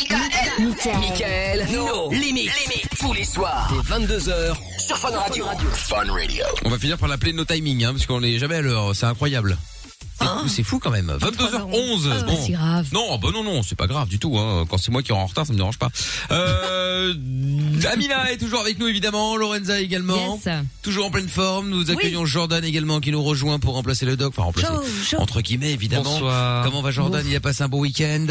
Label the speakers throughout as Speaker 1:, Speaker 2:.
Speaker 1: Michael.
Speaker 2: Michael.
Speaker 1: Michael. No. Limite. Tous les soirs. Dès 22h. Sur Fun Radio. Fun Radio.
Speaker 3: On va finir par l'appeler No Timing, hein, parce qu'on n'est jamais à l'heure. C'est incroyable. C'est fou, c'est fou quand même. 22h11.
Speaker 2: Oh. Ah,
Speaker 3: bon.
Speaker 2: c'est grave.
Speaker 3: Non, bah non, non, c'est pas grave du tout. Hein. Quand c'est moi qui rentre en retard, ça me dérange pas. Euh, Amina est toujours avec nous évidemment, Lorenza également.
Speaker 2: Yes.
Speaker 3: Toujours en pleine forme. Nous accueillons Jordan également qui nous rejoint pour remplacer le doc. Enfin, remplacer.
Speaker 2: Jo, Jo.
Speaker 3: Entre guillemets évidemment.
Speaker 4: Bonsoir.
Speaker 3: Comment va Jordan Il a passé un bon week-end.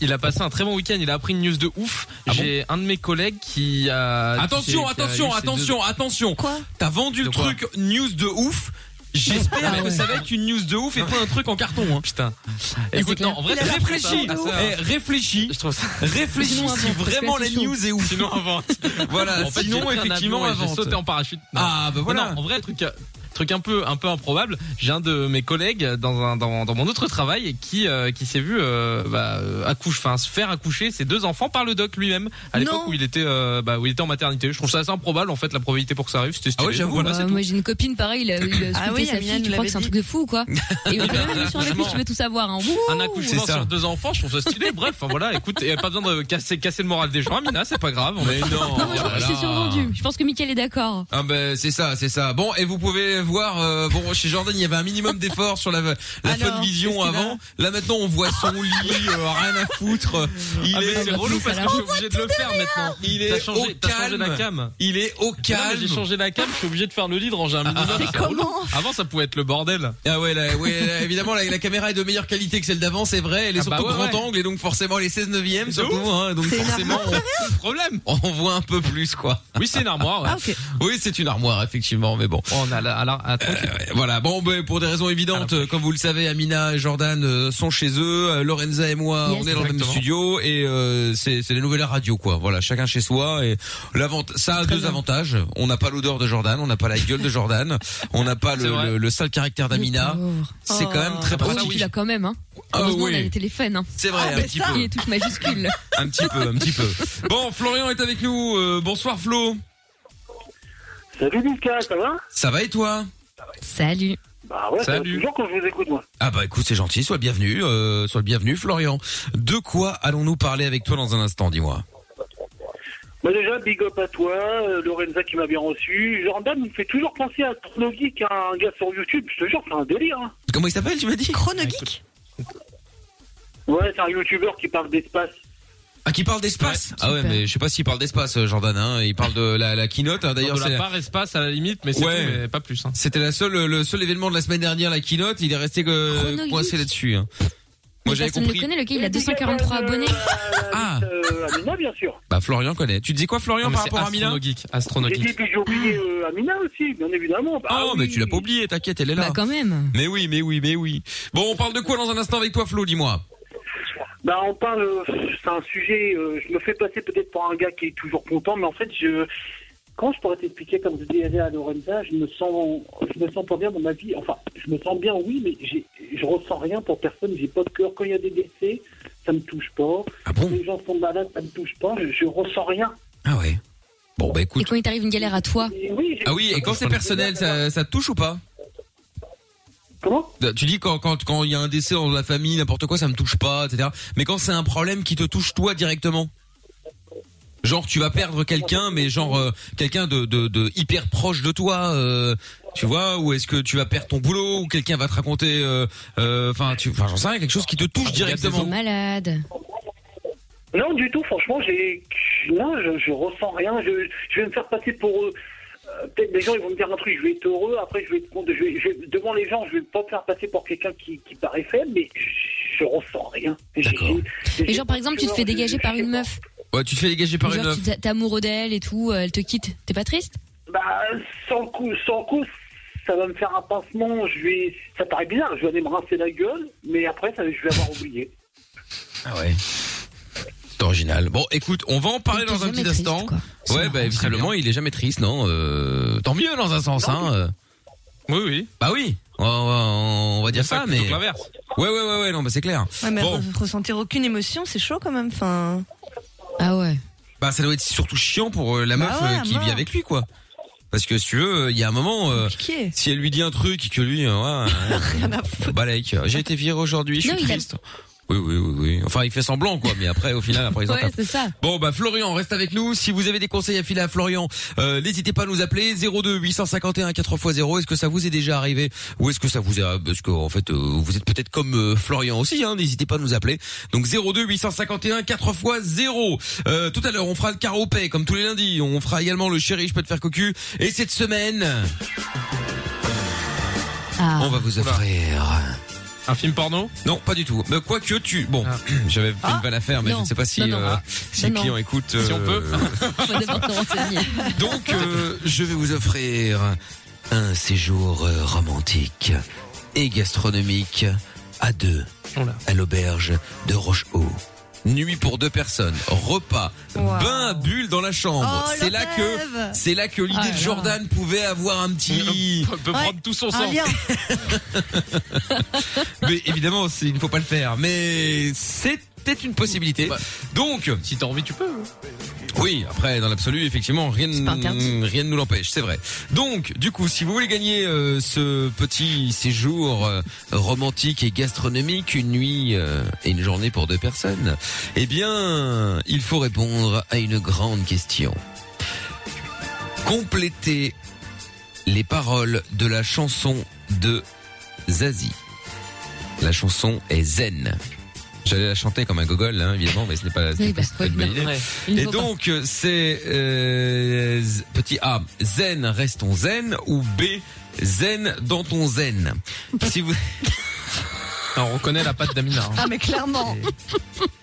Speaker 4: Il a passé un très bon week-end, il a appris une news de ouf.
Speaker 3: Ah bon
Speaker 4: J'ai un de mes collègues qui a.
Speaker 3: Attention,
Speaker 4: qui a- qui a
Speaker 3: attention,
Speaker 4: eu ses deux-
Speaker 3: attention, attention.
Speaker 2: Quoi
Speaker 3: T'as vendu le
Speaker 4: De quoi
Speaker 3: truc news de ouf. J'espère
Speaker 2: Ah
Speaker 3: que
Speaker 2: ouais.
Speaker 3: ça va être une news de ouf et pas un truc en carton. hein.
Speaker 4: Putain.
Speaker 2: c'est
Speaker 4: Écoute,
Speaker 2: clair.
Speaker 4: non, en vrai, c'est
Speaker 3: Réfléchis,
Speaker 4: très content. Ah, ça,
Speaker 3: Eh, réfléchis,
Speaker 4: Je trouve ça.
Speaker 3: réfléchis
Speaker 2: Sinon,
Speaker 3: si
Speaker 2: avant, parce
Speaker 3: vraiment
Speaker 2: que là,
Speaker 3: la
Speaker 2: c'est chaud.
Speaker 3: news est ouf.
Speaker 4: Sinon, avant.
Speaker 3: Voilà,
Speaker 4: En fait, j'ai
Speaker 3: sinon
Speaker 4: pris un
Speaker 3: effectivement
Speaker 4: avion et
Speaker 3: avant.
Speaker 4: J'ai sauté en parachute. Non.
Speaker 3: Ah bah voilà.
Speaker 4: Non, en vrai, truc, truc un peu, un peu improbable. J'ai un de mes collègues dans un, dans, dans mon autre travail qui, euh, qui s'est vu euh, bah, euh, accouche, enfin, se faire accoucher ses deux enfants par le doc lui-même à l'époque
Speaker 2: Non.
Speaker 4: où il était, euh, bah, où il était en maternité. Je trouve ça assez improbable. En fait, la probabilité pour que ça arrive, c'était
Speaker 3: Ah ouais,
Speaker 4: stylé.
Speaker 3: j'avoue.
Speaker 4: Voilà,
Speaker 2: Bah,
Speaker 4: c'est
Speaker 2: moi j'ai une copine pareil, il a, il a
Speaker 5: Ah
Speaker 2: scouté
Speaker 5: oui,
Speaker 2: sa
Speaker 5: Amina
Speaker 2: fille, tu
Speaker 5: nous
Speaker 2: crois que c'est un
Speaker 5: l'avait
Speaker 2: truc de fou ou quoi Et quand même mis Ah, sur un écoute, tu veux tout savoir. Hein. Wouh
Speaker 4: un accouchement
Speaker 3: C'est ça.
Speaker 4: sur deux enfants, je trouve ça stylé. Bref, enfin voilà, écoute, il n'y a pas besoin de casser, casser le moral des gens. Amina, c'est pas grave. On est
Speaker 3: non.
Speaker 2: Non, moi je trouve que c'est
Speaker 3: Voilà.
Speaker 2: survendu. Je pense que Mickaël est d'accord.
Speaker 3: Ah ben c'est ça, c'est ça. Bon et vous pouvez voir euh, bon chez Jordan il y avait un minimum d'effort sur la la
Speaker 4: Ah
Speaker 5: Alors,
Speaker 3: fun vision
Speaker 5: qu'est-ce qu'il
Speaker 3: avant. Là maintenant on voit son lit, euh, rien à foutre. Il
Speaker 4: Ah, mais
Speaker 3: est
Speaker 4: c'est
Speaker 2: bah,
Speaker 4: relou
Speaker 2: ça
Speaker 4: parce que
Speaker 2: la
Speaker 4: je suis obligé de le faire maintenant.
Speaker 3: Il est
Speaker 4: T'as
Speaker 3: au
Speaker 4: changé, t'as changé la
Speaker 3: calme.
Speaker 4: cam.
Speaker 3: il est au
Speaker 4: Non, mais J'ai
Speaker 3: calme.
Speaker 4: changé la cam, je suis obligé de faire le lit, de ranger un minimum. C'est
Speaker 5: comment
Speaker 4: relou. Avant, ça pouvait être le bordel.
Speaker 3: Ah ouais, là, ouais là, évidemment la, la caméra est de meilleure qualité que celle d'avant, c'est vrai, elle est
Speaker 4: Ah bah
Speaker 3: surtout
Speaker 4: ouais,
Speaker 3: grand
Speaker 4: ouais.
Speaker 3: angle et donc forcément elle est 16 9e
Speaker 4: De
Speaker 3: surtout
Speaker 4: ouf.
Speaker 3: hein, donc
Speaker 5: C'est une
Speaker 3: forcément
Speaker 4: C'est le problème.
Speaker 3: on, on voit un peu plus quoi.
Speaker 4: Oui, c'est une armoire. ouais. Oh,
Speaker 5: Ah, ok.
Speaker 3: Oui, c'est une armoire effectivement, mais bon.
Speaker 4: On a la, à la, à tranquille.
Speaker 3: Euh, Voilà, bon, ben, pour des raisons évidentes, euh, comme vous le savez, Amina et Jordan euh, sont chez eux, euh, Lorenza et moi,
Speaker 2: Yes.
Speaker 3: on est dans le même
Speaker 4: Exactement.
Speaker 3: studio, et euh, c'est c'est la nouvelle radio, quoi. Voilà, chacun chez soi, et l'avant- ça a deux avantages. On n'a pas l'odeur de Jordan, on n'a pas la gueule de Jordan, on n'a pas
Speaker 4: C'est
Speaker 3: le,
Speaker 4: vrai.
Speaker 3: le, le sale caractère d'Amina. C'est quand même très
Speaker 2: Par contre,
Speaker 4: Ah bah ça,
Speaker 3: pratique.
Speaker 2: Oh. tu l'as quand même. Hein.
Speaker 3: Ah
Speaker 2: Heureusement, on a
Speaker 3: oui,
Speaker 2: les téléphones. Hein.
Speaker 3: c'est vrai, un petit
Speaker 2: Il
Speaker 3: peu,
Speaker 2: est toutes majuscules.
Speaker 3: un petit peu, un petit peu. Bon, Florian est avec nous. euh, bonsoir Flo.
Speaker 6: Salut Mika, ça va
Speaker 3: Ça va et toi
Speaker 2: Salut.
Speaker 6: Bah ouais, ça va
Speaker 4: Salut.
Speaker 6: toujours quand je vous écoute moi.
Speaker 3: Ah bah écoute, c'est gentil, sois le bienvenu, euh, sois le bienvenu Florian. De quoi allons-nous parler avec toi dans un instant, dis-moi
Speaker 6: Bah déjà, big up à toi, euh, Lorenza qui m'a bien reçu. Jordan me fait toujours penser à Torno Geek, un gars sur YouTube, je te jure, c'est un délire. hein.
Speaker 3: Comment il s'appelle, tu m'as dit
Speaker 5: Chronogeek
Speaker 6: Ouais, c'est un YouTuber qui parle d'espace.
Speaker 3: Ah, qui parle d'espace Ah ouais,
Speaker 2: Super.
Speaker 3: mais je sais pas s'il parle d'espace, euh, Jordan. Hein. Il parle de la, la keynote. hein. D'ailleurs,
Speaker 4: D'ailleurs,
Speaker 3: c'est la-
Speaker 4: la part espace à la limite, mais c'est
Speaker 3: Ouais.
Speaker 4: tout, mais pas plus. Hein.
Speaker 3: c'était la seule, le seul événement de la semaine dernière, la keynote. Il est resté euh,
Speaker 2: Chronologique.
Speaker 3: coincé là-dessus. hein. Moi,
Speaker 2: Mais
Speaker 3: j'avais
Speaker 2: personne ne le
Speaker 3: compris.
Speaker 2: connaît, le gars, il a
Speaker 6: Et big up
Speaker 2: 243
Speaker 6: à, euh,
Speaker 2: abonnés.
Speaker 3: Ah.
Speaker 6: à, euh, Amina, bien sûr.
Speaker 3: Bah, Florian connaît. Tu disais quoi, Florian,
Speaker 4: Non, mais
Speaker 3: par
Speaker 4: c'est
Speaker 3: rapport à Milan
Speaker 4: astronogeek,
Speaker 6: J'ai dit,
Speaker 4: astronogeek.
Speaker 6: puis j'ai oublié euh, Amina aussi, bien évidemment. Bah,
Speaker 3: Oh,
Speaker 6: oui.
Speaker 3: mais tu l'as pas oublié, t'inquiète, elle est là.
Speaker 2: Bah, quand même.
Speaker 3: mais oui, mais oui, mais oui. Bon, on parle de quoi dans un instant avec toi, Flo Dis-moi.
Speaker 6: Bah on parle, euh, c'est un sujet, euh, je me fais passer peut-être pour un gars qui est toujours content, mais en fait je... Quand je pourrais t'expliquer, comme je disais à Lorenza, je me sens, je me sens pas bien dans ma vie. Enfin, je me sens bien, oui, mais j'ai, je ressens rien pour personne. J'ai pas de cœur. Quand il y a des décès, ça me touche pas.
Speaker 3: Ah
Speaker 6: Quand
Speaker 3: bon
Speaker 6: Les gens sont malades, ça me touche pas. Je, je ressens rien.
Speaker 3: Ah ouais. Bon, bah
Speaker 2: Et
Speaker 3: écoute.
Speaker 2: quand il t'arrive une galère à toi,
Speaker 6: Et oui. j'ai-
Speaker 3: Ah oui, et quand c'est personnel, ça, ça te touche ou pas Bah,
Speaker 6: Comment
Speaker 3: Tu dis quand quand quand il y a un décès dans la famille, n'importe quoi, ça me touche pas, etc. Mais quand c'est un problème qui te touche toi directement, genre tu vas perdre quelqu'un, mais genre euh, quelqu'un de, de de hyper proche de toi, euh, tu vois, ou est-ce que tu vas perdre ton boulot, ou quelqu'un va te raconter, euh, euh, enfin tu, enfin j'en sais rien, quelque chose qui te touche
Speaker 2: Ah, t'es
Speaker 3: directement.
Speaker 2: malade.
Speaker 6: Non, du tout. Franchement, j'ai, non, je, je ressens rien. Je, je vais me faire passer pour euh, euh, peut-être les gens, ils vont me dire un truc. Je vais être heureux. Après, je vais être content. Je vais- je vais- devant les gens, je vais pas me faire passer pour quelqu'un qui, qui paraît faible, mais je, je ressens rien. J'ai-
Speaker 3: D'accord.
Speaker 6: j'ai-
Speaker 2: Mais genre, par exemple, tu te fais
Speaker 6: je-
Speaker 2: dégager
Speaker 6: je-
Speaker 2: par une meuf.
Speaker 3: Ouais, tu te fais dégager par une
Speaker 2: Genre,
Speaker 3: meuf.
Speaker 2: tu t'es t'es amoureux d'elle et tout, euh, elle te quitte. T'es pas triste
Speaker 6: Bah, sans coup, sans coup, ça va me faire un pincement. Je vais, ça paraît bizarre. Je vais aller me rincer la gueule, mais après, ça, je vais avoir oublié.
Speaker 3: Ah ouais. C'est original. Bon, écoute, on va en parler
Speaker 2: T'es
Speaker 3: dans un
Speaker 2: jamais
Speaker 3: petit
Speaker 2: triste,
Speaker 3: instant.
Speaker 2: quoi. C'est
Speaker 3: Ouais,
Speaker 2: marrant,
Speaker 3: bah
Speaker 2: c'est
Speaker 3: visiblement, il est jamais triste, non Euh, Tant mieux dans un sens, hein. euh.
Speaker 4: Oui, oui.
Speaker 3: Bah oui, on va, on va dire ça, mais
Speaker 4: plutôt que l'inverse.
Speaker 3: ouais, ouais, ouais, ouais, non, bah c'est clair.
Speaker 5: Ouais, mais
Speaker 3: Bon.
Speaker 5: re- ressentir aucune émotion, c'est chaud quand même. Enfin,
Speaker 2: Ah ouais.
Speaker 3: Bah ça doit être surtout chiant pour euh, la
Speaker 5: Bah
Speaker 3: meuf
Speaker 5: ouais,
Speaker 3: euh, qui
Speaker 5: moi.
Speaker 3: vit avec lui, quoi. Parce que si tu veux, euh, il y a un moment, euh,
Speaker 5: piqué.
Speaker 3: si elle lui dit un truc et que lui, euh, ouais,
Speaker 5: Rien à foutre.
Speaker 3: euh, balèque, j'ai été viré aujourd'hui, je
Speaker 2: Non,
Speaker 3: suis
Speaker 2: il a-
Speaker 3: triste. Oui, oui, oui, oui. Enfin, il fait semblant, quoi. Mais après, au final, après, ils en
Speaker 2: Ouais,
Speaker 3: tapent.
Speaker 2: c'est ça.
Speaker 3: Bon, bah, Florian, reste avec nous. Si vous avez des conseils à filer à Florian, euh, n'hésitez pas à nous appeler. 02 851 4x0. Est-ce que ça vous est déjà arrivé? Ou est-ce que ça vous a, parce que, en fait, euh, vous êtes peut-être comme euh, Florian aussi, hein. N'hésitez pas à nous appeler. Donc, 02 851 4x0. Euh, tout à l'heure, on fera le caropé, comme tous les lundis. On fera également le chéri, je peux te faire cocu. Et cette semaine,
Speaker 2: Ah.
Speaker 3: on va vous offrir.
Speaker 4: Ah. Un film porno
Speaker 3: Non, pas du tout. Mais quoique tu. Bon, j'avais fait une balle à faire, mais
Speaker 2: Non.
Speaker 3: je ne sais pas si,
Speaker 2: Non, non.
Speaker 3: euh,
Speaker 2: Ah.
Speaker 3: si
Speaker 2: Non,
Speaker 3: le
Speaker 2: non.
Speaker 3: client écoute.
Speaker 4: Si on peut.
Speaker 2: On va d'abord te renseigner.
Speaker 3: euh, Donc, euh, je vais vous offrir un séjour euh, romantique et gastronomique à deux
Speaker 4: Oh là.
Speaker 3: à l'auberge de Rochehaut. Nuit pour deux personnes, repas, bain à bulles dans la chambre.
Speaker 5: Oh,
Speaker 3: c'est
Speaker 5: le
Speaker 3: là
Speaker 5: rêve
Speaker 3: que c'est là que l'idée
Speaker 2: Ah là
Speaker 3: de
Speaker 2: là.
Speaker 3: Jordan pouvait avoir un petit.
Speaker 4: On peut
Speaker 5: Ouais.
Speaker 4: prendre tout son
Speaker 5: Un
Speaker 4: sang.
Speaker 5: lien.
Speaker 3: Mais évidemment, c'est- il ne faut pas le faire. Mais c'était une possibilité.
Speaker 4: Bah.
Speaker 3: Donc,
Speaker 4: Si t'as envie, tu peux. hein.
Speaker 3: Oui, après, dans l'absolu, effectivement, rien,
Speaker 5: pas interdit.
Speaker 3: ne- rien ne nous l'empêche, c'est vrai. Donc, du coup, si vous voulez gagner euh, ce petit séjour euh, romantique et gastronomique, une nuit euh, et une journée pour deux personnes, eh bien, il faut répondre à une grande question. Complétez les paroles de la chanson de Zazie. La chanson est Zen. J'allais la chanter comme un gogol, hein, évidemment, mais ce n'est pas, ce n'est
Speaker 2: Oui,
Speaker 3: pas-
Speaker 2: bah,
Speaker 3: c'est pas une bonne idée.
Speaker 2: Il
Speaker 3: Et
Speaker 2: faut
Speaker 3: donc, euh, c'est euh, z- petit A, zen, restons zen, ou B, zen dans ton zen. Si vous...
Speaker 4: on reconnaît la patte d'Amina. hein.
Speaker 5: Ah, mais clairement.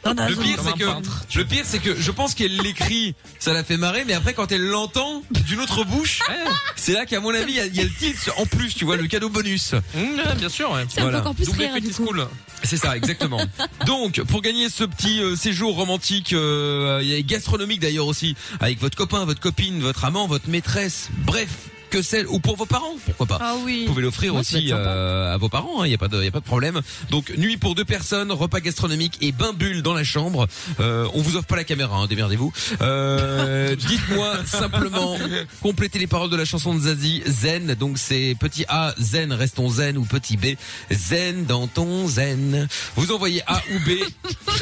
Speaker 5: Non, non,
Speaker 3: Le pire,
Speaker 4: Comme
Speaker 3: c'est
Speaker 4: un peintre.
Speaker 3: que, le pire, c'est que je pense qu'elle l'écrit, ça la fait marrer, mais après, quand elle l'entend d'une autre bouche, c'est là qu'à mon avis, il y a- il y, a le titre en plus, tu vois, le cadeau bonus.
Speaker 4: Mmh, ouais, bien sûr, ouais.
Speaker 2: Ça me fait encore plus
Speaker 4: Double
Speaker 2: rire,
Speaker 4: effet
Speaker 2: du
Speaker 4: qui se
Speaker 2: coup.
Speaker 4: coule.
Speaker 3: C'est ça, exactement. Donc, pour gagner ce petit euh, séjour romantique euh, et gastronomique d'ailleurs aussi, avec votre copain, votre copine, votre amant, votre maîtresse, bref, que celle, ou pour vos parents, pourquoi pas.
Speaker 5: Ah oui.
Speaker 3: Vous pouvez l'offrir
Speaker 2: Ouais, ça
Speaker 3: aussi
Speaker 2: va être sympa.
Speaker 3: euh, à vos parents, il n'y a pas de y a pas de problème. Donc nuit pour deux personnes, repas gastronomique et bain bulle dans la chambre. Euh, on vous offre pas la caméra, hein, démerdez-vous. Euh, dites-moi simplement complétez les paroles de la chanson de Zazie Zen. Donc c'est petit A Zen restons zen ou petit B Zen dans ton zen. Vous envoyez A ou B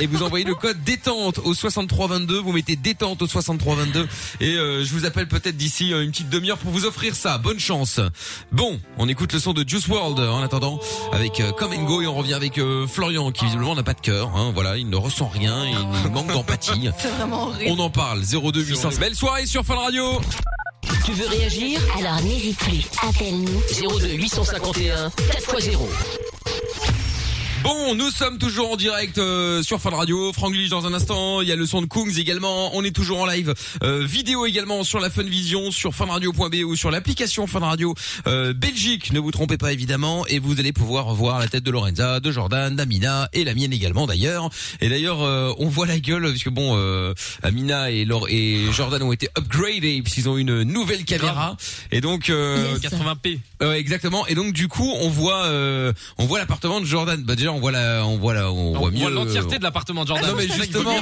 Speaker 3: et vous envoyez le code détente au 6322, vous mettez détente au 6322 et euh, je vous appelle peut-être d'ici euh, une petite demi-heure pour vous offrir ça. Bonne chance. Bon, on écoute le son de Juice World hein, en attendant avec euh, Come and Go et on revient avec euh, Florian qui visiblement n'a pas de cœur hein, voilà, il ne ressent rien, il manque d'empathie.
Speaker 5: C'est vraiment horrible.
Speaker 3: On en parle 02800. Belle soirée sur Fun Radio.
Speaker 1: Tu veux réagir
Speaker 7: Alors n'hésite plus, appelle-nous.
Speaker 1: 02 851 4x0.
Speaker 3: Bon, nous sommes toujours en direct euh, sur Fun Radio, Franglish dans un instant, il y a le son de Kungs également, on est toujours en live, euh, vidéo également sur la Fun Vision, sur funradio.be ou sur l'application Fun Radio euh, Belgique, ne vous trompez pas évidemment, et vous allez pouvoir voir la tête de Lorenza, de Jordan, d'Amina, et la mienne également d'ailleurs. Et d'ailleurs, euh, on voit la gueule, parce que bon, euh, Amina et, Laure et Jordan ont été upgradés, puisqu'ils ont une nouvelle caméra, et donc... euh,
Speaker 2: Yes.
Speaker 4: 80p.
Speaker 3: euh, exactement. Et donc du coup, on voit, euh, on voit l'appartement de Jordan. Bah déjà, on voit la, on voit la, on,
Speaker 4: On
Speaker 3: voit
Speaker 4: voit
Speaker 3: mieux. euh, Ah
Speaker 4: l'entièreté de l'appartement de Jordan.
Speaker 3: Non mais
Speaker 4: C'est ça qu'il faut
Speaker 3: justement,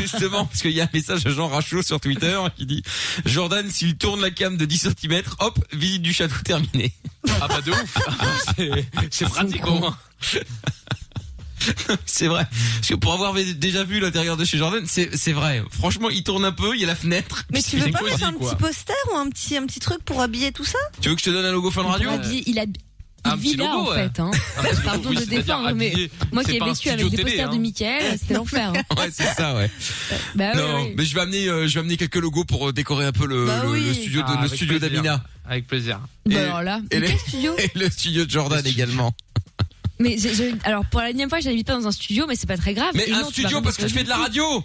Speaker 3: justement, parce qu'il y a un message de Jean Rachaud sur Twitter qui dit Jordan, s'il tourne la cam de 10 cm, hop, visite du château terminée.
Speaker 4: Ah bah de ouf. C'est- C'est pratique au moins.
Speaker 3: C'est vrai. Parce que pour avoir déjà vu l'intérieur de chez Jordan, c'est c'est vrai. Franchement, il tourne un peu, il y a la fenêtre.
Speaker 5: Mais tu veux
Speaker 4: C'est
Speaker 5: pas
Speaker 4: cosy,
Speaker 5: mettre un
Speaker 4: quoi.
Speaker 5: petit poster ou un petit, un petit truc pour habiller tout ça
Speaker 3: Tu veux que je te donne un logo Fun
Speaker 2: pas-
Speaker 3: Radio
Speaker 2: Il habille- il a
Speaker 4: Un
Speaker 2: il vit
Speaker 4: petit
Speaker 2: là
Speaker 4: logo,
Speaker 2: en
Speaker 4: ouais.
Speaker 2: fait. Hein.
Speaker 4: Ah, parce que,
Speaker 2: Pardon
Speaker 4: oui,
Speaker 2: de
Speaker 4: c'est-à-dire
Speaker 2: défendre, mais
Speaker 4: habillé,
Speaker 2: Moi qui
Speaker 4: c'est
Speaker 2: ai
Speaker 4: pas un
Speaker 2: vécu avec
Speaker 4: studio
Speaker 2: des
Speaker 4: télé,
Speaker 2: posters
Speaker 4: hein.
Speaker 2: de Michael, c'était l'enfer. hein.
Speaker 3: Ouais, c'est ça, ouais.
Speaker 2: Bah oui,
Speaker 3: non,
Speaker 2: oui.
Speaker 3: mais je vais amener, euh, je vais amener quelques logos pour euh, décorer un peu le,
Speaker 5: Bah
Speaker 3: le- le
Speaker 5: oui.
Speaker 3: studio, de-
Speaker 4: Ah,
Speaker 3: le
Speaker 4: avec
Speaker 3: studio
Speaker 4: plaisir.
Speaker 3: d'Amina
Speaker 4: Avec plaisir.
Speaker 2: Bah
Speaker 3: et-
Speaker 2: alors là,
Speaker 3: et
Speaker 2: mais
Speaker 3: les-
Speaker 2: quel studio
Speaker 3: et le studio de Jordan également.
Speaker 2: Mais j'ai- j'ai- alors pour la deuxième fois, je n'habite pas dans un studio, mais c'est pas très grave.
Speaker 3: Mais
Speaker 2: Ah, Et
Speaker 3: un
Speaker 2: non, tu
Speaker 3: studio
Speaker 2: vas
Speaker 3: parce que je fais de la radio.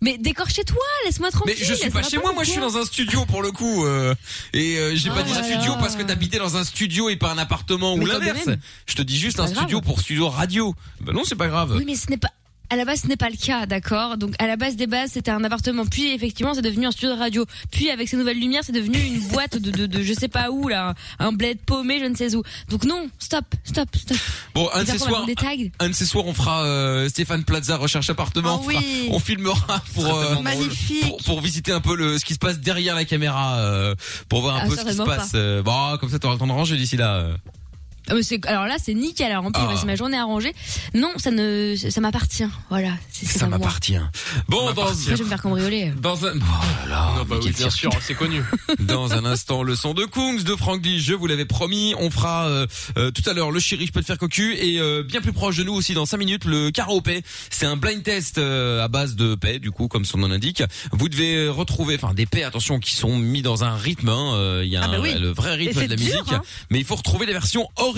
Speaker 2: Mais décore chez toi, laisse-moi tranquille.
Speaker 3: Mais je suis
Speaker 2: ça
Speaker 3: pas
Speaker 2: va
Speaker 3: chez moi, moi je suis
Speaker 2: pourquoi
Speaker 3: dans un studio pour le coup. euh, et euh, j'ai
Speaker 2: Ah
Speaker 3: pas dit
Speaker 2: là
Speaker 3: studio
Speaker 2: là.
Speaker 3: parce que t'habitais dans un studio et pas un appartement ou
Speaker 2: Mais quand
Speaker 3: l'inverse.
Speaker 2: même.
Speaker 3: Je te dis juste
Speaker 2: C'est
Speaker 3: un
Speaker 2: pas
Speaker 3: studio
Speaker 2: grave.
Speaker 3: pour studio radio. Bah non, c'est pas grave.
Speaker 2: Oui, mais ce n'est pas. À la base, ce n'est pas le cas, d'accord Donc, à la base des bases, c'était un appartement. Puis, effectivement, c'est devenu un studio de radio. Puis, avec ces nouvelles lumières, c'est devenu une boîte de, de, de je sais pas où, là, un bled paumé, je ne sais où. Donc, non, stop, stop, stop.
Speaker 3: Bon, un de
Speaker 2: C'est-à-dire qu'on
Speaker 3: ces
Speaker 2: va
Speaker 3: soirs,
Speaker 2: prendre des tags.
Speaker 3: un de ces soirs, on fera euh, Stéphane Plaza recherche appartement.
Speaker 5: Ah
Speaker 3: on, fera-
Speaker 5: oui.
Speaker 3: on filmera pour. euh,
Speaker 5: Magnifique.
Speaker 3: pour, pour visiter un peu le, ce qui se passe derrière la caméra, euh, pour voir un
Speaker 2: Ah,
Speaker 3: peu ce qui se
Speaker 2: certainement
Speaker 3: passe. Euh, bon, comme ça, t'auras le temps de ranger d'ici là. euh.
Speaker 2: Ah, mais c'est- alors là, c'est nickel. Alors en plus,
Speaker 3: Ah.
Speaker 2: ouais, c'est ma journée arrangée. Non, ça ne, ça m'appartient. Voilà. c'est- c'est
Speaker 3: Ça
Speaker 2: à moi.
Speaker 3: m'appartient. Bon, dans,
Speaker 2: Après, je vais me faire cambrioler.
Speaker 3: dans un... Oh là là,
Speaker 4: Non, bah
Speaker 3: mais
Speaker 4: oui,
Speaker 3: quel
Speaker 4: bien sûr, c'est connu.
Speaker 3: Dans un instant, le son de Kungs de Frank D. Je vous l'avais promis. On fera euh, euh, tout à l'heure le chéri, je peux te faire cocu. Et euh, bien plus proche de nous aussi, dans 5 minutes, le karaopé. C'est un blind test euh, à base de paix, du coup, comme son nom l'indique. Vous devez retrouver, enfin, des paix, attention, qui sont mis dans un rythme. hein, euh, Il y a
Speaker 5: Ah bah
Speaker 3: un-
Speaker 5: oui.
Speaker 3: le vrai rythme
Speaker 5: c'est
Speaker 3: de la
Speaker 5: dur,
Speaker 3: musique.
Speaker 5: hein.
Speaker 3: Mais il faut retrouver la version originale.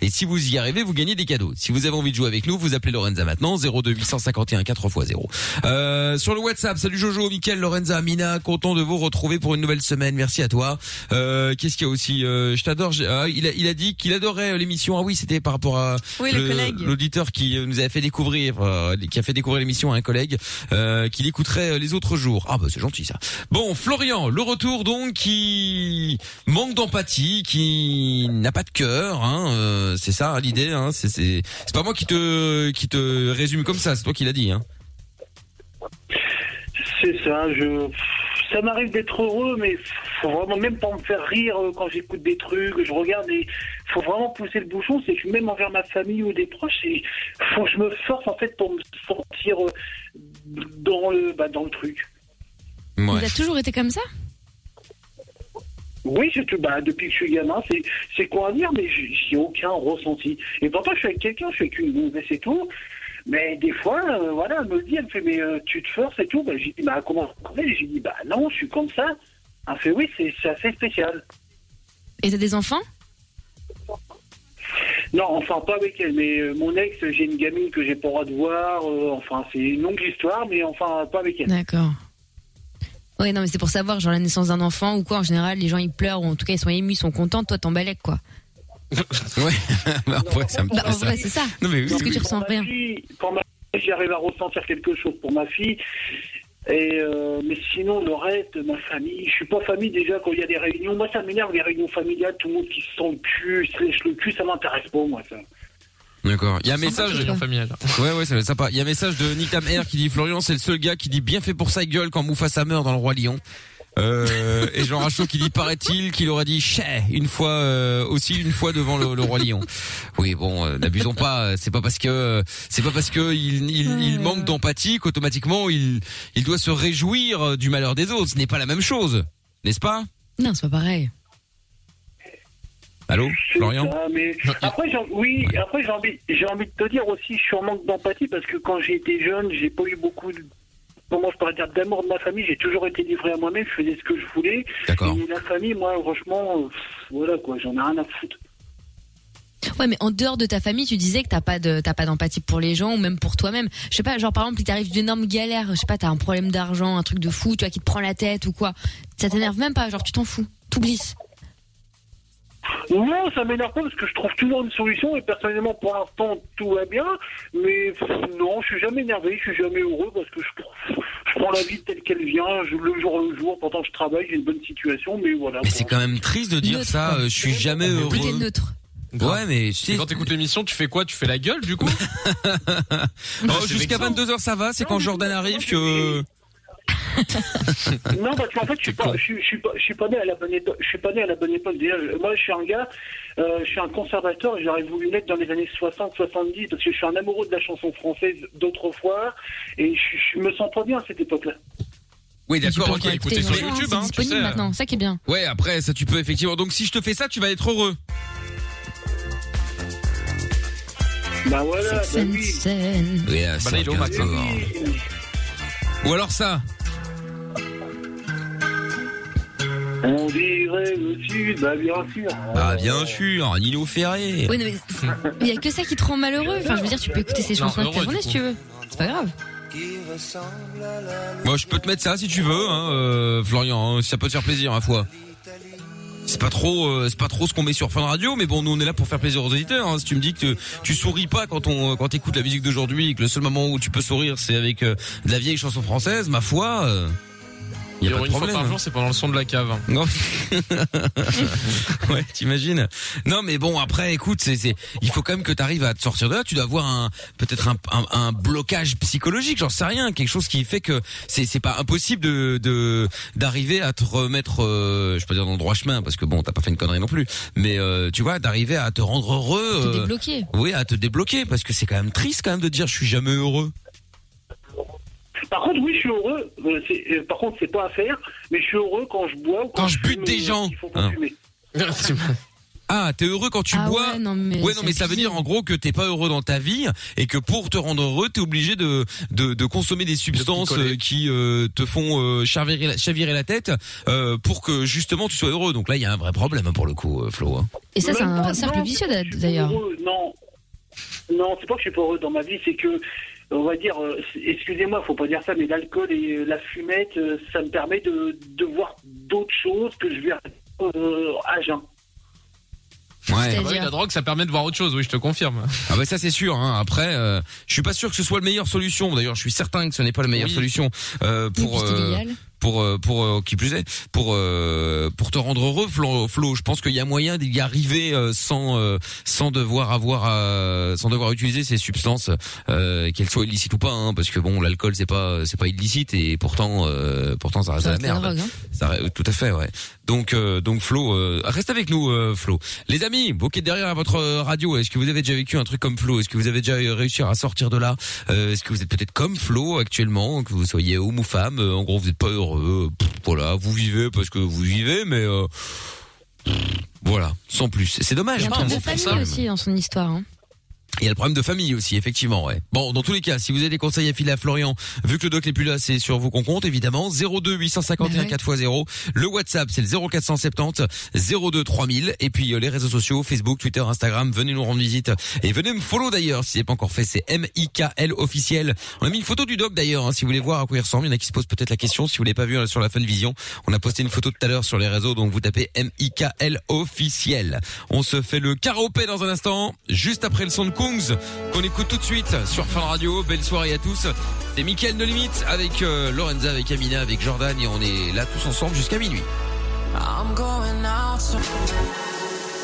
Speaker 3: Et si vous y arrivez, vous gagnez des cadeaux. Si vous avez envie de jouer avec nous, vous appelez Lorenza maintenant, 02851 4x0. Euh, sur le WhatsApp, salut Jojo, Mickaël, Lorenza, Mina, content de vous retrouver pour une nouvelle semaine. Merci à toi. Euh, Qu'est-ce qu'il y a aussi Euh, Je t'adore. j'ai- ah, il, a, il a dit qu'il adorait euh, l'émission. Ah oui, c'était par rapport à
Speaker 5: Oui, le collègue.
Speaker 3: l'auditeur qui euh, nous avait fait découvrir, euh, qui a fait découvrir l'émission à un collègue, euh, qu'il écouterait euh, les autres jours. Ah bah c'est gentil ça. Bon, Florian, le retour donc qui manque d'empathie, qui n'a pas de cœur, hein, euh, c'est ça hein, l'idée. Hein, c'est c'est c'est pas moi qui te qui te résume comme ça, c'est toi qui l'as dit. Hein.
Speaker 6: C'est ça, je. Ça m'arrive d'être heureux, mais faut vraiment même pas me faire rire euh, quand j'écoute des trucs, je regarde et faut vraiment pousser le bouchon, c'est que même envers ma famille ou des proches, et faut que je me force en fait pour me sentir euh, dans le bah, dans le truc.
Speaker 2: Il
Speaker 3: Ouais.
Speaker 2: a toujours été comme ça
Speaker 6: Oui, je te, bah, depuis que je suis gamin, c'est, c'est quoi à dire, mais j'ai j'ai aucun ressenti. Et pourtant, je suis avec quelqu'un, je suis avec une gonzesse et tout. Mais des fois, euh, voilà, elle me le dit, elle me fait, mais euh, tu te forces et tout. Bah, j'ai dit, bah, comment ça se fait J'ai dit, bah, non, je suis comme ça. Elle fait, oui, c'est, c'est assez spécial.
Speaker 2: Et t'as des enfants
Speaker 6: Non, enfin, pas avec elle, mais euh, mon ex, j'ai une gamine que j'ai pas le droit de voir. euh, enfin, c'est une longue histoire, mais enfin, pas avec elle.
Speaker 2: D'accord. Ouais, non, mais c'est pour savoir, genre la naissance d'un enfant ou quoi. En général, les gens ils pleurent ou en tout cas ils sont émus, ils sont contents. Toi, t'en balèques quoi.
Speaker 3: Ouais. Bah, ouais, ça me
Speaker 2: Bah, en
Speaker 3: ça.
Speaker 2: vrai, c'est ça.
Speaker 3: Non mais oui,
Speaker 2: Parce que
Speaker 3: oui.
Speaker 2: tu ressens
Speaker 6: Pour ma
Speaker 2: rien.
Speaker 6: fille, Quand ma fille, j'arrive à ressentir quelque chose pour ma fille. Et euh, mais sinon, le reste, ma famille, je suis pas famille déjà quand il y a des réunions. Moi, ça m'énerve les réunions familiales, tout le monde qui se sent le cul, se lèche le cul, ça m'intéresse pas, moi, ça.
Speaker 3: D'accord. Il y a un
Speaker 4: Ça,
Speaker 3: message.
Speaker 4: j'ai en famille, alors.
Speaker 3: Ouais, ouais, ça va être sympa. Il y a un message de Nick Air qui dit Florian, c'est le seul gars qui dit bien fait pour sa gueule quand Mufasa meurt dans le Roi Lion. Euh, et Jean Rachaud qui dit paraît-il qu'il aurait dit chais une fois euh, aussi une fois devant le, le roi lion. Oui bon euh, n'abusons pas euh, c'est pas parce que euh, c'est pas parce que il, il, il manque d'empathie qu'automatiquement il il doit se réjouir euh, du malheur des autres ce n'est pas la même chose n'est-ce pas
Speaker 2: Non, c'est pas pareil.
Speaker 3: Allô
Speaker 6: C'est
Speaker 3: Florian
Speaker 6: ça, mais après, j'ai- oui, après j'ai envie, j'ai envie de te dire aussi, je suis en manque d'empathie parce que quand j'ai été jeune, j'ai pas eu beaucoup de comment je pourrais dire d'amour de ma famille. J'ai toujours été livré à moi-même, je faisais ce que je voulais.
Speaker 3: d'accord
Speaker 6: Et la famille, moi, franchement, euh, pff, voilà quoi, j'en ai rien à foutre.
Speaker 2: Ouais, mais en dehors de ta famille, tu disais que t'as pas de, t'as pas d'empathie pour les gens ou même pour toi-même. Je sais pas, genre par exemple, il t'arrive d'une énorme galère, je sais pas, t'as un problème d'argent, un truc de fou, tu vois, qui te prend la tête ou quoi. Ça t'énerve même pas, genre tu t'en fous, t'oublies.
Speaker 6: Non, ça m'énerve pas parce que je trouve toujours une solution et personnellement pour l'instant tout va bien. Mais pff, non, je suis jamais énervé, je suis jamais heureux parce que je, prends- je prends la vie telle qu'elle vient, je, le jour le jour. Pourtant je travaille, j'ai une bonne situation, mais voilà.
Speaker 3: mais
Speaker 6: quoi.
Speaker 3: c'est quand même triste de dire
Speaker 2: Neutre,
Speaker 3: ça
Speaker 2: quoi.
Speaker 3: euh, je suis jamais
Speaker 2: Plus t'es
Speaker 3: heureux
Speaker 2: neutre.
Speaker 3: ouais mais tu sais-
Speaker 4: Et quand t'écoutes l'émission, tu fais quoi Tu fais la gueule, du coup
Speaker 3: Oh,
Speaker 4: c'est
Speaker 3: jusqu'à
Speaker 4: vexant.
Speaker 3: 22h ça va,
Speaker 2: Ah
Speaker 3: c'est quand Jordan arrive que
Speaker 6: Non, parce qu'en fait, je suis pas, je, suis- je suis pas, je suis pas né à la bonne époque. Je suis pas né à la bonne époque. Déjà, je- moi, je suis un gars, euh, je suis un conservateur. et J'aurais voulu naître dans les années 60, 70 parce que je suis un amoureux de la chanson française d'autrefois et je, je me sens pas bien à cette époque-là.
Speaker 3: Oui,
Speaker 2: Tu peux
Speaker 3: d'accord,
Speaker 2: encore
Speaker 3: OK,
Speaker 2: écouter
Speaker 3: écoutez
Speaker 2: les
Speaker 3: sur
Speaker 2: gens,
Speaker 3: YouTube
Speaker 2: c'est
Speaker 3: hein, tu
Speaker 2: disponible
Speaker 3: sais.
Speaker 2: maintenant, ça qui est bien.
Speaker 3: Ouais, après ça tu peux effectivement. Donc si je te fais ça, tu vas être heureux.
Speaker 6: Bah voilà, bah oui.
Speaker 2: Sensen.
Speaker 3: Oui,
Speaker 4: ça, regarde ça.
Speaker 3: Ou alors ça.
Speaker 6: On dirait le sud, bah bien sûr.
Speaker 3: Ah bien sûr, Nino Ferré.
Speaker 2: Oui, non, mais il y a que ça qui te rend malheureux. Enfin, je veux dire, tu peux écouter ces
Speaker 4: Non,
Speaker 2: chansons toute
Speaker 4: heureux,
Speaker 2: la
Speaker 4: du
Speaker 2: journée si
Speaker 4: coup.
Speaker 2: tu veux. C'est pas grave.
Speaker 3: Moi, je peux te mettre ça si tu veux hein, euh, Florian, hein, si ça peut te faire plaisir à fois. C'est pas trop euh, c'est pas trop ce qu'on met sur Fun Radio, mais bon, nous on est là pour faire plaisir aux auditeurs hein. Si tu me dis que tu souris pas quand on quand t'écoutes la musique d'aujourd'hui et que le seul moment où tu peux sourire, c'est avec euh, de la vieille chanson française, ma foi, euh, Il y a pas
Speaker 4: Vivre
Speaker 3: de
Speaker 4: une fois
Speaker 3: problème.
Speaker 4: par jour, c'est pendant le son de la cave. hein.
Speaker 3: Non. ouais, t'imagines. Non, mais bon, après, écoute, c'est, c'est, il faut quand même que t'arrives à te sortir de là. Tu dois avoir un, peut-être un, un, un blocage psychologique, j'en sais rien, quelque chose qui fait que c'est, c'est pas impossible de, de, d'arriver à te remettre, euh, je peux dire dans le droit chemin, parce que bon, t'as pas fait une connerie non plus. Mais euh, tu vois, d'arriver à te rendre heureux.
Speaker 2: Te
Speaker 3: euh,
Speaker 2: débloquer.
Speaker 3: Oui, à te débloquer, parce que c'est quand même triste quand même de dire je suis jamais heureux.
Speaker 6: Par contre, oui, je suis heureux. Euh, c'est- euh, par contre, c'est pas à faire, mais je suis heureux quand je bois ou quand,
Speaker 3: Quand je bute
Speaker 6: fume,
Speaker 3: des
Speaker 6: euh,
Speaker 3: gens.
Speaker 6: qu'il faut pas
Speaker 3: Ah.
Speaker 6: fumer.
Speaker 3: Ah, t'es heureux quand tu
Speaker 2: Ah
Speaker 3: bois.
Speaker 2: ouais, non, mais
Speaker 3: ouais,
Speaker 2: c'est
Speaker 3: non, mais ça veut
Speaker 2: abusé.
Speaker 3: dire en gros que t'es pas heureux dans ta vie et que pour te rendre heureux, t'es obligé de, de de consommer des substances
Speaker 4: picoler.
Speaker 3: euh, qui euh, te font euh, chavirer, la, chavirer la tête euh, pour que justement tu sois heureux. Donc là, il y a un vrai problème hein, pour le coup, euh, Flo. hein.
Speaker 2: Et ça, c'est
Speaker 6: Bah, Même pas,
Speaker 2: un cercle
Speaker 6: non,
Speaker 2: vicieux
Speaker 6: c'est pas que je suis
Speaker 2: d'ailleurs.
Speaker 6: pas heureux, Non, non, c'est pas que je suis pas heureux dans ma vie, c'est que, on va dire, euh, c'est- excusez-moi, faut pas dire ça, mais l'alcool et euh, la fumette, euh, ça me permet de, de voir d'autres choses que je vais euh, à jeun.
Speaker 3: Ouais.
Speaker 2: C'est-à-dire-
Speaker 4: Ah bah Oui, la drogue, ça permet de voir autre chose, oui, je te confirme.
Speaker 3: Ah bah ça c'est sûr. Hein. Après, euh, je suis pas sûr que ce soit la meilleure solution. D'ailleurs, je suis certain que ce n'est pas la meilleure
Speaker 4: Oui.
Speaker 3: solution euh,
Speaker 2: Oui,
Speaker 3: pour
Speaker 2: puis c'est
Speaker 3: euh,
Speaker 2: légal.
Speaker 3: pour euh, pour euh, qui plus est pour euh, pour te rendre heureux Flo, Flo, je pense qu'il y a moyen d'y arriver euh, sans euh, sans devoir avoir euh, sans devoir utiliser ces substances euh, qu'elles soient illicites ou pas hein, parce que bon l'alcool c'est pas c'est pas illicite et pourtant euh, pourtant ça reste
Speaker 2: Ça
Speaker 3: de la
Speaker 2: reste la
Speaker 3: merde
Speaker 2: drogue, hein.
Speaker 3: ça, re- tout à fait, ouais. Donc, euh, donc Flo, euh, reste avec nous, euh, Flo. Les amis, vous qui êtes derrière votre euh, radio, est-ce que vous avez déjà vécu un truc comme Flo Est-ce que vous avez déjà euh, réussi à sortir de là Euh, Est-ce que vous êtes peut-être comme Flo actuellement, que vous soyez homme ou femme euh, En gros, vous n'êtes pas heureux. euh, pff, voilà, vous vivez parce que vous vivez, mais euh, pff, voilà, sans plus. C'est dommage.
Speaker 2: Il y a un
Speaker 3: hein,
Speaker 2: truc
Speaker 3: bon,
Speaker 2: de
Speaker 3: pour ça.
Speaker 2: famille aussi dans son histoire. hein.
Speaker 3: Il y a le problème de famille aussi, effectivement, ouais. Bon, dans tous les cas, si vous avez des conseils à filer à Florian, vu que le doc n'est plus là, c'est sur vous qu'on compte, évidemment. 02 851
Speaker 2: Bah ouais.
Speaker 3: 4x0. Le WhatsApp, c'est le 0470 02 3000. Et puis, euh, les réseaux sociaux, Facebook, Twitter, Instagram, venez nous rendre visite. Et venez me follow d'ailleurs, si c'est pas encore fait, c'est M-I-K-L officiel. On a mis une photo du doc d'ailleurs, hein, si vous voulez voir à quoi il ressemble. Il y en a qui se posent peut-être la question, si vous l'avez pas vu euh, sur la Fun Vision. On a posté une photo tout à l'heure sur les réseaux, donc vous tapez M-I-K-L officiel. On se fait le karaopé dans un instant, juste après le son de Kungs, qu'on écoute tout de suite sur Fun Radio. Belle soirée à tous. C'est Mickaël de Limite avec euh, Lorenza, avec Amina, avec Jordan et on est là tous ensemble jusqu'à minuit.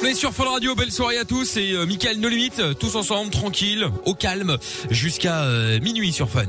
Speaker 3: On est sur Fun Radio, belle soirée à tous et euh, Mickaël No Limite, tous ensemble, tranquille, au calme, jusqu'à euh, minuit sur Fun.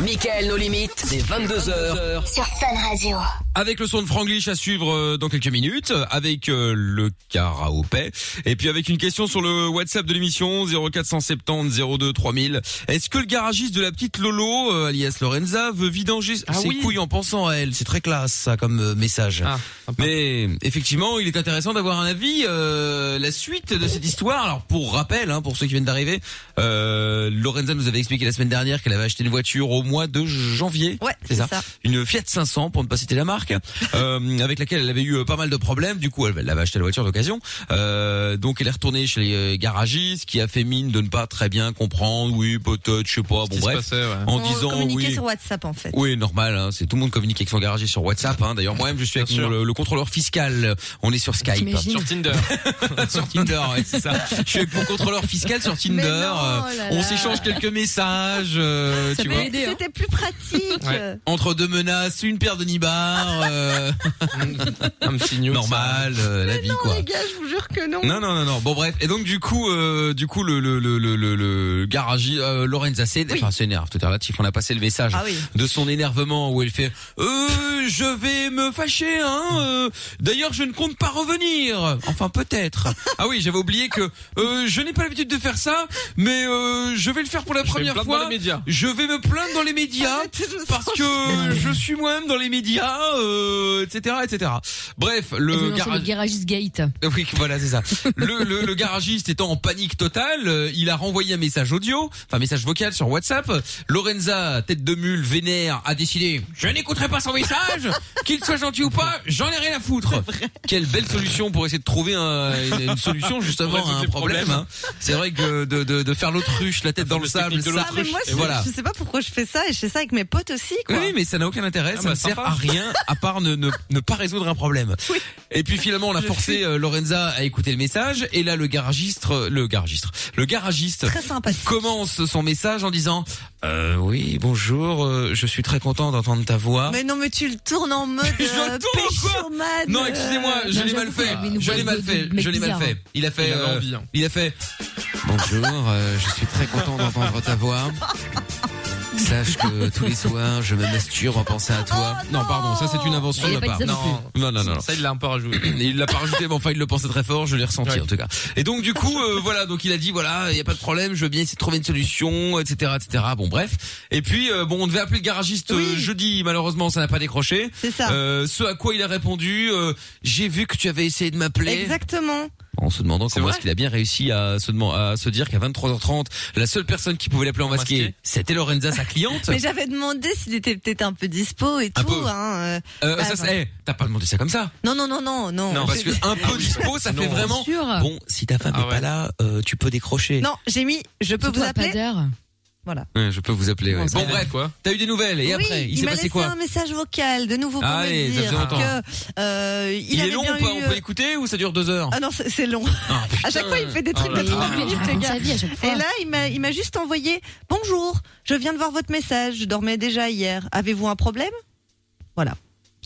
Speaker 1: Michael nos limites, c'est 22h.
Speaker 7: Sur Fun Radio.
Speaker 3: Avec le son de Franglish à suivre euh, dans quelques minutes, euh, avec euh, le karaopé, et puis avec une question sur le WhatsApp de l'émission 0470 02 3000. Est-ce que le garagiste de la petite Lolo, euh, alias Lorenza, veut vidanger
Speaker 4: Ah
Speaker 3: ses
Speaker 4: oui.
Speaker 3: couilles en pensant à elle C'est très classe ça comme euh, message.
Speaker 4: Ah, sympa.
Speaker 3: Mais effectivement, il est intéressant d'avoir un avis. euh, la suite de cette histoire, alors pour rappel, hein, pour ceux qui viennent d'arriver, euh, Lorenza nous avait expliqué la semaine dernière qu'elle avait acheté une voiture au mois de janvier.
Speaker 5: Ouais, c'est ça.
Speaker 3: Une Fiat 500 pour ne pas citer la marque, euh, avec laquelle elle avait eu euh, pas mal de problèmes. Du coup, elle, elle avait acheté la voiture d'occasion. Euh, donc, elle est retournée chez les euh, garagistes, qui a fait mine de ne pas très bien comprendre. Oui, peut-être, je sais pas. Bon,
Speaker 4: Ce qui se
Speaker 3: bref,
Speaker 4: passait, ouais.
Speaker 3: en
Speaker 5: On
Speaker 3: disant
Speaker 5: communiquait
Speaker 3: oui.
Speaker 5: sur WhatsApp en fait.
Speaker 3: Oui, normal. hein, c'est tout le monde communique avec son garagiste sur WhatsApp. Hein. D'ailleurs, moi-même, je suis avec
Speaker 4: Bien sûr.
Speaker 3: mon- le, le contrôleur fiscal. On est sur Skype,
Speaker 2: T'imagines
Speaker 4: Sur Tinder.
Speaker 3: sur Tinder. ouais, c'est ça. Je suis avec mon contrôleur fiscal sur Tinder.
Speaker 5: Mais non,
Speaker 3: euh,
Speaker 5: oh là Ah,
Speaker 3: on
Speaker 5: là.
Speaker 3: s'échange quelques messages. euh, tu
Speaker 2: peut
Speaker 3: vois.
Speaker 2: aider. Idée, hein.
Speaker 5: C'était plus pratique.
Speaker 4: Ouais.
Speaker 3: Entre deux menaces, une paire de nibards, euh,
Speaker 4: Un petit news.
Speaker 3: normal, euh, la vie quoi.
Speaker 5: Les gars, je vous jure que non.
Speaker 3: Non non non non. Bon bref. Et donc du coup euh, du coup le le le le, le, le garagi euh, Lorenza c'est enfin s'énerve tout est relatif. On a passé le message
Speaker 5: Ah oui.
Speaker 3: de son énervement où elle fait euh, je vais me fâcher hein. euh, D'ailleurs je ne compte pas revenir. Enfin peut-être. ah oui j'avais oublié que euh, je n'ai pas l'habitude de faire ça mais euh, je vais le faire pour la
Speaker 4: Je vais
Speaker 3: première
Speaker 4: me plaindre dans
Speaker 3: fois.
Speaker 4: les médias.
Speaker 3: Je vais me plaindre dans les médias
Speaker 5: Arrêtez, je
Speaker 3: parce que je suis moi-même dans les médias, euh, etc., etc. Bref,
Speaker 2: Et
Speaker 3: le
Speaker 2: vous lancez
Speaker 3: garage.
Speaker 2: le garagiste gate.
Speaker 3: Oui, voilà, c'est ça. Le, le, le garagiste étant en panique totale, euh, il a renvoyé un message audio, enfin message vocal sur WhatsApp. Lorenza, tête de mule, vénère, a décidé « Je n'écouterai pas son message Qu'il soit gentil ou pas, j'en ai rien à foutre !» Quelle belle solution pour essayer de trouver un- une, une solution justement
Speaker 4: Pour
Speaker 3: à
Speaker 4: résoudre
Speaker 3: un
Speaker 4: les
Speaker 3: problème.
Speaker 4: problèmes.
Speaker 3: hein. C'est vrai que de, de, de faire l'autruche, la tête dans le sable,
Speaker 4: fameuse technique de
Speaker 3: ça-
Speaker 5: Ah, mais moi,
Speaker 3: et
Speaker 5: je,
Speaker 3: voilà.
Speaker 5: je sais pas pas pourquoi je fais ça et je fais ça avec mes potes aussi. Quoi. Ah
Speaker 3: Oui, oui, mais ça n'a aucun intérêt, ça
Speaker 4: bah,
Speaker 3: ne sert
Speaker 4: sympa.
Speaker 3: à rien à part ne, ne, ne pas résoudre un problème. Et puis finalement, on a
Speaker 5: Je
Speaker 3: forcé euh, Lorenza à écouter le message et là le garagiste, euh, le garagiste, le garagiste
Speaker 5: Très sympathique.
Speaker 3: commence son message en disant euh, oui, bonjour, euh, je suis très content d'entendre ta voix.
Speaker 5: Mais non, mais tu le tournes en mode
Speaker 3: Hein Je le
Speaker 5: euh,
Speaker 3: tourne,
Speaker 5: pêche
Speaker 3: quoi
Speaker 5: sur Mad,
Speaker 3: Non,
Speaker 5: euh,
Speaker 3: excusez-moi, je
Speaker 2: non,
Speaker 3: l'ai mal
Speaker 2: j'avoue,
Speaker 3: fait.
Speaker 2: il y avait une
Speaker 3: Je
Speaker 2: voix
Speaker 3: l'ai
Speaker 2: de-
Speaker 3: mal
Speaker 2: de-
Speaker 3: fait.
Speaker 2: de mec
Speaker 3: Je l'ai mal
Speaker 2: bizarre,
Speaker 3: fait. Il a fait.
Speaker 4: Il avait
Speaker 3: euh,
Speaker 4: envie, hein.
Speaker 3: Il a fait. Bonjour, euh, je suis très content d'entendre ta voix. Sache que tous les soirs, je me masturbe en pensant à toi.
Speaker 5: Oh,
Speaker 3: non,
Speaker 5: non.
Speaker 3: pardon, ça c'est une invention de
Speaker 2: Il a
Speaker 3: ma
Speaker 2: pas
Speaker 3: part.
Speaker 2: dit ça non
Speaker 3: Non, non, non, non.
Speaker 4: Ça, il l'a un peu rajouté.
Speaker 3: Il l'a pas rajouté, mais enfin il le pensait très fort, je l'ai ressenti
Speaker 4: Ouais.
Speaker 3: en tout cas. Et donc du coup, euh, voilà, donc il a dit voilà, il y a pas de problème, je veux bien essayer de trouver une solution, etc., etc. Bon bref. Et puis euh, bon, on devait appeler le garagiste euh,
Speaker 5: Oui.
Speaker 3: jeudi, malheureusement ça n'a pas décroché.
Speaker 5: C'est ça.
Speaker 3: Euh, ce à quoi il a répondu, euh, j'ai vu que tu avais essayé de m'appeler.
Speaker 5: Exactement.
Speaker 3: En se demandant
Speaker 4: C'est
Speaker 3: comment
Speaker 4: vrai
Speaker 3: est-ce qu'il a bien réussi à se, deman- à se dire qu'à 23h30, la seule personne qui pouvait l'appeler en
Speaker 4: masqué.
Speaker 3: masqué, c'était Lorenza, sa cliente.
Speaker 5: Mais j'avais demandé s'il était peut-être un peu dispo et
Speaker 3: Un
Speaker 5: tout.
Speaker 3: peu.
Speaker 5: Hein, euh.
Speaker 3: Euh, ça,
Speaker 5: Ah,
Speaker 3: c'est- eh, t'as pas demandé ça comme ça.
Speaker 5: Non, non, non, non, non.
Speaker 4: Non,
Speaker 3: Parce
Speaker 5: J'ai-
Speaker 3: que un peu dispo, ça fait
Speaker 4: Sinon,
Speaker 3: vraiment...
Speaker 2: Sûr.
Speaker 3: Bon, si ta femme
Speaker 4: Ah
Speaker 3: est pas
Speaker 4: ouais.
Speaker 3: là, euh, tu peux décrocher.
Speaker 5: Non, j'ai mis. Je peux
Speaker 2: Surtout
Speaker 5: vous
Speaker 2: à
Speaker 5: appeler.
Speaker 2: pas d'heure.
Speaker 3: Ouais, je peux vous appeler. ouais.
Speaker 4: Ça,
Speaker 3: Bon
Speaker 4: il a
Speaker 3: bref,
Speaker 4: dit quoi
Speaker 3: t'as eu des nouvelles et
Speaker 5: oui,
Speaker 3: après, il,
Speaker 5: il
Speaker 3: s'est
Speaker 5: m'a
Speaker 3: passé
Speaker 5: laissé
Speaker 3: quoi
Speaker 5: un message vocal de nouveau pour
Speaker 3: Ah
Speaker 5: me
Speaker 3: oui, ça
Speaker 5: dire
Speaker 3: faisait longtemps.
Speaker 5: que euh, il,
Speaker 3: est
Speaker 5: avait
Speaker 3: long
Speaker 5: bien
Speaker 3: ou pas
Speaker 5: eu,
Speaker 3: On
Speaker 5: euh,
Speaker 3: peut l'écouter ou ça dure deux heures
Speaker 5: Ah non, c'est c'est long.
Speaker 3: Ah,
Speaker 5: À chaque fois, il fait des trucs
Speaker 4: Oh
Speaker 2: Ah,
Speaker 5: de
Speaker 4: là là.
Speaker 5: 30 minutes,
Speaker 2: Il
Speaker 5: le
Speaker 2: raconte
Speaker 5: gars.
Speaker 2: sa vie à chaque fois.
Speaker 5: Et là, il m'a, il m'a juste envoyé Bonjour, je viens de voir votre message, je dormais déjà hier. Avez-vous un problème Voilà.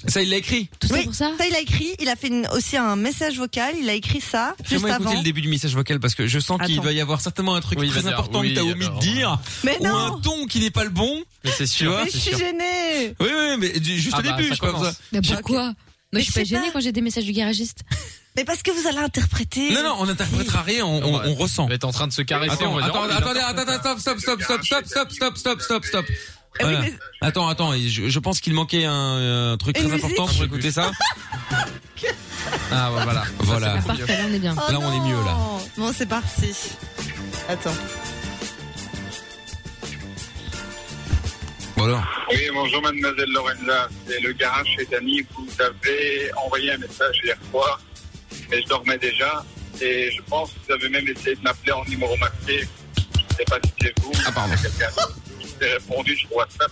Speaker 3: Ça, il l'a écrit.
Speaker 2: tout ça
Speaker 5: oui.
Speaker 2: pour ça
Speaker 5: Ça, il a écrit, il a fait une- aussi un message vocal, il a écrit ça juste
Speaker 3: Fais-moi écouter
Speaker 5: avant.
Speaker 3: le début du message vocal parce que je sens qu'il
Speaker 5: Attends.
Speaker 3: va y avoir certainement un truc
Speaker 4: Oui, il va
Speaker 3: très
Speaker 4: dire,
Speaker 3: important
Speaker 4: oui,
Speaker 3: que t'as omis de
Speaker 4: alors.
Speaker 3: dire
Speaker 5: Mais
Speaker 3: ou un
Speaker 5: non
Speaker 3: ton qui n'est pas le bon.
Speaker 4: Mais c'est
Speaker 3: Tu vois,
Speaker 4: sûr,
Speaker 5: Mais je
Speaker 4: c'est
Speaker 5: suis
Speaker 4: sûr.
Speaker 5: gênée
Speaker 3: Oui, oui, mais du- juste
Speaker 4: Ah
Speaker 3: au
Speaker 4: bah,
Speaker 3: début,
Speaker 4: ça
Speaker 3: je pense.
Speaker 4: commence.
Speaker 2: Bah,
Speaker 5: Je-
Speaker 2: pourquoi Moi, je suis
Speaker 5: je sais
Speaker 2: pas gênée
Speaker 5: pas.
Speaker 2: quand j'ai des messages du garagiste.
Speaker 5: Mais parce que vous allez interpréter.
Speaker 3: Non, non, on n'interprétera rien, on, on-
Speaker 4: Non, bah,
Speaker 3: on ressent.
Speaker 4: Il va être en train de se caresser,
Speaker 3: Attends,
Speaker 4: on va dire.
Speaker 3: attends,
Speaker 4: oh, il a-
Speaker 3: attendez, attends, attends, stop, stop, stop, stop, stop, stop, stop, stop, stop.
Speaker 5: Eh oui,
Speaker 3: Voilà.
Speaker 5: mais-
Speaker 3: Attends, attends, et je, je pense qu'il manquait un, un truc
Speaker 5: Une
Speaker 3: très
Speaker 5: musique.
Speaker 3: important pour écouter ça.
Speaker 4: Ah, bah, voilà.
Speaker 3: Voilà.
Speaker 4: Ça, c'est beaucoup mieux.
Speaker 2: Parfait, là, on est bien.
Speaker 5: Oh
Speaker 3: Là, on est
Speaker 5: non.
Speaker 3: mieux, là.
Speaker 5: Bon, c'est parti. Attends.
Speaker 3: Bon alors.
Speaker 8: Oui, bonjour mademoiselle Lorenza, c'est le garage chez Dany. Vous avez envoyé un message hier soir et je dormais déjà. Et je pense que vous avez même essayé de m'appeler en numéro masqué. Je ne sais pas si c'est vous.
Speaker 3: Ah, pardon.
Speaker 8: ou quelqu'un d'autre. Je vous ai répondu sur WhatsApp.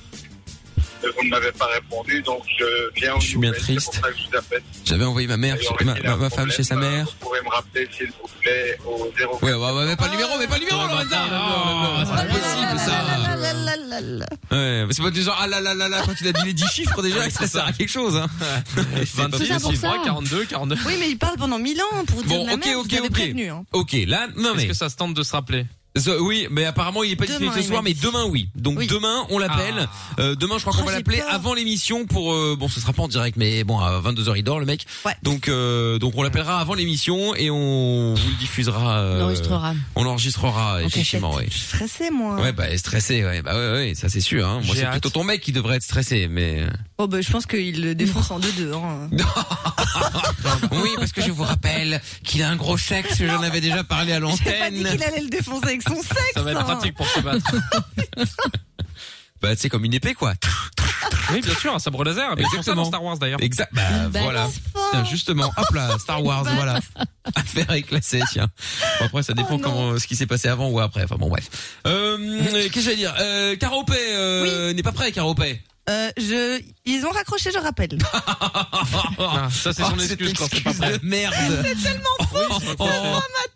Speaker 8: mais Vous ne m'avez pas répondu, donc je viens. aux
Speaker 3: Je suis bien
Speaker 8: nouvelles,
Speaker 3: triste.
Speaker 8: C'est pour ça que je vous appelle.
Speaker 3: J'avais envoyé ma mère,
Speaker 8: Et
Speaker 3: chez-
Speaker 8: aurait-il
Speaker 3: ma,
Speaker 8: un
Speaker 3: ma- ma femme
Speaker 8: problème,
Speaker 3: chez sa
Speaker 8: euh,
Speaker 3: mère.
Speaker 8: Vous pouvez me rappeler, s'il vous plaît, au 0.
Speaker 3: Ouais, ouais, ouais, mais pas le numéro, mais pas le numéro,
Speaker 4: Ouais, bah,
Speaker 3: Lorenza.
Speaker 4: attends,
Speaker 3: Oh,
Speaker 4: attends,
Speaker 3: C'est pas
Speaker 4: attends,
Speaker 3: possible,
Speaker 5: La, la,
Speaker 3: ça.
Speaker 5: la, la, la, la, la, la.
Speaker 4: oh.
Speaker 3: Ouais, mais c'est pas du genre, ah là là là là, quand il a dit les 10 chiffres déjà, ça sert à quelque chose, hein. C'est pas
Speaker 4: 26,
Speaker 2: ça pour
Speaker 4: 26,
Speaker 2: ça.
Speaker 4: 42, 42.
Speaker 5: Oui, mais il parle pendant mille ans pour dire
Speaker 3: Bon,
Speaker 5: de la
Speaker 3: ok,
Speaker 5: merde,
Speaker 3: ok,
Speaker 5: vous avez
Speaker 3: ok.
Speaker 5: prévenu. hein.
Speaker 3: Ok, là, non
Speaker 4: Est-ce
Speaker 3: mais.
Speaker 4: que ça se tente de se rappeler
Speaker 3: The- oui, mais apparemment il est pas disponible
Speaker 5: Demain,
Speaker 3: ce
Speaker 5: il
Speaker 3: soir,
Speaker 5: m'a
Speaker 3: mais
Speaker 5: dit.
Speaker 3: demain oui. Donc
Speaker 5: Oui.
Speaker 3: demain on l'appelle. Euh, demain je crois qu'on
Speaker 5: Oh,
Speaker 3: va
Speaker 5: j'ai
Speaker 3: l'appeler
Speaker 5: peur.
Speaker 3: avant l'émission pour euh, bon ce sera pas en direct, mais bon à 22 h il dort le mec.
Speaker 5: Ouais.
Speaker 3: Donc euh, donc on l'appellera avant l'émission et on vous le diffusera. euh,
Speaker 2: On enregistrera.
Speaker 3: On l'enregistrera
Speaker 2: cachette.
Speaker 3: effectivement. Ouais.
Speaker 5: Je suis stressée, moi.
Speaker 3: Ouais bah stressé ouais bah ouais, ouais ça c'est sûr hein. Moi
Speaker 4: J'ai
Speaker 3: c'est
Speaker 4: hâte.
Speaker 3: plutôt ton mec qui devrait être stressé mais
Speaker 5: Oh, bah, je pense qu'il le défonce en deux-deux. hein.
Speaker 3: oui parce que je vous rappelle qu'il a un gros sexe j'en avais déjà parlé
Speaker 5: J'ai
Speaker 3: à
Speaker 5: pas dit
Speaker 3: l'antenne
Speaker 5: qu'il allait le défoncer avec son sexe.
Speaker 4: Ça va être
Speaker 5: hein.
Speaker 4: pratique pour se battre.
Speaker 3: bah c'est comme une épée quoi
Speaker 4: Oui, bien sûr, un sabre laser. Mais ils font ça
Speaker 3: Exactement.
Speaker 4: dans Star Wars d'ailleurs.
Speaker 3: exact bah
Speaker 2: Une balle.
Speaker 3: voilà Tiens, justement, hop là, Star Wars, voilà. Affaire est classée, tiens. Bon, après, ça dépend
Speaker 5: Oh non.
Speaker 3: comment, ce qui s'est passé avant ou après. Enfin bon, bref. Euh, qu'est-ce que j'allais dire euh, Caropé euh, n'est pas prêt, Caropé.
Speaker 5: Euh, je... Ils ont raccroché, je rappelle.
Speaker 4: Ah, ça, c'est son
Speaker 3: Oh, cette
Speaker 4: excuse quand Ah, c'est pas
Speaker 3: excuse
Speaker 4: prêt.
Speaker 3: de merde. Ah oh. C'est tellement faux.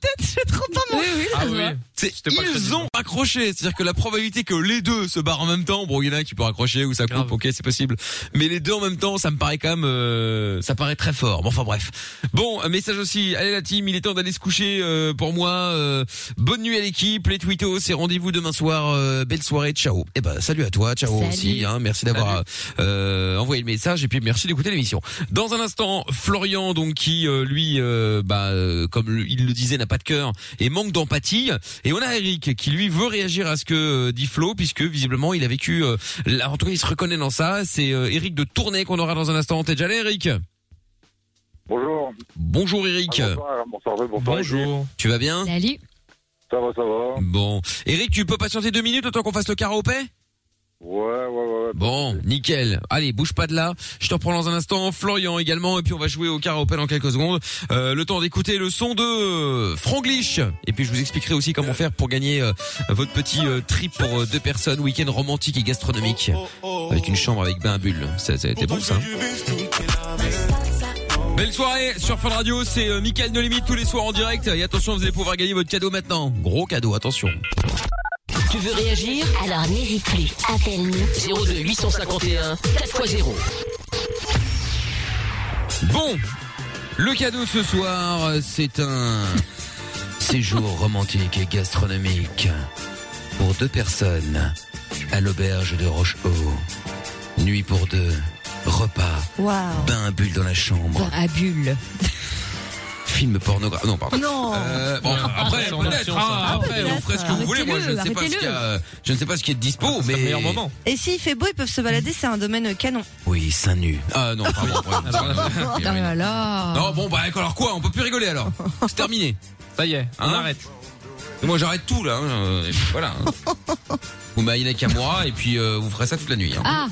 Speaker 5: Peut-être, je trompe pas mon.
Speaker 4: Ah oui. C'était pas
Speaker 3: ils
Speaker 4: crédible.
Speaker 3: ont accroché, c'est-à-dire que la probabilité que les deux se barrent en même temps, bon, il y en a un qui peut raccrocher ou ça coupe,
Speaker 4: Grave.
Speaker 3: ok, c'est possible. Mais les deux en même temps, ça me paraît quand même, euh, ça paraît très fort. Bon, enfin bref. Bon, un message aussi. Allez la team, il est temps d'aller se coucher. euh, pour moi, euh, bonne nuit à l'équipe, les twittos, et rendez-vous demain soir. euh, belle soirée, ciao. Et ben, salut à toi, ciao
Speaker 2: Salut.
Speaker 3: aussi. hein. merci d'avoir euh, envoyé le message et puis merci d'écouter l'émission. Dans un instant, Florian, donc qui euh, lui, euh, bah, euh, comme le- il le disait, n'a pas de cœur et manque d'empathie. Et on a Eric qui lui veut réagir à ce que euh, dit Flo, puisque visiblement il a vécu. euh, là, en tout cas, il se reconnaît dans ça. C'est euh, Eric de Tournai qu'on aura dans un instant. T'es déjà allé, Eric
Speaker 8: Bonjour. Ah,
Speaker 3: Bonjour, Eric.
Speaker 8: Bonsoir, bonsoir, bonsoir.
Speaker 4: Bonjour.
Speaker 3: Tu vas bien
Speaker 2: Salut.
Speaker 8: Ça va, ça va.
Speaker 3: Bon, Eric, tu peux patienter deux minutes autant qu'on fasse le karaopé
Speaker 9: Ouais, ouais, ouais. ouais.
Speaker 3: Bon, nickel. Allez, bouge pas de là. Je te reprends dans un instant. Florian également. Et puis on va jouer au car open en quelques secondes. Euh, le temps d'écouter le son de euh, Franglish. Et puis je vous expliquerai aussi comment faire pour gagner euh, votre petit euh, trip pour euh, deux personnes. Week-end romantique et gastronomique. Avec une chambre avec bain à bulles. Ça, ça a été bon ça. hein Belle soirée sur Fun Radio, c'est euh, Mickaël No Limite tous les soirs en direct. Et attention, vous allez pouvoir gagner votre cadeau maintenant. Gros cadeau, attention.
Speaker 1: Tu veux réagir
Speaker 7: Alors n'hésite plus, appelle-nous.
Speaker 1: 02 851 4x0.
Speaker 3: Bon, le cadeau ce soir, euh, c'est un séjour romantique et gastronomique pour deux personnes à l'auberge de Rochehaut. Nuit pour deux, repas,
Speaker 5: Waouh.
Speaker 3: bain à bulles dans la chambre,
Speaker 2: À bulle.
Speaker 3: film pornographe. Non, pardon.
Speaker 5: Non.
Speaker 3: Euh, bon, après,
Speaker 4: Ah,
Speaker 3: peut-être,
Speaker 4: attention,
Speaker 3: hein,
Speaker 4: ça.
Speaker 3: après,
Speaker 5: Ah,
Speaker 3: on ferait ce que vous voulez. Moi, je ne sais pas ce
Speaker 2: arrêtez-le,
Speaker 3: qu'il y a, euh, je ne sais pas ce qui est dispo,
Speaker 4: C'est
Speaker 3: mais.
Speaker 4: le meilleur moment.
Speaker 5: Et s'il fait beau, ils peuvent se balader, c'est un domaine canon.
Speaker 3: Oui, seins nu. Ah, non, pardon.
Speaker 4: Eh
Speaker 2: Oh là là.
Speaker 3: Non, bon, bah, alors quoi? On peut plus rigoler, alors. C'est terminé.
Speaker 4: Ça y est, on
Speaker 3: Hein
Speaker 4: arrête.
Speaker 3: Et Moi j'arrête tout là, hein, euh, et puis voilà. hein. vous m'aillez à moi et puis euh, vous ferez ça toute la nuit. hein.
Speaker 2: Ah.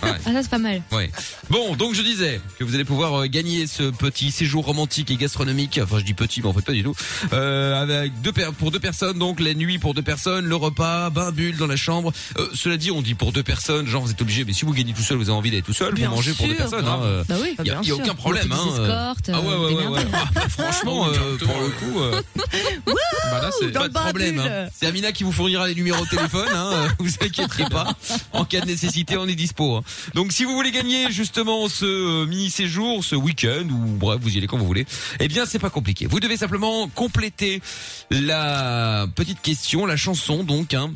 Speaker 3: Ouais.
Speaker 2: Ah ça c'est pas mal.
Speaker 3: Ouais. Bon, donc je disais que vous allez pouvoir euh, gagner ce petit séjour romantique et gastronomique. Enfin, je dis petit, mais en fait pas du tout. Euh, avec deux per- pour deux personnes, donc la nuit pour deux personnes, le repas, bain bulle dans la chambre. Euh, cela dit, on dit pour deux personnes, genre vous êtes obligé. Mais si vous gagnez tout seul, vous avez envie d'aller tout seul,
Speaker 5: Bien
Speaker 3: vous mangez pour deux
Speaker 5: sûr,
Speaker 3: personnes.
Speaker 5: grave.
Speaker 3: hein, euh,
Speaker 2: Bah oui.
Speaker 5: Ah,
Speaker 3: y a,
Speaker 5: bien
Speaker 3: y a aucun
Speaker 5: sûr.
Speaker 3: problème.
Speaker 2: Des
Speaker 3: Hein, euh.
Speaker 2: escortes,
Speaker 3: Ah ouais,
Speaker 2: euh,
Speaker 3: ouais,
Speaker 2: des
Speaker 3: ouais,
Speaker 2: merdes.
Speaker 3: ouais. Ah, bah, franchement, euh, pour le coup, euh,
Speaker 4: Bah là, c'est
Speaker 5: Dans
Speaker 3: pas
Speaker 5: le
Speaker 3: de
Speaker 5: bain à
Speaker 3: problème.
Speaker 5: bulles.
Speaker 3: hein. C'est Amina qui vous fournira les numéros de téléphone. Hein. euh, Vous inquiétez pas. En cas de nécessité, on est dispo. hein. Donc, si vous voulez gagner justement ce euh, mini séjour, ce week-end ou bref, vous y allez quand vous voulez. Eh bien, c'est pas compliqué. Vous devez simplement compléter la petite question, la chanson, donc. Hein.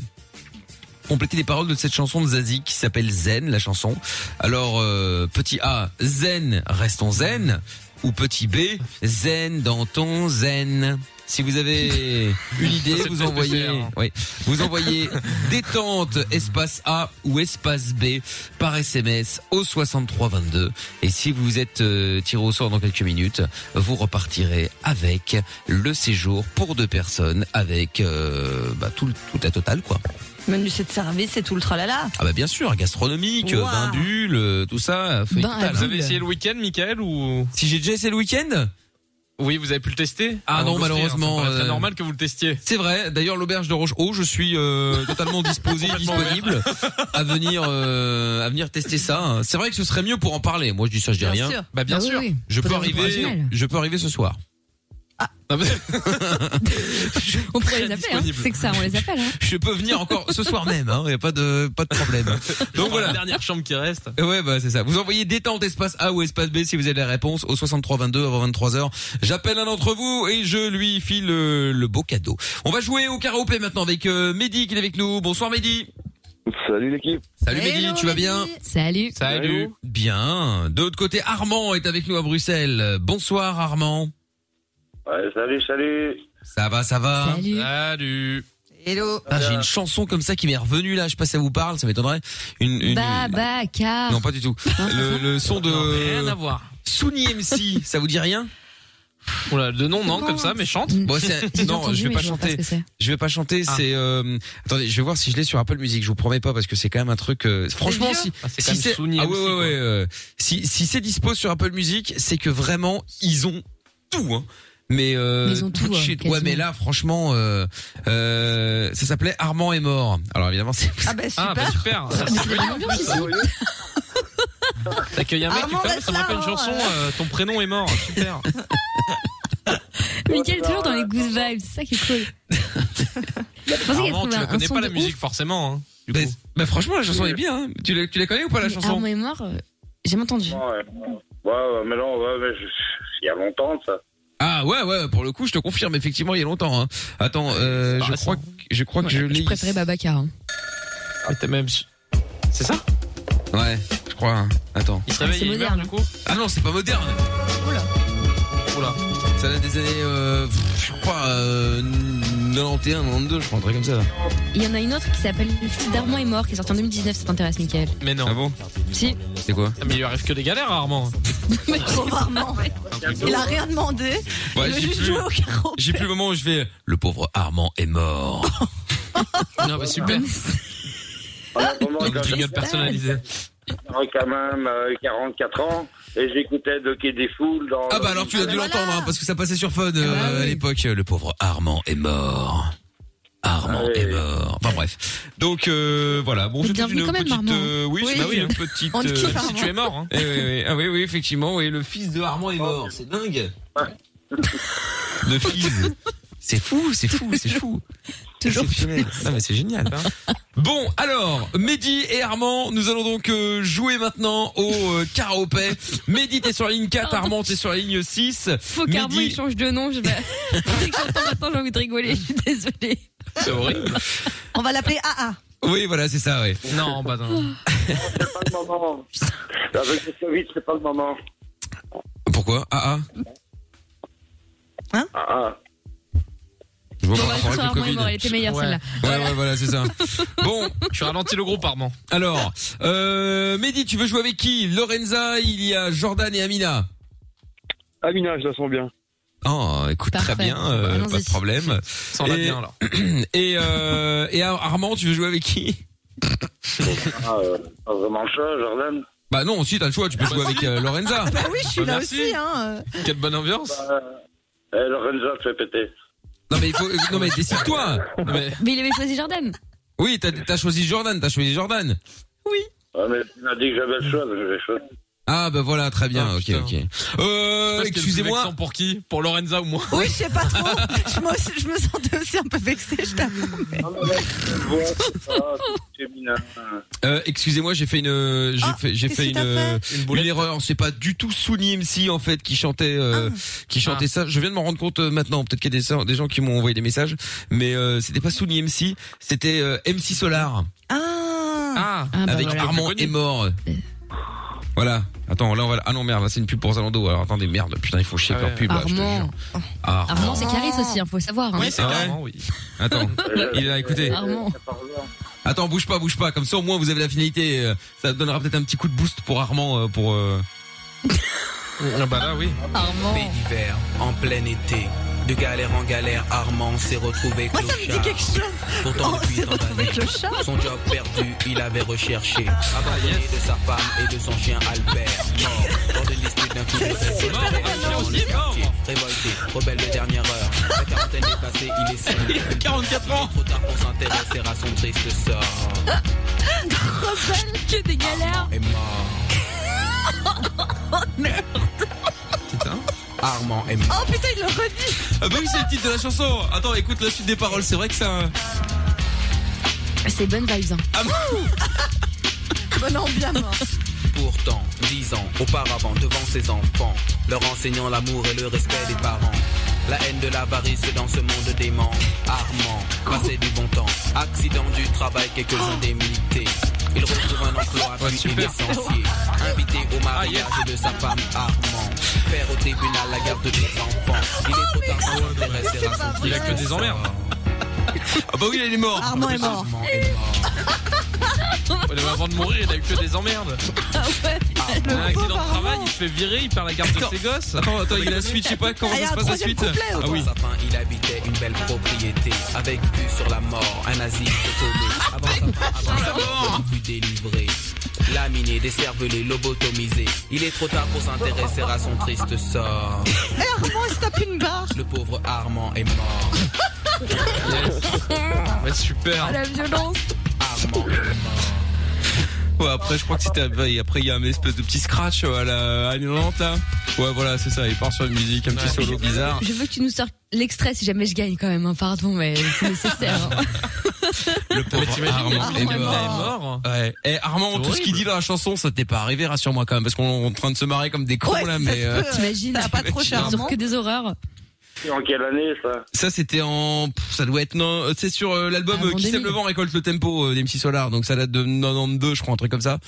Speaker 3: Compléter les paroles de cette chanson de Zazie qui s'appelle Zen, la chanson. Alors, euh, petit A, Zen, restons zen. Ou petit B, Zen dans ton zen. Si vous avez une idée,
Speaker 4: Ça, c'est
Speaker 3: vous
Speaker 4: le
Speaker 3: envoyez,
Speaker 4: PCR, hein.
Speaker 3: oui, vous envoyez détente espace A ou espace B par SMS au 6322. Et si vous êtes euh, tiré au sort dans quelques minutes, vous repartirez avec le séjour pour deux personnes avec euh, bah, tout, le- tout la totale quoi.
Speaker 5: Menu c'est de service, c'est tout le tralala.
Speaker 3: Ah bah bien sûr, gastronomique,
Speaker 5: Wow.
Speaker 3: bain bulle, euh, tout ça. feuille
Speaker 2: Bain à
Speaker 3: totale,
Speaker 4: Vous
Speaker 3: hein.
Speaker 4: avez essayé le week-end, Michael, ou
Speaker 3: Si j'ai déjà essayé le week-end
Speaker 4: oui, vous avez pu le tester
Speaker 3: Ah
Speaker 4: Alors,
Speaker 3: non,
Speaker 4: vous le ferez,
Speaker 3: malheureusement,
Speaker 4: hein, ça paraît très
Speaker 3: euh,
Speaker 4: normal que vous le testiez.
Speaker 3: C'est vrai. D'ailleurs, l'auberge de Roche-Haut, je suis euh, totalement disposé, disponible à venir, euh, à venir tester ça. C'est vrai que ce serait mieux pour en parler. Moi, je dis ça, je dis rien.
Speaker 5: sûr.
Speaker 4: Bah bien
Speaker 2: Bah oui,
Speaker 4: sûr.
Speaker 2: oui.
Speaker 3: Je peux
Speaker 2: Faudrait
Speaker 3: arriver,
Speaker 2: professionnel.
Speaker 3: je peux arriver ce soir.
Speaker 4: Ah, bah,
Speaker 2: On pourrait les appeler. Hein. C'est que ça, on les appelle. Hein.
Speaker 3: Je peux venir encore ce soir même. Il y a pas de, pas de problème.
Speaker 4: Donc
Speaker 3: Donc
Speaker 4: voilà, la
Speaker 3: voilà.
Speaker 4: dernière chambre qui reste.
Speaker 3: Ouais, bah c'est ça. Vous envoyez détente espace A ou espace B si vous avez la réponse au 63 22 avant 23 heures. J'appelle un d'entre vous et je lui file euh, le beau cadeau. On va jouer au karaopé maintenant avec euh, Mehdi qui est avec nous. Bonsoir Mehdi.
Speaker 9: Salut l'équipe.
Speaker 3: Salut Mehdi, tu vas bien
Speaker 2: Salut.
Speaker 4: Salut.
Speaker 3: Bien. De l'autre côté, Armand est avec nous à Bruxelles. Euh, Bonsoir Armand.
Speaker 9: Ouais, salut, salut.
Speaker 3: Ça va, ça va.
Speaker 2: Salut.
Speaker 4: Salut.
Speaker 5: Hello.
Speaker 3: Ah, J'ai une chanson comme ça qui m'est revenue là. Je sais pas si ça vous parle, ça m'étonnerait. Une, une-
Speaker 2: Bah bah car.
Speaker 3: Non, pas du tout.
Speaker 2: Hein,
Speaker 3: Le, le son de
Speaker 4: Non, mais rien à voir.
Speaker 3: Souni MC, ça vous dit rien
Speaker 4: Oula, de nom non comme ça, mais chante.
Speaker 3: Bon, c'est-
Speaker 2: J'ai
Speaker 3: non,
Speaker 2: entendu,
Speaker 3: je vais
Speaker 2: mais
Speaker 3: pas
Speaker 2: vois
Speaker 3: chanter.
Speaker 2: ce que c'est.
Speaker 3: Je vais pas chanter,
Speaker 4: Ah.
Speaker 3: c'est euh, attendez, je vais voir si je l'ai sur Apple Music, je vous promets pas parce que c'est quand même un truc euh, franchement
Speaker 5: vieux.
Speaker 3: si
Speaker 4: Ah, c'est quand
Speaker 3: si
Speaker 4: même
Speaker 3: c'est
Speaker 4: Souni
Speaker 3: ah ouais,
Speaker 4: MC,
Speaker 3: ouais,
Speaker 4: quoi.
Speaker 3: ouais, euh, si si c'est dispo sur Apple Music, c'est que vraiment ils ont tout hein. Mais, euh,
Speaker 2: Mais ils ont tout,
Speaker 3: de
Speaker 2: hein,
Speaker 3: shit.
Speaker 2: quasiment.
Speaker 3: Ouais, mais là franchement euh, euh, ça s'appelait Armand est mort. Alors évidemment c'est
Speaker 5: Ah bah
Speaker 4: Ah
Speaker 5: super.
Speaker 4: bah super. Ça,
Speaker 2: Mais c'est une ambiance ici.
Speaker 4: T'accueilles un mec, tu
Speaker 5: Armand,
Speaker 4: fais ah,
Speaker 5: reste
Speaker 4: ça me
Speaker 5: là,
Speaker 4: rappelle une
Speaker 5: hein.
Speaker 4: chanson. euh, ton prénom est mort. Super.
Speaker 2: Mickaël est toujours dans les good vibes. C'est ça qui est cool. Je pensais qu'elle
Speaker 4: Armand,
Speaker 2: trouvait
Speaker 4: tu ne
Speaker 2: un
Speaker 4: connais
Speaker 2: son
Speaker 4: pas
Speaker 2: de
Speaker 4: la
Speaker 2: ouf.
Speaker 4: musique forcément. Hein, du
Speaker 3: bah,
Speaker 4: coup.
Speaker 3: bah, franchement la chanson est bien. hein. Tu la, tu la connais ou pas la
Speaker 2: Mais
Speaker 3: chanson
Speaker 2: Armand est mort. euh, J'ai entendu.
Speaker 9: Ouais, ouais, ouais, mais non, ouais, mais je- il y a longtemps de ça.
Speaker 3: Ah ouais ouais, pour le coup, je te confirme effectivement, il y a longtemps hein. Attends, euh,
Speaker 4: C'est
Speaker 3: je
Speaker 4: pas
Speaker 3: crois que
Speaker 4: récent.
Speaker 3: je crois que je l'ai.
Speaker 2: Je préférais Babacar. hein.
Speaker 4: Mais Ah, t'as même. C'est ça
Speaker 3: Ouais, je crois. hein. Attends.
Speaker 4: Il se réveille,
Speaker 2: Ah, c'est
Speaker 4: il meurt
Speaker 2: moderne.
Speaker 4: du coup.
Speaker 3: Ah non, c'est pas moderne.
Speaker 4: Oula.
Speaker 3: Ça date des années, euh, pff, je crois, euh, 91, 92, je crois, un truc comme ça. Là.
Speaker 2: Il y en a une autre qui s'appelle Le fils d'Armand est mort qui est sortie en 2019. Ça t'intéresse, Mickaël
Speaker 4: Mais non.
Speaker 3: Ah bon
Speaker 2: Si.
Speaker 3: C'est quoi
Speaker 4: Ah, Mais il lui arrive que des galères rarement.
Speaker 5: Rarement. Il a rien demandé.
Speaker 3: Ouais,
Speaker 5: il veut
Speaker 3: j'ai
Speaker 5: juste
Speaker 3: plus-
Speaker 5: jouer au carreau.
Speaker 3: J'ai plus le moment où je vais. Le pauvre Armand est mort.
Speaker 4: Non, bah super.
Speaker 3: Ah,
Speaker 9: En attendant,
Speaker 3: Une
Speaker 9: quand
Speaker 3: grignote
Speaker 9: j'avais
Speaker 3: personnalisée.
Speaker 9: quand même euh, 44 ans, et j'écoutais de Quai des Foules dans...
Speaker 3: Ah bah alors tu as dû l'entendre hein, parce que ça passait sur Fun euh, à l'époque. Le pauvre Armand est mort. Armand est mort. Enfin bref. Donc euh, voilà. Bon,
Speaker 4: Mais
Speaker 3: c'est
Speaker 4: bienvenue
Speaker 3: une
Speaker 4: quand même,
Speaker 3: petite.
Speaker 4: Armand.
Speaker 3: euh, oui,
Speaker 4: Oui.
Speaker 3: c'est
Speaker 4: Bah oui,
Speaker 3: une
Speaker 4: hein.
Speaker 3: petite.
Speaker 4: On te kiffe,
Speaker 3: même si
Speaker 4: Armand.
Speaker 3: tu es mort. Hein. Eh oui, oui. Ah oui, oui, effectivement. Et le fils de Armand est mort. C'est dingue. Le fils. C'est fou, c'est fou, c'est fou. Toujours Non Ah, mais c'est génial. hein. Bon, alors, Mehdi et Armand, nous allons donc euh, jouer maintenant au euh, karaopé. Mehdi, t'es sur la ligne 4, Armand, t'es sur la ligne 6.
Speaker 2: Faut qu'Armand il
Speaker 3: Mehdi...
Speaker 2: change de nom. Je vais... Dès que j'entends maintenant, j'ai envie de rigoler. Je suis désolée.
Speaker 3: C'est horrible.
Speaker 5: On va l'appeler AA.
Speaker 3: Oui, voilà, c'est ça, oui.
Speaker 4: Non, bah non.
Speaker 9: C'est pas le moment. Avec le Covid, c'est pas le moment.
Speaker 3: Pourquoi Ah ah
Speaker 5: Hein
Speaker 9: Ah ah.
Speaker 3: Je vois
Speaker 2: Bon,
Speaker 3: pas
Speaker 2: bah,
Speaker 3: le
Speaker 2: écoute,
Speaker 3: rapport avec le
Speaker 2: Armand, il
Speaker 3: Covid.
Speaker 2: m'aurait été meilleur,
Speaker 3: Ouais.
Speaker 2: celle-là.
Speaker 3: Ouais, ouais, voilà, c'est ça. Bon,
Speaker 4: Tu ralentis le groupe, Armand.
Speaker 3: alors, euh, Mehdi, tu veux jouer avec qui Lorenza, il y a Jordan et Amina.
Speaker 10: Amina, je la sens bien.
Speaker 3: Oh, écoute,
Speaker 2: Parfait.
Speaker 3: très bien, euh,
Speaker 2: Allons-y.
Speaker 3: pas de problème.
Speaker 4: Ça en va
Speaker 3: Et-
Speaker 4: bien, alors.
Speaker 3: Et, euh, et Ar- Armand, tu veux jouer avec qui
Speaker 9: Ah, euh, pas vraiment le choix, Jordan.
Speaker 3: Bah non, si, t'as le choix,
Speaker 9: Ah,
Speaker 3: tu peux jouer avec euh, Lorenza.
Speaker 5: Bah oui, je suis
Speaker 4: Bah,
Speaker 5: là
Speaker 4: merci.
Speaker 5: aussi. Hein.
Speaker 4: Quelle bonne ambiance.
Speaker 9: Eh, Lorenza te fait péter.
Speaker 3: Non mais, il faut, euh, non, mais décide-toi. Non, mais-
Speaker 2: Mais il avait choisi Jordan.
Speaker 3: Oui, t'as t'as choisi Jordan, t'as choisi Jordan.
Speaker 9: Ouais, mais tu m'as dit que j'avais le choix, donc j'ai le choix.
Speaker 3: Ah bah voilà, très bien,
Speaker 4: Ah,
Speaker 3: ok,
Speaker 4: putain.
Speaker 3: ok. Euh,
Speaker 4: Parce qu'il y a le plus
Speaker 3: excusez-moi. Oh.
Speaker 4: vexant Pour qui Pour Lorenza ou moi
Speaker 5: Oui, je sais pas trop. Je me, je me sentais aussi un peu vexée, je t'avoue.
Speaker 9: Ah, mais là, tu vois, c'est pas- c'est féminin.
Speaker 3: Euh, excusez-moi, j'ai fait une, euh, j'ai
Speaker 5: Ah,
Speaker 3: fait, j'ai
Speaker 5: qu'est-ce
Speaker 3: fait
Speaker 5: que
Speaker 3: une, euh,
Speaker 5: t'as
Speaker 3: une, erreur. C'est pas du tout Souni MC en fait qui chantait, euh,
Speaker 2: Ah.
Speaker 3: qui chantait ça. Je viens de m'en rendre compte euh, maintenant. Peut-être qu'il y a des, des gens qui m'ont envoyé des messages, mais euh, c'était pas Souni MC, c'était euh, MC Solar
Speaker 5: Ah,
Speaker 4: Ah
Speaker 2: Ah, bah
Speaker 3: avec
Speaker 2: voilà.
Speaker 3: Armand
Speaker 4: Plus connu.
Speaker 3: est mort. Voilà. Attends, là on va. Ah non merde, là, c'est une pub pour Zalando. Alors attendez, merde, putain, il faut chier
Speaker 4: Ah
Speaker 3: avec
Speaker 4: ouais.
Speaker 3: leur pub. là, Ah. je te
Speaker 2: Armand.
Speaker 3: jure. Armand.
Speaker 2: Armand, c'est Clarisse aussi, hein, faut le savoir. hein.
Speaker 4: Oui, c'est
Speaker 3: Ah ouais.
Speaker 4: Armand, oui.
Speaker 3: Attends, il a écouté.
Speaker 2: Armand.
Speaker 3: Attends, bouge pas, bouge pas. Comme ça, au moins, vous avez la finalité. euh, Ça donnera peut-être un petit coup de boost pour Armand, euh, pour. euh,
Speaker 4: Ah bah là, oui.
Speaker 2: Armand.
Speaker 1: Fait d'hiver, en plein été. De galère en galère, Armand s'est retrouvé
Speaker 5: moi ça me dit
Speaker 1: clochard.
Speaker 5: quelque chose. On
Speaker 1: Pourtant, depuis
Speaker 5: s'est
Speaker 1: tant
Speaker 5: retrouvé
Speaker 1: d'années,
Speaker 5: avec le chat. Ah bah,
Speaker 1: son job perdu, il avait recherché. Abandonné de sa femme et de son chien Albert. Mort, dans des disputes d'un coup de tête.
Speaker 4: super
Speaker 1: Mort,
Speaker 4: étonnant.
Speaker 1: dans les quartiers. Révolté, rebelle de dernière heure. La quarantaine dépassée, il est seul.
Speaker 4: 44 ans
Speaker 1: Trop tard pour s'intéresser à son triste sort.
Speaker 2: Rebelle, que des galères.
Speaker 1: est mort.
Speaker 3: Putain.
Speaker 1: Armand est mort.
Speaker 5: Oh putain, il le redit.
Speaker 3: Ah bah oui, c'est le titre de la chanson. Attends, écoute la suite des paroles. C'est vrai que ça.
Speaker 2: C'est bonne vibes. hein.
Speaker 3: Ah
Speaker 5: Bonne ambiance.
Speaker 3: Oh,
Speaker 1: Pourtant, dix ans auparavant, devant ses enfants, leur enseignant l'amour et le respect des parents. La haine de l'avarice dans ce monde dément. Armand, passé du bon temps, accident du travail, quelques indemnités. Il retrouve un emploi,
Speaker 4: Ouais,
Speaker 1: puis il est
Speaker 4: super.
Speaker 1: licencié. Invité au mariage de sa femme Armand. Père au tribunal, la garde des enfants.
Speaker 4: Oh,
Speaker 1: Il est trop tard pour
Speaker 5: Eh ben,
Speaker 1: s'intéresser à son
Speaker 4: Il a que
Speaker 1: triste
Speaker 4: des emmerdes.
Speaker 1: sort.
Speaker 3: Ah bah oui, là, il est mort.
Speaker 5: Armand est mort.
Speaker 4: Ah
Speaker 1: Armand est mort.
Speaker 4: Ouais, mais Avant de mourir, il a eu que des emmerdes. Un accident de travail, il se fait virer, il perd la garde de
Speaker 3: Attends.
Speaker 4: ses gosses.
Speaker 3: Attends, Oh, attends, il y a la suite. Je sais pas comment
Speaker 5: Ah, il y
Speaker 3: ça
Speaker 5: a
Speaker 3: se
Speaker 5: un
Speaker 3: passe la
Speaker 5: troisième
Speaker 3: suite.
Speaker 5: couplet, ou
Speaker 3: Ah
Speaker 1: Dans
Speaker 3: oui.
Speaker 1: un sapin, il habitait une belle propriété avec vue sur la mort, un asile de Tomé. Avant
Speaker 3: Ah,
Speaker 1: sa fin, avant sa fut délivré. Laminé, décervelé, lobotomisé. Il est trop tard pour s'intéresser à son triste sort.
Speaker 5: Eh, Armand, il se tape une barre.
Speaker 1: Le pauvre Armand est mort.
Speaker 3: Ah,
Speaker 4: Ouais,
Speaker 5: Ah,
Speaker 4: super.
Speaker 2: La violence.
Speaker 1: Armand est mort.
Speaker 3: Ouais, après, je crois que c'était. et Après, il y a un espèce de petit scratch euh, à la à l'Irlande, là. Ouais, voilà, c'est ça. Il part sur une musique, un petit solo bizarre.
Speaker 2: Je veux que tu nous sortes l'extrait si jamais je gagne quand même. hein. Pardon, mais c'est nécessaire. hein.
Speaker 3: Le
Speaker 4: Mais t'imagines,
Speaker 3: Armand est
Speaker 4: Armand est
Speaker 3: mort.
Speaker 4: mort.
Speaker 3: Ouais. Et Armand,
Speaker 4: C'est
Speaker 3: tout ce qu'il
Speaker 4: horrible.
Speaker 3: dit dans la chanson, ça t'est pas arrivé, rassure-moi quand même, parce qu'on est en train de se marrer comme des cons
Speaker 5: Ouais,
Speaker 3: là,
Speaker 5: ça
Speaker 3: mais
Speaker 5: se
Speaker 3: euh,
Speaker 5: peut.
Speaker 2: T'imagines
Speaker 5: Ça va pas trop
Speaker 2: Ils ont
Speaker 5: charmant.
Speaker 2: que des horreurs.
Speaker 9: C'est en quelle année, ça
Speaker 3: ça c'était en, pff, ça doit être non, euh, c'est sur euh, l'album
Speaker 2: Avant
Speaker 3: euh, Qui sème
Speaker 2: 2000.
Speaker 3: le vent récolte le tempo euh, d'MC Solar, donc ça date de 92, je crois, un truc comme ça.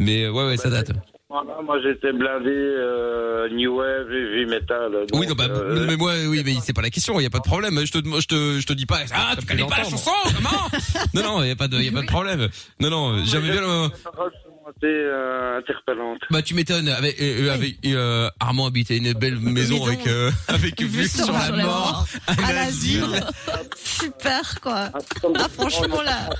Speaker 3: Mais euh, ouais, ouais, ça date.
Speaker 9: Voilà, Moi, j'étais blindé euh, New Wave et Heavy Metal. donc,
Speaker 3: Oui, non, bah,
Speaker 9: euh,
Speaker 3: mais moi, oui, mais c'est pas la question, y a pas de problème. Je te, dem- je te, je te dis pas, ah, tu
Speaker 4: fait
Speaker 3: connais pas la
Speaker 4: longtemps,
Speaker 3: chanson, comment? non, non, y a pas de, y a pas de problème. Non, non, euh, j'aimais bien le,
Speaker 9: les paroles sont- assez euh, interpellante.
Speaker 3: Bah tu m'étonnes avec, euh, avec euh, Armand habitait une belle maison,
Speaker 5: Maison.
Speaker 3: avec euh, avec vue sur, la mort,
Speaker 5: à l'asile. Super, quoi. Ah, franchement, là.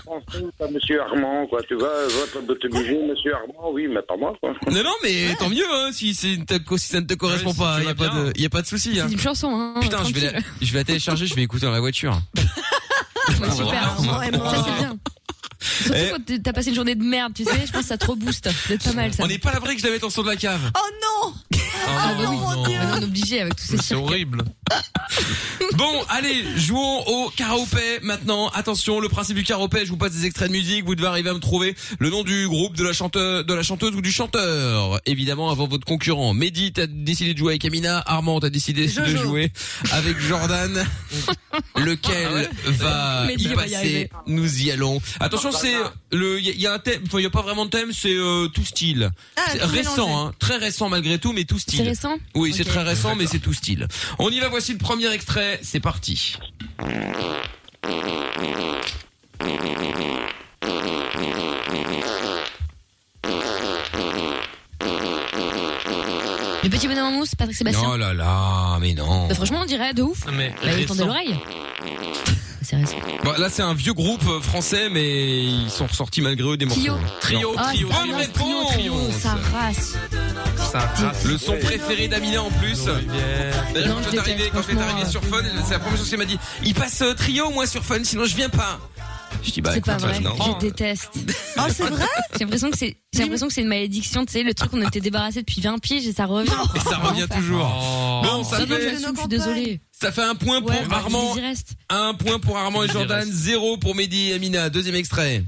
Speaker 9: Pas Monsieur Armand, quoi, tu vois, votre votre musée, Monsieur Armand, oui, mais pas moi, quoi.
Speaker 3: Non non mais tant mieux hein, si c'est une te- si ça ne te correspond
Speaker 9: si
Speaker 3: pas,
Speaker 9: tu
Speaker 3: il y a
Speaker 9: vas
Speaker 3: pas
Speaker 9: bien.
Speaker 3: de il y a pas de souci hein.
Speaker 2: C'est une chanson, hein.
Speaker 3: Putain, je vais la, je vais la télécharger, je vais écouter dans la voiture.
Speaker 2: Ouais,
Speaker 3: Ah,
Speaker 2: super. Ça, c'est bien. Surtout
Speaker 3: Eh.
Speaker 2: quand t'as passé une journée de merde, tu sais, je pense que ça te rebooste. C'est pas mal, ça.
Speaker 3: On n'est pas à l'abri que je la mette en son de la cave.
Speaker 5: Oh non
Speaker 2: Ah, bah oui. Ah, non, on est obligé avec tous ces
Speaker 3: C'est horrible. bon, allez, jouons au karaopé maintenant. Attention, le principe du karaopé, je vous passe des extraits de musique, vous devez arriver à me trouver le nom du groupe, de la chanteuse, de la chanteuse ou du chanteur. Évidemment, avant votre concurrent. Mehdi, t'as décidé de jouer avec Amina. Armand, t'as décidé de
Speaker 11: Jojo.
Speaker 3: jouer avec Jordan. Lequel va
Speaker 11: Ah Mehdi
Speaker 3: y
Speaker 11: va y
Speaker 3: passer
Speaker 11: arriver.
Speaker 3: Nous y allons. Attention, c'est le, il y, y a un thème, enfin, il y a pas vraiment de thème, c'est euh, tout style.
Speaker 2: Ah,
Speaker 3: C'est
Speaker 2: tout mélangé.
Speaker 3: récent, hein, très récent malgré tout, mais tout style.
Speaker 2: C'est récent
Speaker 3: Oui, c'est très récent, mais c'est tout style. On y va, voici le premier extrait, c'est parti.
Speaker 2: Le petit bonhomme en mousse, Patrick Sébastien.
Speaker 3: Oh là là, mais non.
Speaker 2: Bah, franchement, on dirait de ouf.
Speaker 3: Mais
Speaker 2: Bah, il tendait l'oreille. C'est récent.
Speaker 3: Bah, là, c'est un vieux groupe euh, français, mais ils sont ressortis malgré eux des morceaux.
Speaker 2: Trio.
Speaker 3: Trio,
Speaker 2: Ah,
Speaker 3: trio.
Speaker 2: ça
Speaker 3: Bonne
Speaker 2: rase,
Speaker 3: réponse.
Speaker 2: Trio, trio, ça race.
Speaker 3: Le son préféré d'Amina en plus. D'ailleurs, quand t'es arrivé, quand t'es arrivé sur Fun, c'est la première chose qu'elle m'a dit. Il passe euh, trio, moi, sur Fun, sinon je viens pas. Je dis, bah,
Speaker 2: c'est pas
Speaker 3: écoute,
Speaker 2: vrai.
Speaker 3: maintenant.
Speaker 2: Je déteste.
Speaker 5: Ah,
Speaker 2: Oh, c'est vrai J'ai l'impression que c'est, j'ai l'impression que c'est une malédiction, tu sais, le truc qu'on était débarrassé depuis 20 piges et ça revient.
Speaker 3: Et ça revient
Speaker 2: Oh.
Speaker 3: toujours. Bon, ça
Speaker 2: Non, non, je
Speaker 3: fait,
Speaker 2: l'assume, je suis désolée.
Speaker 3: ça fait un point pour
Speaker 2: Ouais, bah,
Speaker 3: Armand.
Speaker 2: ils y restent.
Speaker 3: Un point pour Armand et Jordan, zéro pour Mehdi et Amina. Deuxième extrait.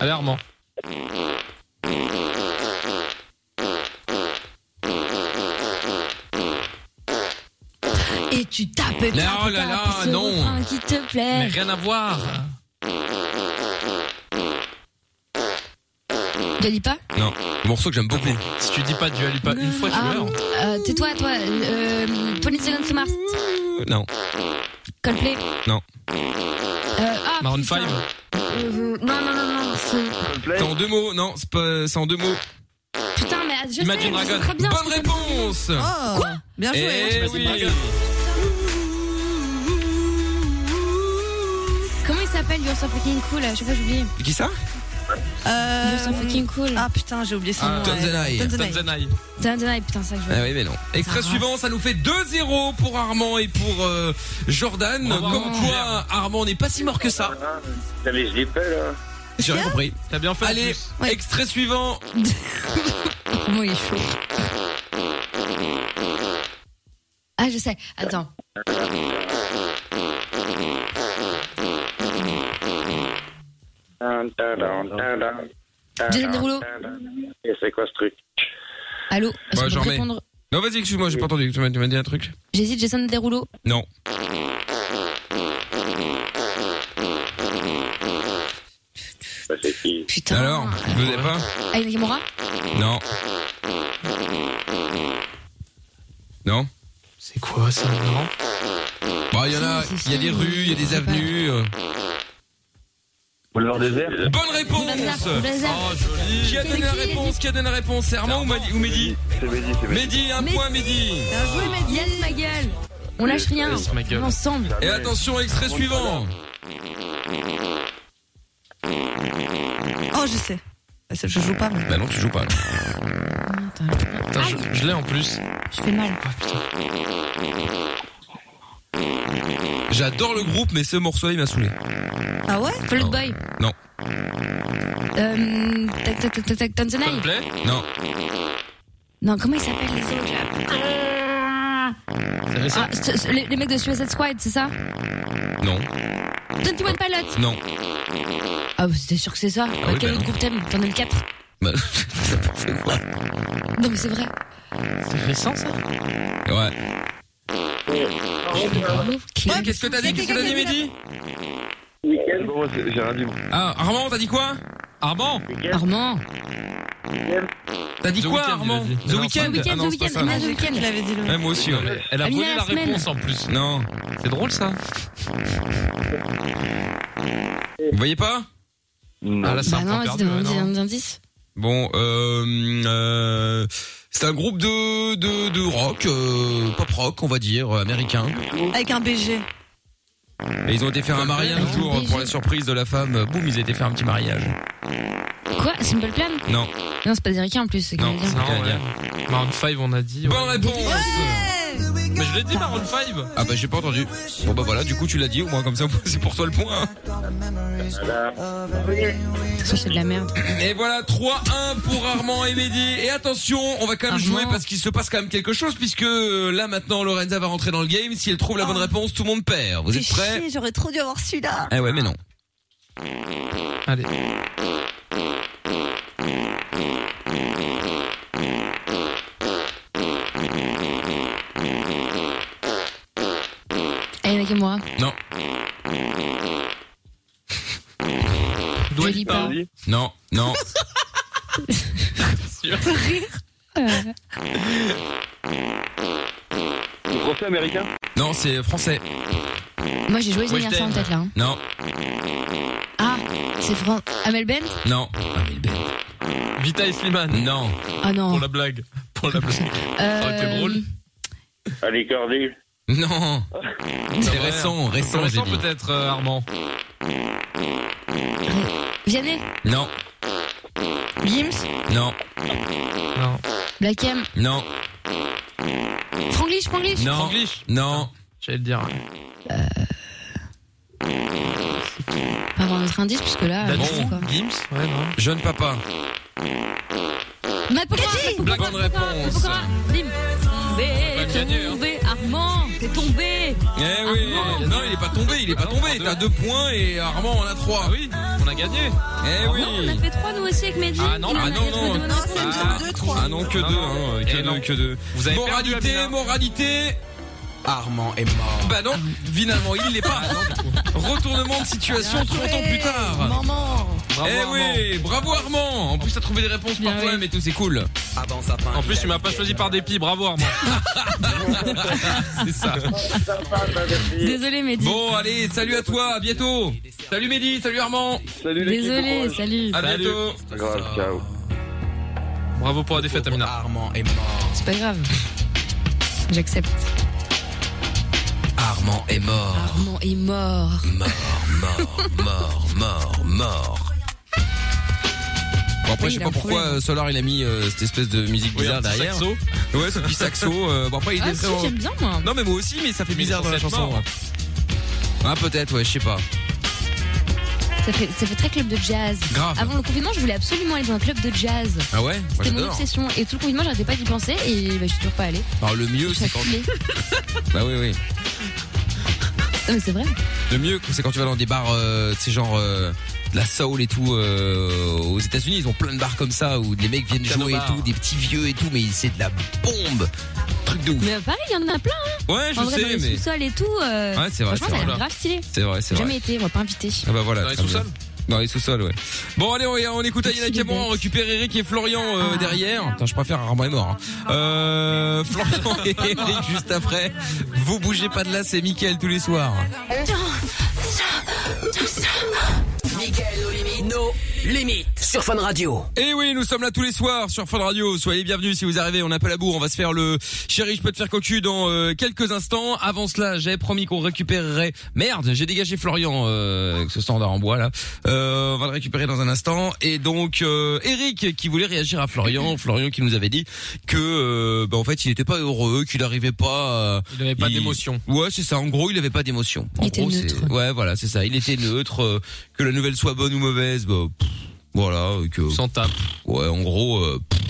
Speaker 4: Allez, Armand.
Speaker 2: Et tu tapes, tapes,
Speaker 4: Mais oh
Speaker 2: tapes
Speaker 4: là là,
Speaker 2: ce
Speaker 4: non.
Speaker 2: refrain qui te
Speaker 4: Mais
Speaker 2: plaît.
Speaker 4: rien à voir.
Speaker 2: Tu dis pas
Speaker 3: Non, morceau que j'aime beaucoup.
Speaker 4: Si tu dis pas du Alipa une fois, tu
Speaker 2: Ah,
Speaker 4: meurs.
Speaker 2: euh, tais-toi, toi, euh, 20 Seconds to Mars,
Speaker 3: Non.
Speaker 2: Coldplay.
Speaker 3: Non.
Speaker 2: Euh, ah,
Speaker 3: Maroon 5
Speaker 5: Mhm.
Speaker 2: euh, non, non, non, non, c'est...
Speaker 3: C'est en deux mots, non, c'est pas, c'est en deux mots.
Speaker 2: Putain, mais Ah, je sais,
Speaker 3: Imagine
Speaker 2: mais
Speaker 3: Dragon.
Speaker 2: c'est très bien.
Speaker 3: Bonne réponse
Speaker 2: Oh, Quoi bien joué.
Speaker 3: Eh
Speaker 2: Imagine
Speaker 3: oui.
Speaker 2: Dragon. Comment il s'appelle You're so fucking cool là Je sais pas, j'ai oublié.
Speaker 3: Qui ça
Speaker 5: Euh,
Speaker 2: You're so fucking cool.
Speaker 5: Ah putain, j'ai oublié son nom. ouais.
Speaker 3: Tanzanaï.
Speaker 4: Tanzanaï.
Speaker 2: Tanzanaï, putain, ça que je veux.
Speaker 3: Ah oui, mais non. Extrait suivant, ça nous fait 2-0 pour Armand et pour euh, Jordan. Comme quoi, Armand n'est pas si mort que ça.
Speaker 9: Putain, mais je l'ai pas, là.
Speaker 3: J'ai rien compris.
Speaker 4: T'as bien fait.
Speaker 3: Allez, extrait suivant.
Speaker 2: Comment il est chaud Ah, je sais. Attends. Jason Derulo.
Speaker 9: Et c'est quoi ce truc
Speaker 2: Allô Est-ce qu'on
Speaker 3: Bah,
Speaker 2: peut
Speaker 3: j'en
Speaker 2: te
Speaker 3: remets.
Speaker 2: répondre
Speaker 3: Non, vas-y, excuse-moi, j'ai pas entendu. Tu m'as tu m'as dit un truc
Speaker 2: J'hésite, Jason Derulo.
Speaker 3: Non.
Speaker 2: Putain.
Speaker 3: Alors, vous n'avez pas
Speaker 2: Ah, il est mort
Speaker 3: Non. Non
Speaker 4: C'est quoi ça Non
Speaker 3: Bah, il y en a, il y a des rues, il y a des avenues. euh.
Speaker 10: Couleur désert.
Speaker 3: Bonne réponse Oh, joli Qui a donné la réponse Qui a donné la réponse C'est Armand ou Madi- ou Mehdi
Speaker 10: C'est Mehdi, c'est
Speaker 3: Mehdi, un point Mehdi
Speaker 2: Bien joué, Mehdi. Yes, ma gueule. On lâche rien.
Speaker 3: Yes,
Speaker 4: Oh,
Speaker 3: ma gueule.
Speaker 2: On est ensemble.
Speaker 3: Et attention, extrait suivant
Speaker 5: Oh, je sais. Je joue pas.
Speaker 3: Bah non, tu joues pas.
Speaker 4: Putain, je, je l'ai en plus.
Speaker 2: Je fais mal.
Speaker 3: Ah, J'adore le groupe, mais ce morceau-là, il m'a saoulé.
Speaker 2: Ah ouais Fall Out Boy.
Speaker 3: Non.
Speaker 2: Euh, tac, tac, tac, tac, tac, Tanzanaï.
Speaker 3: Non.
Speaker 2: Non, comment ils s'appellent les autres là Ah, ce- ce- les, les mecs de Suicide Squad, c'est ça
Speaker 3: Non.
Speaker 2: 21 Pilots
Speaker 3: Non.
Speaker 2: Ah, bah, c'était sûr que c'est ça.
Speaker 3: Ah
Speaker 2: Bah,
Speaker 3: oui,
Speaker 2: quel
Speaker 3: bah
Speaker 2: autre
Speaker 3: non.
Speaker 2: groupe t'aimes T'en aimes 4
Speaker 3: Bah, c'est n'importe quoi.
Speaker 2: Non, mais c'est vrai.
Speaker 4: C'est récent ça
Speaker 3: Ouais. Ouais, Qu'est-ce que t'as dit Qu'est-ce que t'as dit, Mehdi
Speaker 10: J'ai rien dit.
Speaker 3: Ah, Armand, t'as dit quoi
Speaker 4: Armand
Speaker 2: Armand
Speaker 3: T'as dit
Speaker 4: The
Speaker 3: quoi,
Speaker 4: Weeknd,
Speaker 3: Armand
Speaker 4: il a dit.
Speaker 3: The
Speaker 4: Non,
Speaker 3: Weeknd
Speaker 4: c'est pas ça. Ah non, c'est pas ça, non.
Speaker 5: Je l'avais dit le
Speaker 3: Ouais, moi aussi, ouais.
Speaker 4: Elle a
Speaker 2: Amina,
Speaker 4: volé la
Speaker 2: la semaine.
Speaker 4: réponse en plus.
Speaker 3: Non.
Speaker 4: C'est drôle ça.
Speaker 3: Vous voyez pas
Speaker 4: Ah là, c'est
Speaker 2: Bah
Speaker 4: un
Speaker 2: non,
Speaker 4: point
Speaker 2: vas-y,
Speaker 3: Ah,
Speaker 4: perdu. Ah,
Speaker 2: donne-moi
Speaker 4: ouais,
Speaker 2: des-
Speaker 4: non.
Speaker 2: un indice.
Speaker 3: Bon, euh, euh, c'est un groupe de de, de rock, euh, pop rock, on va dire, américain.
Speaker 5: Avec un BG.
Speaker 3: Et ils ont été faire un mariage un jour pour la surprise de la femme. Boum, ils étaient faire un petit mariage.
Speaker 2: Quoi Simple Plan
Speaker 3: Non.
Speaker 2: Non, c'est pas américain en plus, c'est canadien.
Speaker 4: Maroon 5, on a dit.
Speaker 3: Bonne réponse
Speaker 4: Mais je l'ai dit, Maroon 5
Speaker 3: Ah bah j'ai pas entendu. Bon bah voilà, du coup tu l'as dit au moins comme ça, c'est pour toi le point.
Speaker 2: De toute façon, c'est de la merde.
Speaker 3: Et voilà, 3-1 pour Armand et Mehdi. Et attention, on va quand même jouer parce qu'il se passe quand même quelque chose puisque euh, là maintenant Lorenza va rentrer dans le game. Si elle trouve
Speaker 2: Ah.
Speaker 3: la bonne réponse, tout le monde perd. Vous êtes
Speaker 5: Fais
Speaker 3: prêts
Speaker 5: chier, J'aurais trop dû avoir celui-là.
Speaker 3: Eh ouais, mais non.
Speaker 4: Allez.
Speaker 2: Allez, avec moi.
Speaker 3: Non.
Speaker 2: Dolly Parton.
Speaker 3: Non, non.
Speaker 2: Euh.
Speaker 10: Refait américain
Speaker 3: Non, c'est français.
Speaker 2: Moi, j'ai joué
Speaker 3: Moi, je
Speaker 2: Zénir sans
Speaker 3: t'aime.
Speaker 2: tête là. hein.
Speaker 3: Non,
Speaker 2: Ah, c'est Fran. Amel Ben, Bent
Speaker 3: non. Ah,
Speaker 4: Vita et Slimane.
Speaker 3: Non.
Speaker 2: Ah non.
Speaker 4: Pour la blague. Pour la blague.
Speaker 3: Oh,
Speaker 4: Ah,
Speaker 2: Euh,
Speaker 4: t'es drôle.
Speaker 9: Allez, Cordy.
Speaker 3: Non. C'est
Speaker 4: Ah ouais.
Speaker 3: récent, récent, j'ai
Speaker 4: Récent
Speaker 3: dit.
Speaker 4: peut-être, euh, Armand.
Speaker 2: Vianney
Speaker 3: Non,
Speaker 5: Gims
Speaker 3: non,
Speaker 4: Non.
Speaker 2: Black M.
Speaker 3: non,
Speaker 2: Franglish, Franglish
Speaker 3: non,
Speaker 4: Franglish.
Speaker 3: non.
Speaker 4: J'allais le dire.
Speaker 2: Pas dans notre indice, puisque là.
Speaker 3: Bah,
Speaker 2: euh, c'est quoi.
Speaker 4: Gims Ouais, non.
Speaker 3: Jeune papa.
Speaker 2: Matt Pokora Matt Pokora,
Speaker 3: Bonne
Speaker 2: Matt Pokora,
Speaker 3: réponse.
Speaker 2: Matt Pokora. Bim. Tombé,
Speaker 3: Pas gagné, hein.
Speaker 2: tombé, Armand, t'es tombé.
Speaker 3: Eh oui.
Speaker 2: Armand.
Speaker 3: Non, il est pas tombé, il est pas tombé. T'as deux points et Armand en a trois.
Speaker 4: Ah oui, on a gagné.
Speaker 3: Eh
Speaker 2: On a
Speaker 3: oui.
Speaker 2: fait trois nous aussi avec Mehdi.
Speaker 4: Ah non,
Speaker 2: Il en
Speaker 4: ah
Speaker 2: a
Speaker 3: non,
Speaker 2: fait
Speaker 3: non.
Speaker 2: trois de bonnes
Speaker 5: Non,
Speaker 2: réponses.
Speaker 5: c'est
Speaker 3: Ah.
Speaker 5: genre 2-3.
Speaker 3: Ah non, que
Speaker 4: Non,
Speaker 3: deux,
Speaker 4: non.
Speaker 3: hein.
Speaker 4: Eh
Speaker 3: Que
Speaker 4: non.
Speaker 3: deux, que deux.
Speaker 4: Vous avez perdu,
Speaker 3: Moralité,
Speaker 4: Amina.
Speaker 3: moralité.
Speaker 1: Armand est mort.
Speaker 3: Bah non, finalement, il l'est pas.
Speaker 4: Ah
Speaker 3: Retournement de situation 30 ans plus tard.
Speaker 5: Maman.
Speaker 4: Bravo,
Speaker 3: Eh
Speaker 4: Armand.
Speaker 3: oui, bravo Armand. En plus, t'as trouvé des réponses par
Speaker 2: Bien
Speaker 3: toi-même et tout, c'est cool.
Speaker 1: Avant sa fin.
Speaker 4: En plus, tu m'as pas choisi par dépit. Bravo, Armand.
Speaker 3: C'est ça.
Speaker 2: Désolé, Mehdi.
Speaker 3: Bon, allez, salut à toi, à bientôt. Salut Mehdi, salut Armand.
Speaker 10: Salut l'équipe.
Speaker 2: Désolé, salut.
Speaker 3: À
Speaker 4: Salut.
Speaker 3: bientôt.
Speaker 10: Pas grave, ciao.
Speaker 4: Bravo pour la défaite, Amina.
Speaker 1: Armand est mort.
Speaker 2: C'est pas grave. J'accepte.
Speaker 1: Armand est mort.
Speaker 2: Armand est mort.
Speaker 1: Mort, mort, mort, mort, mort.
Speaker 3: Bon, après,
Speaker 2: Oui,
Speaker 3: je sais
Speaker 2: il a
Speaker 3: pas
Speaker 2: un
Speaker 3: pourquoi
Speaker 2: problème.
Speaker 3: euh, Solar il a mis euh, cette espèce de musique
Speaker 4: Oui, un
Speaker 3: bizarre
Speaker 4: petit
Speaker 3: derrière.
Speaker 4: saxo.
Speaker 3: Ouais, ce petit saxo. euh, bon, après, il
Speaker 2: Ah
Speaker 3: est
Speaker 2: si,
Speaker 3: vraiment-
Speaker 2: j'aime bien moi.
Speaker 3: Non, mais moi aussi, mais ça fait
Speaker 4: Mais
Speaker 3: bizarre
Speaker 4: ils
Speaker 3: dans la
Speaker 4: sont
Speaker 3: chanson.
Speaker 4: morts.
Speaker 3: ouais. Ah, peut-être, ouais, je sais pas.
Speaker 2: Ça fait, ça fait très club de jazz.
Speaker 3: Grave.
Speaker 2: Avant le confinement, je voulais absolument aller dans un club de jazz.
Speaker 3: Ah ouais Moi,
Speaker 2: C'était mon
Speaker 3: j'adore.
Speaker 2: obsession. Et tout le confinement, j'arrêtais pas d'y penser. Et bah, je suis toujours pas allée.
Speaker 3: Ah, le mieux,
Speaker 2: Ça
Speaker 3: c'est quand.
Speaker 2: filait.
Speaker 3: Bah oui, oui.
Speaker 2: Non, mais c'est vrai.
Speaker 3: Le mieux, c'est quand tu vas dans des bars, euh, tu sais, genre euh, de la soul et tout. euh, aux États-Unis, ils ont plein de bars comme ça où les mecs viennent
Speaker 4: piano
Speaker 3: jouer
Speaker 4: bar.
Speaker 3: et tout, des petits vieux et tout, mais c'est de la bombe. Truc de ouf.
Speaker 2: Mais à Paris, il y en a plein. hein.
Speaker 3: Ouais, je
Speaker 2: en vrai, dans
Speaker 3: sais,
Speaker 2: les
Speaker 3: mais.
Speaker 2: sous-sols et tout. euh,
Speaker 3: Ouais, c'est vrai, c'est
Speaker 2: Franchement, ça a
Speaker 3: vrai.
Speaker 2: l'air grave stylé.
Speaker 3: C'est vrai, c'est vrai.
Speaker 2: Jamais été, on va pas inviter.
Speaker 3: Ah bah voilà.
Speaker 4: Dans les
Speaker 3: très bien.
Speaker 4: sous-sols
Speaker 3: Dans les sous-sols, ouais. Bon, allez, on, on écoute Ayana
Speaker 2: Petit
Speaker 3: Cameron, on
Speaker 2: bébé. Ah,
Speaker 3: récupère Eric et Florian euh, derrière. Attends, je préfère Armand est mort. hein. Euh, Florian et Eric juste après. Vous bougez pas de là, c'est Mickaël tous les soirs.
Speaker 11: Sur Fun Radio.
Speaker 3: Et Eh oui, nous sommes là tous les soirs sur Fun Radio. Soyez bienvenus si vous arrivez. On appelle à bout. On va se faire le chéri, je peux te faire cocu dans euh, quelques instants. Avant cela, j'avais promis qu'on récupérerait. Merde, j'ai dégagé Florian euh, avec ce standard en bois là. Euh, on va le récupérer dans un instant. Et donc euh, Eric qui voulait réagir à Florian, Florian qui nous avait dit que euh, bah, en fait il n'était pas heureux, qu'il n'arrivait pas. à-
Speaker 4: Il n'avait pas
Speaker 3: il-
Speaker 4: d'émotion.
Speaker 3: Ouais, c'est ça. En gros, il avait pas d'émotion. En
Speaker 2: Il était
Speaker 3: gros, c'est-
Speaker 2: neutre.
Speaker 3: Ouais, voilà, c'est ça. Il était neutre. euh, que la nouvelle soit bonne ou mauvaise, bah, pff, voilà. euh, Que
Speaker 4: Sans tape.
Speaker 3: ouais, en gros, euh, pff,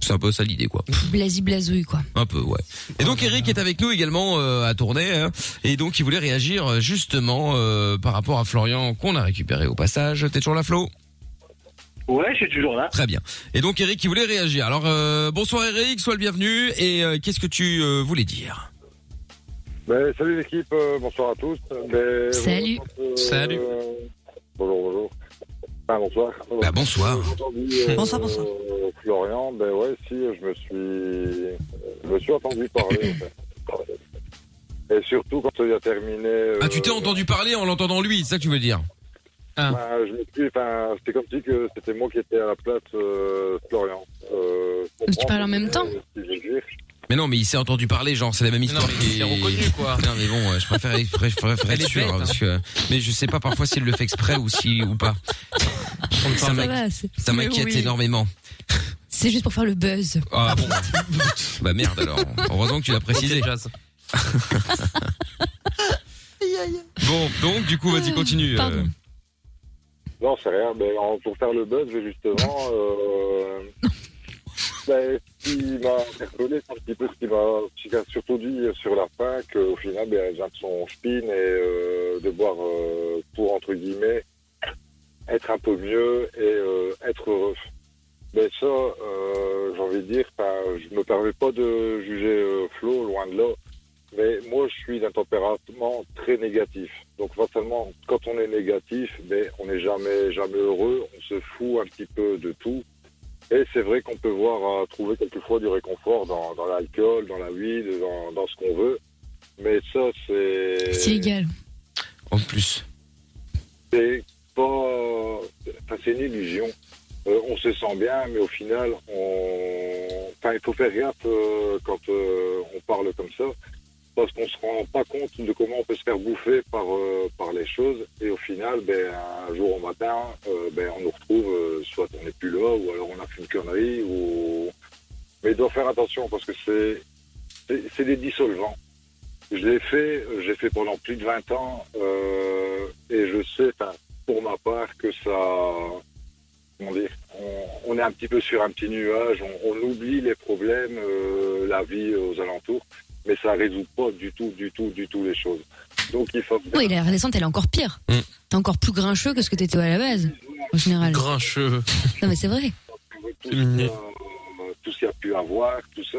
Speaker 3: c'est un peu ça l'idée, quoi.
Speaker 2: Blasi blasouille, quoi.
Speaker 3: Un peu, ouais. Et donc Eric est avec nous également euh, à tourner, hein. et donc il voulait réagir euh, justement euh, par rapport à Florian qu'on a récupéré au passage. T'es toujours là, Flo
Speaker 6: Ouais, je suis toujours là.
Speaker 3: Très bien. Et donc Eric, il voulait réagir. Alors euh, bonsoir Eric, sois le bienvenu. Et euh, qu'est-ce que tu euh, voulais dire
Speaker 10: Ben, salut l'équipe, euh, bonsoir à tous. Ben,
Speaker 2: Salut.
Speaker 10: euh,
Speaker 4: Salut.
Speaker 10: Bonjour, bonjour. Ah, bonsoir.
Speaker 3: Bah bonsoir.
Speaker 10: J'ai entendu, euh,
Speaker 5: Bonsoir, bonsoir.
Speaker 10: euh, Florian, ben ouais, si, je me suis, euh, je me suis entendu parler. en fait. Et surtout quand il a terminé. euh,
Speaker 3: Ah tu t'es entendu parler en l'entendant lui, c'est ça que tu veux dire
Speaker 10: Bah, je me suis, enfin, c'était comme si que c'était moi qui étais à la place euh, Florian. Euh, je comprends,
Speaker 2: parles en même temps
Speaker 10: si je veux dire.
Speaker 3: Mais non, mais il s'est entendu parler, genre c'est la même histoire. qui- Non, mais bon, euh, je préfère, je préfère- je préfère
Speaker 4: Elle
Speaker 3: être
Speaker 4: est
Speaker 3: sûr,
Speaker 4: bête, hein.
Speaker 3: parce que. Mais je sais pas parfois s'il le fait exprès ou si ou pas.
Speaker 2: Ça
Speaker 3: Ça m'inqui-
Speaker 2: va, c'est-
Speaker 3: ça
Speaker 2: mais
Speaker 3: m'inquiète
Speaker 2: oui.
Speaker 3: énormément.
Speaker 2: C'est juste pour faire le buzz.
Speaker 3: Ah bon. bah merde alors. Heureusement que tu l'as précisé. bon, donc du coup, vas-y continue. euh.
Speaker 10: Pardon. Non, c'est rien. Mais en- pour faire le buzz, justement, euh, ben, ce qui m'a interpellé, c'est un petit peu ce qui m'a ce qu'il a surtout dit sur la fin, qu'au final, ben, elle vient de son spin et euh, de voir, euh, pour, entre guillemets, être un peu mieux et euh, être heureux. Mais ça, euh, j'ai envie de dire, ben, je me permets pas de juger euh, Flo, loin de là. Mais moi, je suis d'un tempérament très négatif. Donc forcément, quand on est négatif, ben, on n'est jamais, jamais heureux, on se fout un petit peu de tout. Et c'est vrai qu'on peut voir euh, trouver quelquefois du réconfort dans, dans l'alcool, dans la weed, dans, dans ce qu'on veut. Mais ça, c'est...
Speaker 2: C'est égal.
Speaker 3: En plus.
Speaker 10: C'est pas. Enfin, c'est une illusion. Euh, on se sent bien, mais au final, on. Enfin, il faut faire gaffe euh, quand euh, on parle comme ça, parce qu'on se rend pas compte de comment on peut se faire bouffer par, euh, par les choses. Et au final, ben, un jour au matin, euh, ben, on nous retrouve, euh, soit on n'est plus là, ou alors on a fait une connerie, ou. Mais il doit faire attention parce que c'est. c'est- C'est des dissolvants. Je l'ai fait, euh, j'ai fait pendant plus de 20 ans, euh, et je sais, enfin, pour ma part, que ça. Comment dire on, on est un petit peu sur un petit nuage, on, on oublie les problèmes, euh, la vie aux alentours, mais ça résout pas du tout, du tout, du tout les choses. Donc il faut.
Speaker 2: Oui, la redescente, elle est encore pire.
Speaker 3: Mm.
Speaker 2: T'es encore plus grincheux que ce que t'étais à la base, en général.
Speaker 4: Grincheux.
Speaker 2: Non, mais c'est vrai.
Speaker 10: tout, ce qu'il y a- tout ce qu'il y a pu avoir, tout ça.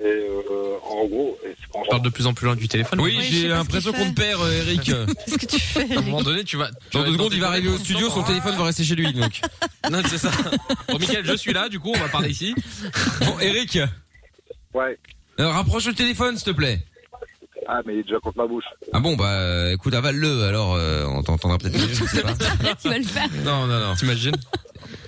Speaker 10: Et euh, en gros, et c'est-
Speaker 4: On parle de plus en plus loin du téléphone.
Speaker 3: Oui, j'ai l'impression qu'on te perd, euh, Eric.
Speaker 5: Qu'est-ce que tu fais
Speaker 4: À un moment donné, tu vas.
Speaker 3: Dans deux secondes, il va arriver au studio, son téléphone va rester chez lui, donc.
Speaker 4: Non, c'est ça. Bon, Michael, je suis là, du coup, on va parler ici.
Speaker 3: Bon, Eric. Euh,
Speaker 10: Ouais.
Speaker 3: rapproche le téléphone, s'il te plaît.
Speaker 10: Ah, mais il est déjà contre ma bouche.
Speaker 3: Ah bon, bah, euh, écoute, avale-le, alors, euh, on t'entendra peut-être mieux, je sais pas.
Speaker 2: tu vas le faire.
Speaker 3: Non, non, non. T'imagines?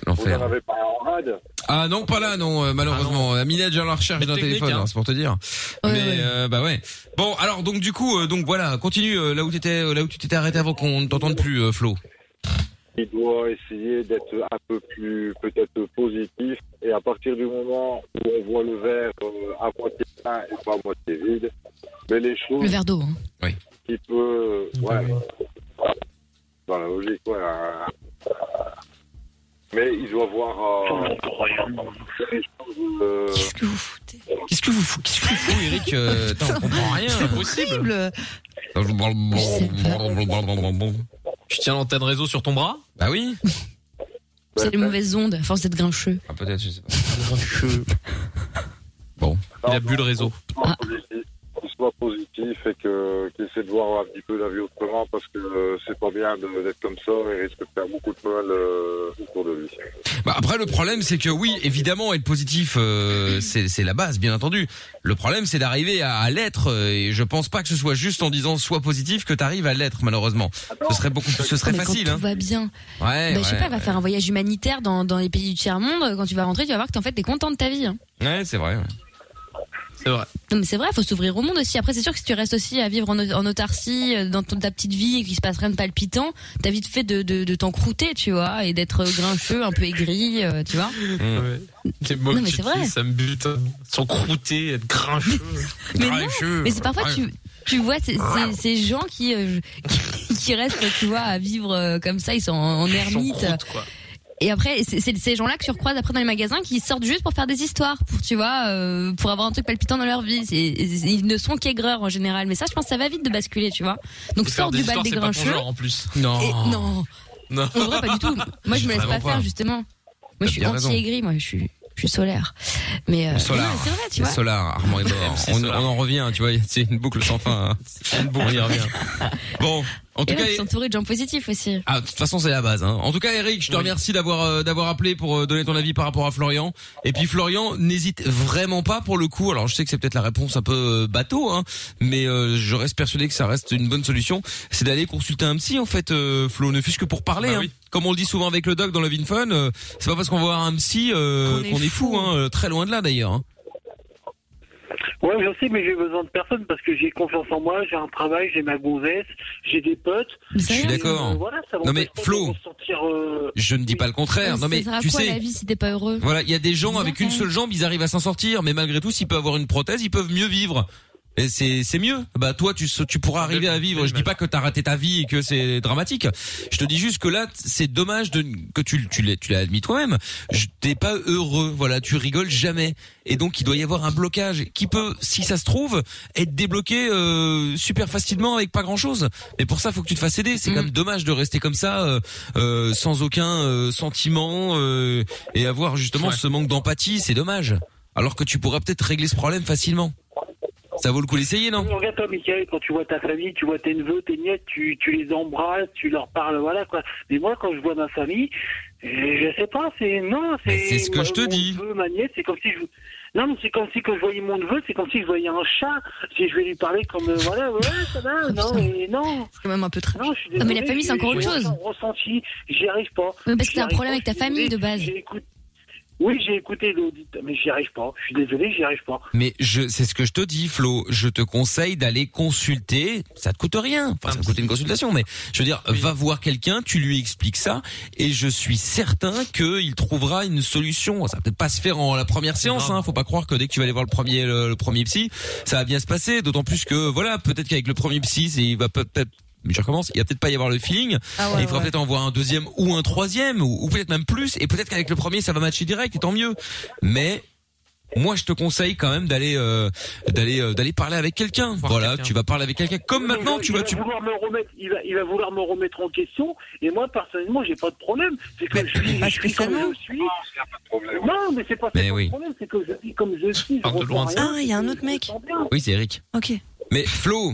Speaker 10: vous n'en avez pas en rade.
Speaker 3: Ah non, pas là, non, euh, malheureusement. Amina est déjà à la recherche d'un
Speaker 10: technique,
Speaker 3: téléphone,
Speaker 10: hein.
Speaker 3: hein, c'est pour te dire. Mais euh, bah ouais. Bon, alors donc du coup, euh, donc voilà, continue euh, là où t'étais, euh, là où tu t'étais arrêté avant qu'on ne t'entende plus, euh, Flo.
Speaker 10: il doit essayer d'être un peu plus peut-être positif. Et à partir du moment où on voit le verre euh, à moitié plein et pas à moitié vide, mais les choses
Speaker 2: Le verre d'eau. hein.
Speaker 10: un petit peu, euh, ouais, dans la logique, ouais. euh, mais il doit voir euh, les choses, euh,
Speaker 3: Qu'est-ce que vous foutez Qu'est-ce que vous foutez, Eric euh, attends, on comprend rien.
Speaker 4: C'est possible. Tu tiens l'antenne réseau sur ton bras
Speaker 3: Bah oui.
Speaker 2: C'est les mauvaises ondes, à force d'être grincheux.
Speaker 3: Ah peut-être, je sais pas.
Speaker 4: Il a bu le réseau.
Speaker 2: Ah,
Speaker 10: qu'il soit positif et que- qu'il essaie de voir un petit peu la vie autrement parce que euh, c'est pas bien de- d'être comme ça et risque de faire beaucoup de mal euh, autour de lui.
Speaker 3: Bah, après le problème c'est que oui, évidemment être positif euh, c'est c'est la base bien entendu. Le problème c'est d'arriver à, à l'être euh, et je pense pas que ce soit juste en disant sois positif que t'arrives à l'être malheureusement. Ce serait beaucoup ce serait
Speaker 2: Mais quand
Speaker 3: facile
Speaker 2: tout
Speaker 3: hein.
Speaker 2: va bien. bah,
Speaker 3: Ouais,
Speaker 2: je sais
Speaker 3: Eh ouais,
Speaker 2: pas, va faire un voyage humanitaire dans, dans les pays du tiers-monde. euh, Quand tu vas rentrer, tu vas voir que t'es- en fait, t'es content de ta vie. hein.
Speaker 3: Ouais, c'est vrai.
Speaker 4: C'est vrai.
Speaker 2: Non, mais c'est vrai, faut s'ouvrir au monde aussi. Après, c'est sûr que si tu restes aussi à vivre en, au- en autarcie, euh, dans ton- ta petite vie, et qu'il se passe rien de palpitant, t'as vite fait de, de, de t'encrouter, tu vois, et d'être euh, grincheux, un peu aigri, euh, tu vois.
Speaker 3: Mmh.
Speaker 4: Ouais. Les mots
Speaker 2: Non,
Speaker 4: que
Speaker 2: mais
Speaker 4: tu
Speaker 2: c'est vrai.
Speaker 4: dis, ça me bute. hein. Ils sont croûtés, être grincheux.
Speaker 2: Mais non,
Speaker 4: Hmm,
Speaker 2: mais c'est parfois, tu, tu vois, ces- ces- ces gens qui, euh, qui, qui restent, tu vois, à vivre euh, comme ça, ils sont en, en ermite. Et après, c'est c'est ces gens-là que tu recroises après dans les magasins qui sortent juste pour faire des histoires, pour tu vois, euh, pour avoir un truc palpitant dans leur vie. C'est- Ils ne sont qu'aigreurs en général, mais ça, je pense, que ça va vite de basculer, tu vois. Donc
Speaker 4: Faire
Speaker 2: sors
Speaker 4: des
Speaker 2: du bal
Speaker 4: histoires,
Speaker 2: des
Speaker 4: c'est pas ton
Speaker 2: grincheux.
Speaker 4: genre en plus.
Speaker 3: Non.
Speaker 2: Et- non.
Speaker 4: Non.
Speaker 2: En vrai, pas du tout. Moi, je me laisse pas
Speaker 4: Vraiment
Speaker 2: faire, justement. Moi, je suis
Speaker 3: bien raison.
Speaker 2: anti-aigri, moi, je suis, je suis solaire. Mais, euh,
Speaker 3: Solar.
Speaker 2: non, c'est vrai, tu vois.
Speaker 3: Solar, Armand est mort. on, on en revient, tu vois, c'est une boucle sans fin. hein. Une boucle, il revient. Bon, En tout
Speaker 2: Et ouais,
Speaker 3: cas,
Speaker 2: puis s'entourer de gens positifs aussi.
Speaker 3: Ah, de toute façon, c'est la base. Hein. En tout cas, Eric, je te remercie d'avoir euh, d'avoir appelé pour euh, donner ton avis par rapport à Florian. Et puis Florian, n'hésite vraiment pas pour le coup. Alors, je sais que c'est peut-être la réponse un peu euh, bateau, hein, mais euh, je reste persuadé que ça reste une bonne solution. C'est d'aller consulter un psy, en fait, euh, Flo, ne fût-ce que pour parler. hein. Comme on le dit souvent avec le doc dans la Vin Fun, euh, c'est pas parce qu'on va voir un psy euh, qu'on est, fou, hein, euh, très loin de là d'ailleurs. hein.
Speaker 6: Ouais, je sais, mais j'ai besoin de personne parce que j'ai confiance en moi, j'ai un travail, j'ai ma gonzesse, j'ai des potes.
Speaker 3: Je suis
Speaker 6: Et,
Speaker 3: d'accord.
Speaker 6: euh, voilà, ça
Speaker 3: Non, mais
Speaker 6: m'empêche pas de
Speaker 3: Flo,
Speaker 6: me sentir, euh,
Speaker 3: Je ne dis pas le contraire. Non mais
Speaker 2: Ça sert à
Speaker 3: tu
Speaker 2: Euh, quoi
Speaker 3: sais.
Speaker 2: la vie si t'es pas heureux
Speaker 3: Voilà, il y a des gens avec une seule jambe, ils arrivent à s'en sortir, mais malgré tout, s'ils peuvent avoir une prothèse, ils peuvent mieux vivre. Et c'est c'est mieux. Bah toi, tu se- tu pourras arriver à vivre. Je dis pas que t'as raté ta vie et que c'est dramatique. Je te dis juste que là, c'est dommage de que tu tu l'as tu l'as admis toi-même. Je- T'es pas heureux. Voilà, tu rigoles jamais. Et donc, il doit y avoir un blocage qui peut, si ça se trouve, être débloqué euh, super facilement avec pas grand chose. Mais pour ça, faut que tu te fasses aider. C'est quand même dommage de rester comme ça, euh, euh, sans aucun euh, sentiment euh, et avoir justement ce manque d'empathie. C'est dommage. Alors que tu pourrais peut-être régler ce problème facilement. Ça vaut le coup d'essayer, non
Speaker 6: Regarde toi, Michael, quand tu vois ta famille, tu vois tes neveux, tes nièces, tu, tu les embrasses, tu leur parles, voilà quoi. Mais moi, quand je vois ma famille, je, je sais pas, c'est non, c'est.
Speaker 3: Bah, c'est ce que
Speaker 6: moi,
Speaker 3: je te
Speaker 6: mon
Speaker 3: dis.
Speaker 6: neveu, ma nièce, c'est comme si je. Non, mais c'est comme si quand je voyais mon neveu, c'est comme si je voyais un chat. Si je vais lui parler comme euh, voilà, ouais, ça va, non, mais non.
Speaker 5: C'est quand même un peu trash.
Speaker 6: Non, je suis
Speaker 2: Non, Ah, mais la famille,
Speaker 6: désolé,
Speaker 2: c'est
Speaker 6: j'ai-
Speaker 2: encore autre
Speaker 6: j'ai
Speaker 2: chose.
Speaker 6: un Ressenti, j'y arrive pas.
Speaker 2: Mais parce que
Speaker 6: J'y
Speaker 2: t'as un
Speaker 6: arrive
Speaker 2: problème
Speaker 6: pas,
Speaker 2: avec ta
Speaker 6: je suis
Speaker 2: famille de
Speaker 6: désolé,
Speaker 2: base.
Speaker 6: j'écoute- Oui, j'ai écouté l'audit, mais j'y arrive pas. Je suis désolé, j'y arrive pas.
Speaker 3: Mais je, c'est ce que je te dis, Flo. Je te conseille d'aller consulter. Ça te coûte rien. Enfin, ça te coûte une consultation, mais je veux dire, va voir quelqu'un, tu lui expliques ça, et je suis certain qu'il trouvera une solution. Ça va peut-être pas se faire en la première séance. Hein. Faut pas croire que dès que tu vas aller voir le premier, le, le premier psy, ça va bien se passer. D'autant plus que voilà, peut-être qu'avec le premier psy, c'est- il va peut-être mais je recommence, il va peut-être pas y avoir le feeling. et il faudra peut-être en voir un deuxième ou un troisième, ou, ou peut-être même plus. Et peut-être qu'avec le premier, ça va matcher direct, et tant mieux. Mais moi, je te conseille quand même d'aller euh, d'aller euh, d'aller parler avec quelqu'un. Voilà, tu vas parler avec quelqu'un. Comme maintenant,
Speaker 6: Il
Speaker 3: tu
Speaker 6: va
Speaker 3: vas tu.
Speaker 6: vouloir me remettre, il va, il va vouloir me remettre en question. Et moi, personnellement, j'ai pas de problème. C'est que je suis, je suis comme je suis. Non, mais c'est pas, c'est
Speaker 3: Mais
Speaker 6: pas
Speaker 3: oui.
Speaker 6: le problème. C'est que je suis comme je suis. Je
Speaker 3: Parle de
Speaker 6: ressens
Speaker 3: loin de ça.
Speaker 6: rien,
Speaker 5: Ah, il y a un
Speaker 6: je-
Speaker 5: autre mec.
Speaker 3: Oui, Euh, c'est Eric.
Speaker 5: Ok.
Speaker 3: Mais Flo,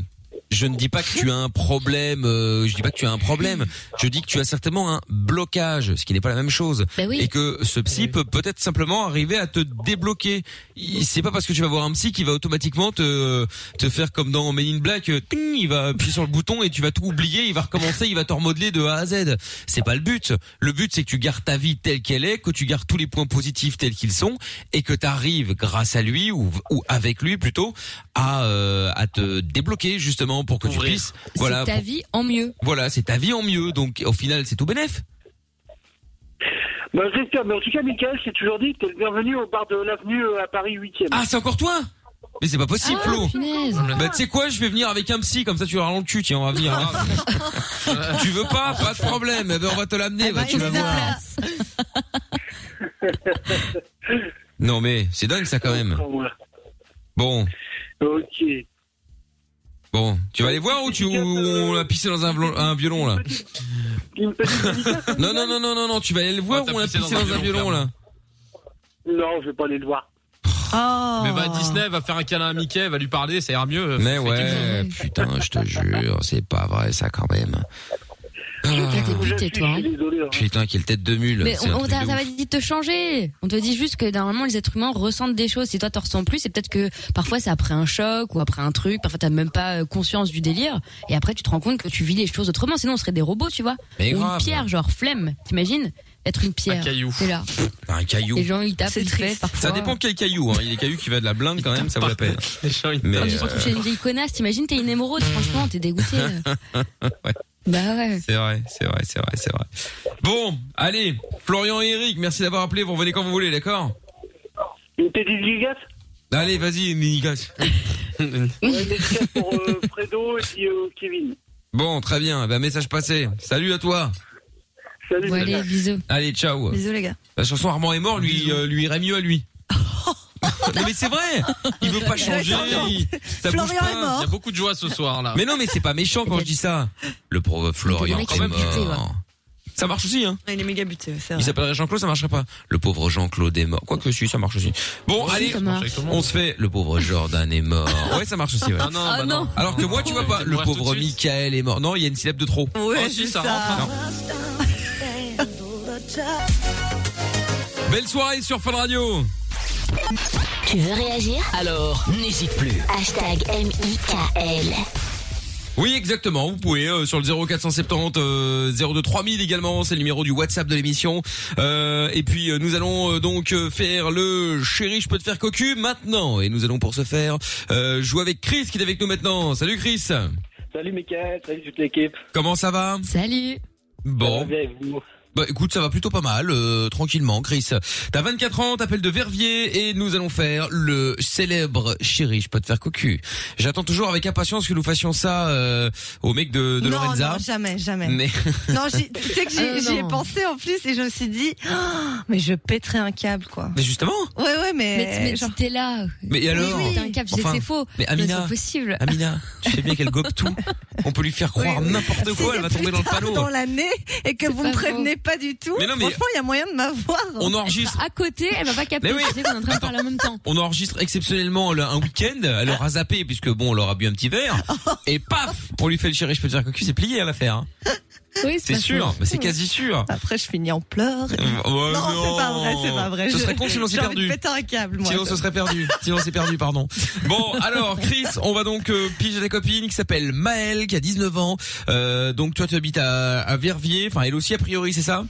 Speaker 3: je ne dis pas que tu as un problème. euh, je dis pas que tu as un problème. Je dis que tu as certainement un blocage, ce qui n'est pas la même chose.
Speaker 2: Ben oui.
Speaker 3: Et que ce psy peut peut-être simplement arriver à te débloquer. Il- C'est pas parce que tu vas voir un psy qui va automatiquement te te faire comme dans Men in Black. euh, ting, Il va appuyer sur le bouton et tu vas tout oublier. Il va recommencer. Il va te remodeler de A à Z. C'est pas le but. Le but c'est que tu gardes ta vie telle qu'elle est, que tu gardes tous les points positifs tels qu'ils sont et que tu arrives grâce à lui ou ou avec lui plutôt à euh, à te débloquer justement pour que tu puisses voilà
Speaker 2: C'est ta
Speaker 3: pour-
Speaker 2: vie en mieux.
Speaker 3: voilà, c'est ta vie en mieux. Donc au final, c'est tout bénef.
Speaker 6: Bah, j'espère. Mais en tout cas, Michael, j'ai toujours dit que t'es le bienvenu au bar de l'avenue euh, à Paris 8e.
Speaker 3: Ah, c'est encore toi Mais c'est pas possible,
Speaker 6: Ah,
Speaker 3: Flo.
Speaker 6: punaise.
Speaker 3: Bah tu sais quoi, je vais venir avec un psy comme ça tu auras dans le cul, tiens, on va venir. hein. tu veux pas Pas de problème. Eh ben, on va te l'amener,
Speaker 2: Ah
Speaker 3: bah, tu vas voir. Non mais c'est dingue ça quand même. Bon,
Speaker 6: Ok.
Speaker 3: bon, tu vas aller voir ou tu ou on l'a pissé dans un, violon- un violon là Non non non non non non, tu vas aller le voir ou on l'a pissé dans un violon là
Speaker 6: Non, je vais pas aller le voir.
Speaker 3: Oh.
Speaker 4: Mais va à
Speaker 2: Oh.
Speaker 4: Disney, va faire un câlin à Mickey, va lui parler, ça ira mieux.
Speaker 3: Mais ouais, putain, je te jure, c'est pas vrai ça quand même. Ah.
Speaker 2: T'es toi. hein.
Speaker 3: Putain, quelle tête de mule.
Speaker 2: Mais
Speaker 3: c'est un
Speaker 2: on, on
Speaker 3: truc
Speaker 2: t'a
Speaker 3: de
Speaker 2: ça
Speaker 3: ouf.
Speaker 2: va dit de te changer. On te dit juste que normalement les êtres humains ressentent des choses. Si toi t'en ressens plus, c'est peut-être que parfois c'est après un choc ou après un truc. Parfois t'as même pas euh, conscience du délire. Et après tu te rends compte que tu vis les choses autrement. Sinon on serait des robots, tu vois.
Speaker 3: Mais
Speaker 2: Ou
Speaker 3: grave.
Speaker 2: une pierre, genre flemme. T'imagines être une pierre.
Speaker 3: caillou.
Speaker 2: T'es là.
Speaker 3: Un caillou.
Speaker 2: Les gens ils tapent, ils fêtent parfois.
Speaker 3: Ça dépend quel caillou. Hein. Il y a des cailloux qui va de la blinde quand même, ça vaut la peine. Mais,
Speaker 2: Quand tu te retrouves chez une vieille connasse, t'imagines t'es une émeraude. Franchement t'es dégoûté. là.
Speaker 3: euh, ouais.
Speaker 2: bah ouais.
Speaker 3: C'est vrai, c'est vrai, c'est vrai, c'est vrai. Bon, allez, Florian et Eric, merci d'avoir appelé. Vous revenez quand vous voulez, d'accord
Speaker 6: Une petite dédicace
Speaker 3: Allez, vas-y, une dédicace.
Speaker 6: Ouais, dédicace pour euh, Fredo et puis euh, Kevin.
Speaker 3: bon, très bien. Ben, message passé. Salut à toi.
Speaker 6: Salut.
Speaker 2: Bon, allez, bisous.
Speaker 3: Allez, ciao.
Speaker 5: Bisous les gars.
Speaker 3: La chanson Armand est mort, lui, euh, lui irait mieux à lui. non mais c'est vrai, il veut pas changer. il- ça bouge
Speaker 4: Florian
Speaker 3: pas.
Speaker 4: est mort. Il y a beaucoup de joie ce soir là.
Speaker 3: Mais non, mais c'est pas méchant quand je dis ça. Le pauvre Florian
Speaker 4: mec,
Speaker 3: est
Speaker 4: quand même, tu sais,
Speaker 3: mort. Ça marche aussi, hein.
Speaker 5: Il est méga buté, c'est
Speaker 3: Il
Speaker 5: vrai.
Speaker 3: s'appellerait Jean-Claude, ça marcherait pas. Le pauvre Jean-Claude est mort. Quoique si, ça marche aussi. Bon,
Speaker 4: Oui,
Speaker 3: allez,
Speaker 4: ça marche.
Speaker 3: on se fait. Le pauvre Jordan est mort. Ouais, ça marche aussi. Ouais.
Speaker 4: Ah non, Ah bah non. non.
Speaker 3: Alors que moi, tu vois pas. Le pauvre Michael est mort. Non, il y a une syllabe de trop.
Speaker 5: Ouais, Oh, si,
Speaker 3: c'est
Speaker 5: ça ça.
Speaker 4: hein.
Speaker 5: rentre.
Speaker 3: Belle soirée sur Fun Radio.
Speaker 7: Tu veux réagir Alors, n'hésite plus. Hashtag M-I-K-L.
Speaker 3: Oui, exactement. Vous pouvez euh, sur le 0470 euh, 02 3000 également, c'est le numéro du WhatsApp de l'émission. Euh, et puis euh, nous allons euh, donc euh, faire le chéri, je peux te faire cocu maintenant. Et nous allons pour ce faire euh, jouer avec Chris qui est avec nous maintenant. Salut Chris.
Speaker 12: Salut Mickaël, salut toute l'équipe.
Speaker 3: Comment ça va
Speaker 2: Salut.
Speaker 3: Bon. Bah écoute, ça va plutôt pas mal, euh, tranquillement, Chris. T'as 24 ans, t'appelles de Verviers et nous allons faire le célèbre chéri, je peux te faire cocu. J'attends toujours avec impatience que nous fassions ça euh, au mec de, de
Speaker 5: non,
Speaker 3: Lorenza.
Speaker 5: non, jamais, jamais.
Speaker 3: Mais
Speaker 5: Non, j'y- tu sais que j'y
Speaker 2: Euh,
Speaker 5: j'y ai
Speaker 2: non.
Speaker 5: pensé en plus et je me suis dit, Ah, mais je péterai un câble quoi.
Speaker 3: Mais justement.
Speaker 5: Ouais, ouais, mais.
Speaker 2: Mais, mais tu t'es là.
Speaker 3: Mais et alors
Speaker 2: Oui, oui, t'as un cap, je sais
Speaker 3: Enfin,
Speaker 2: que c'est faux.
Speaker 3: mais Amina-
Speaker 2: c'est possible.
Speaker 3: Amina, tu sais bien qu'elle gobe tout. On peut lui faire croire n'importe quoi, elle va tomber dans le
Speaker 5: Tard
Speaker 3: panneau.
Speaker 5: dans l'année et que
Speaker 2: C'est
Speaker 5: vous me
Speaker 2: pas
Speaker 5: prévenez pas du tout.
Speaker 3: Mais non, mais-
Speaker 5: Franchement, il y a moyen de m'avoir.
Speaker 3: On enregistre.
Speaker 2: À côté, elle va pas capter.
Speaker 3: Mais oui.
Speaker 2: Tu sais qu'on est en train de parler en même temps.
Speaker 3: On enregistre exceptionnellement le- un week-end, elle aura zappé puisque bon, elle aura bu un petit verre et paf, on lui fait le chéri, je peux te faire cocu, c'est plié à l'affaire. hein.
Speaker 2: Oui,
Speaker 3: C'est
Speaker 5: pas
Speaker 3: sûr,
Speaker 5: faux.
Speaker 3: mais c'est quasi sûr.
Speaker 5: Après, je finis en pleurs.
Speaker 3: Euh, ouais,
Speaker 5: non, c'est pas vrai, c'est pas vrai.
Speaker 3: Ce
Speaker 5: Je-
Speaker 3: serait con sinon c'est
Speaker 5: j'ai envie de
Speaker 3: perdu.
Speaker 5: péter un câble, moi.
Speaker 3: Sinon ce serait perdu. Sinon c'est perdu, pardon. Bon, alors Chris, on va donc euh, piger ta copine qui s'appelle Maëlle, qui a 19 ans. Euh, donc toi tu habites à, à Verviers, enfin elle aussi a priori, c'est ça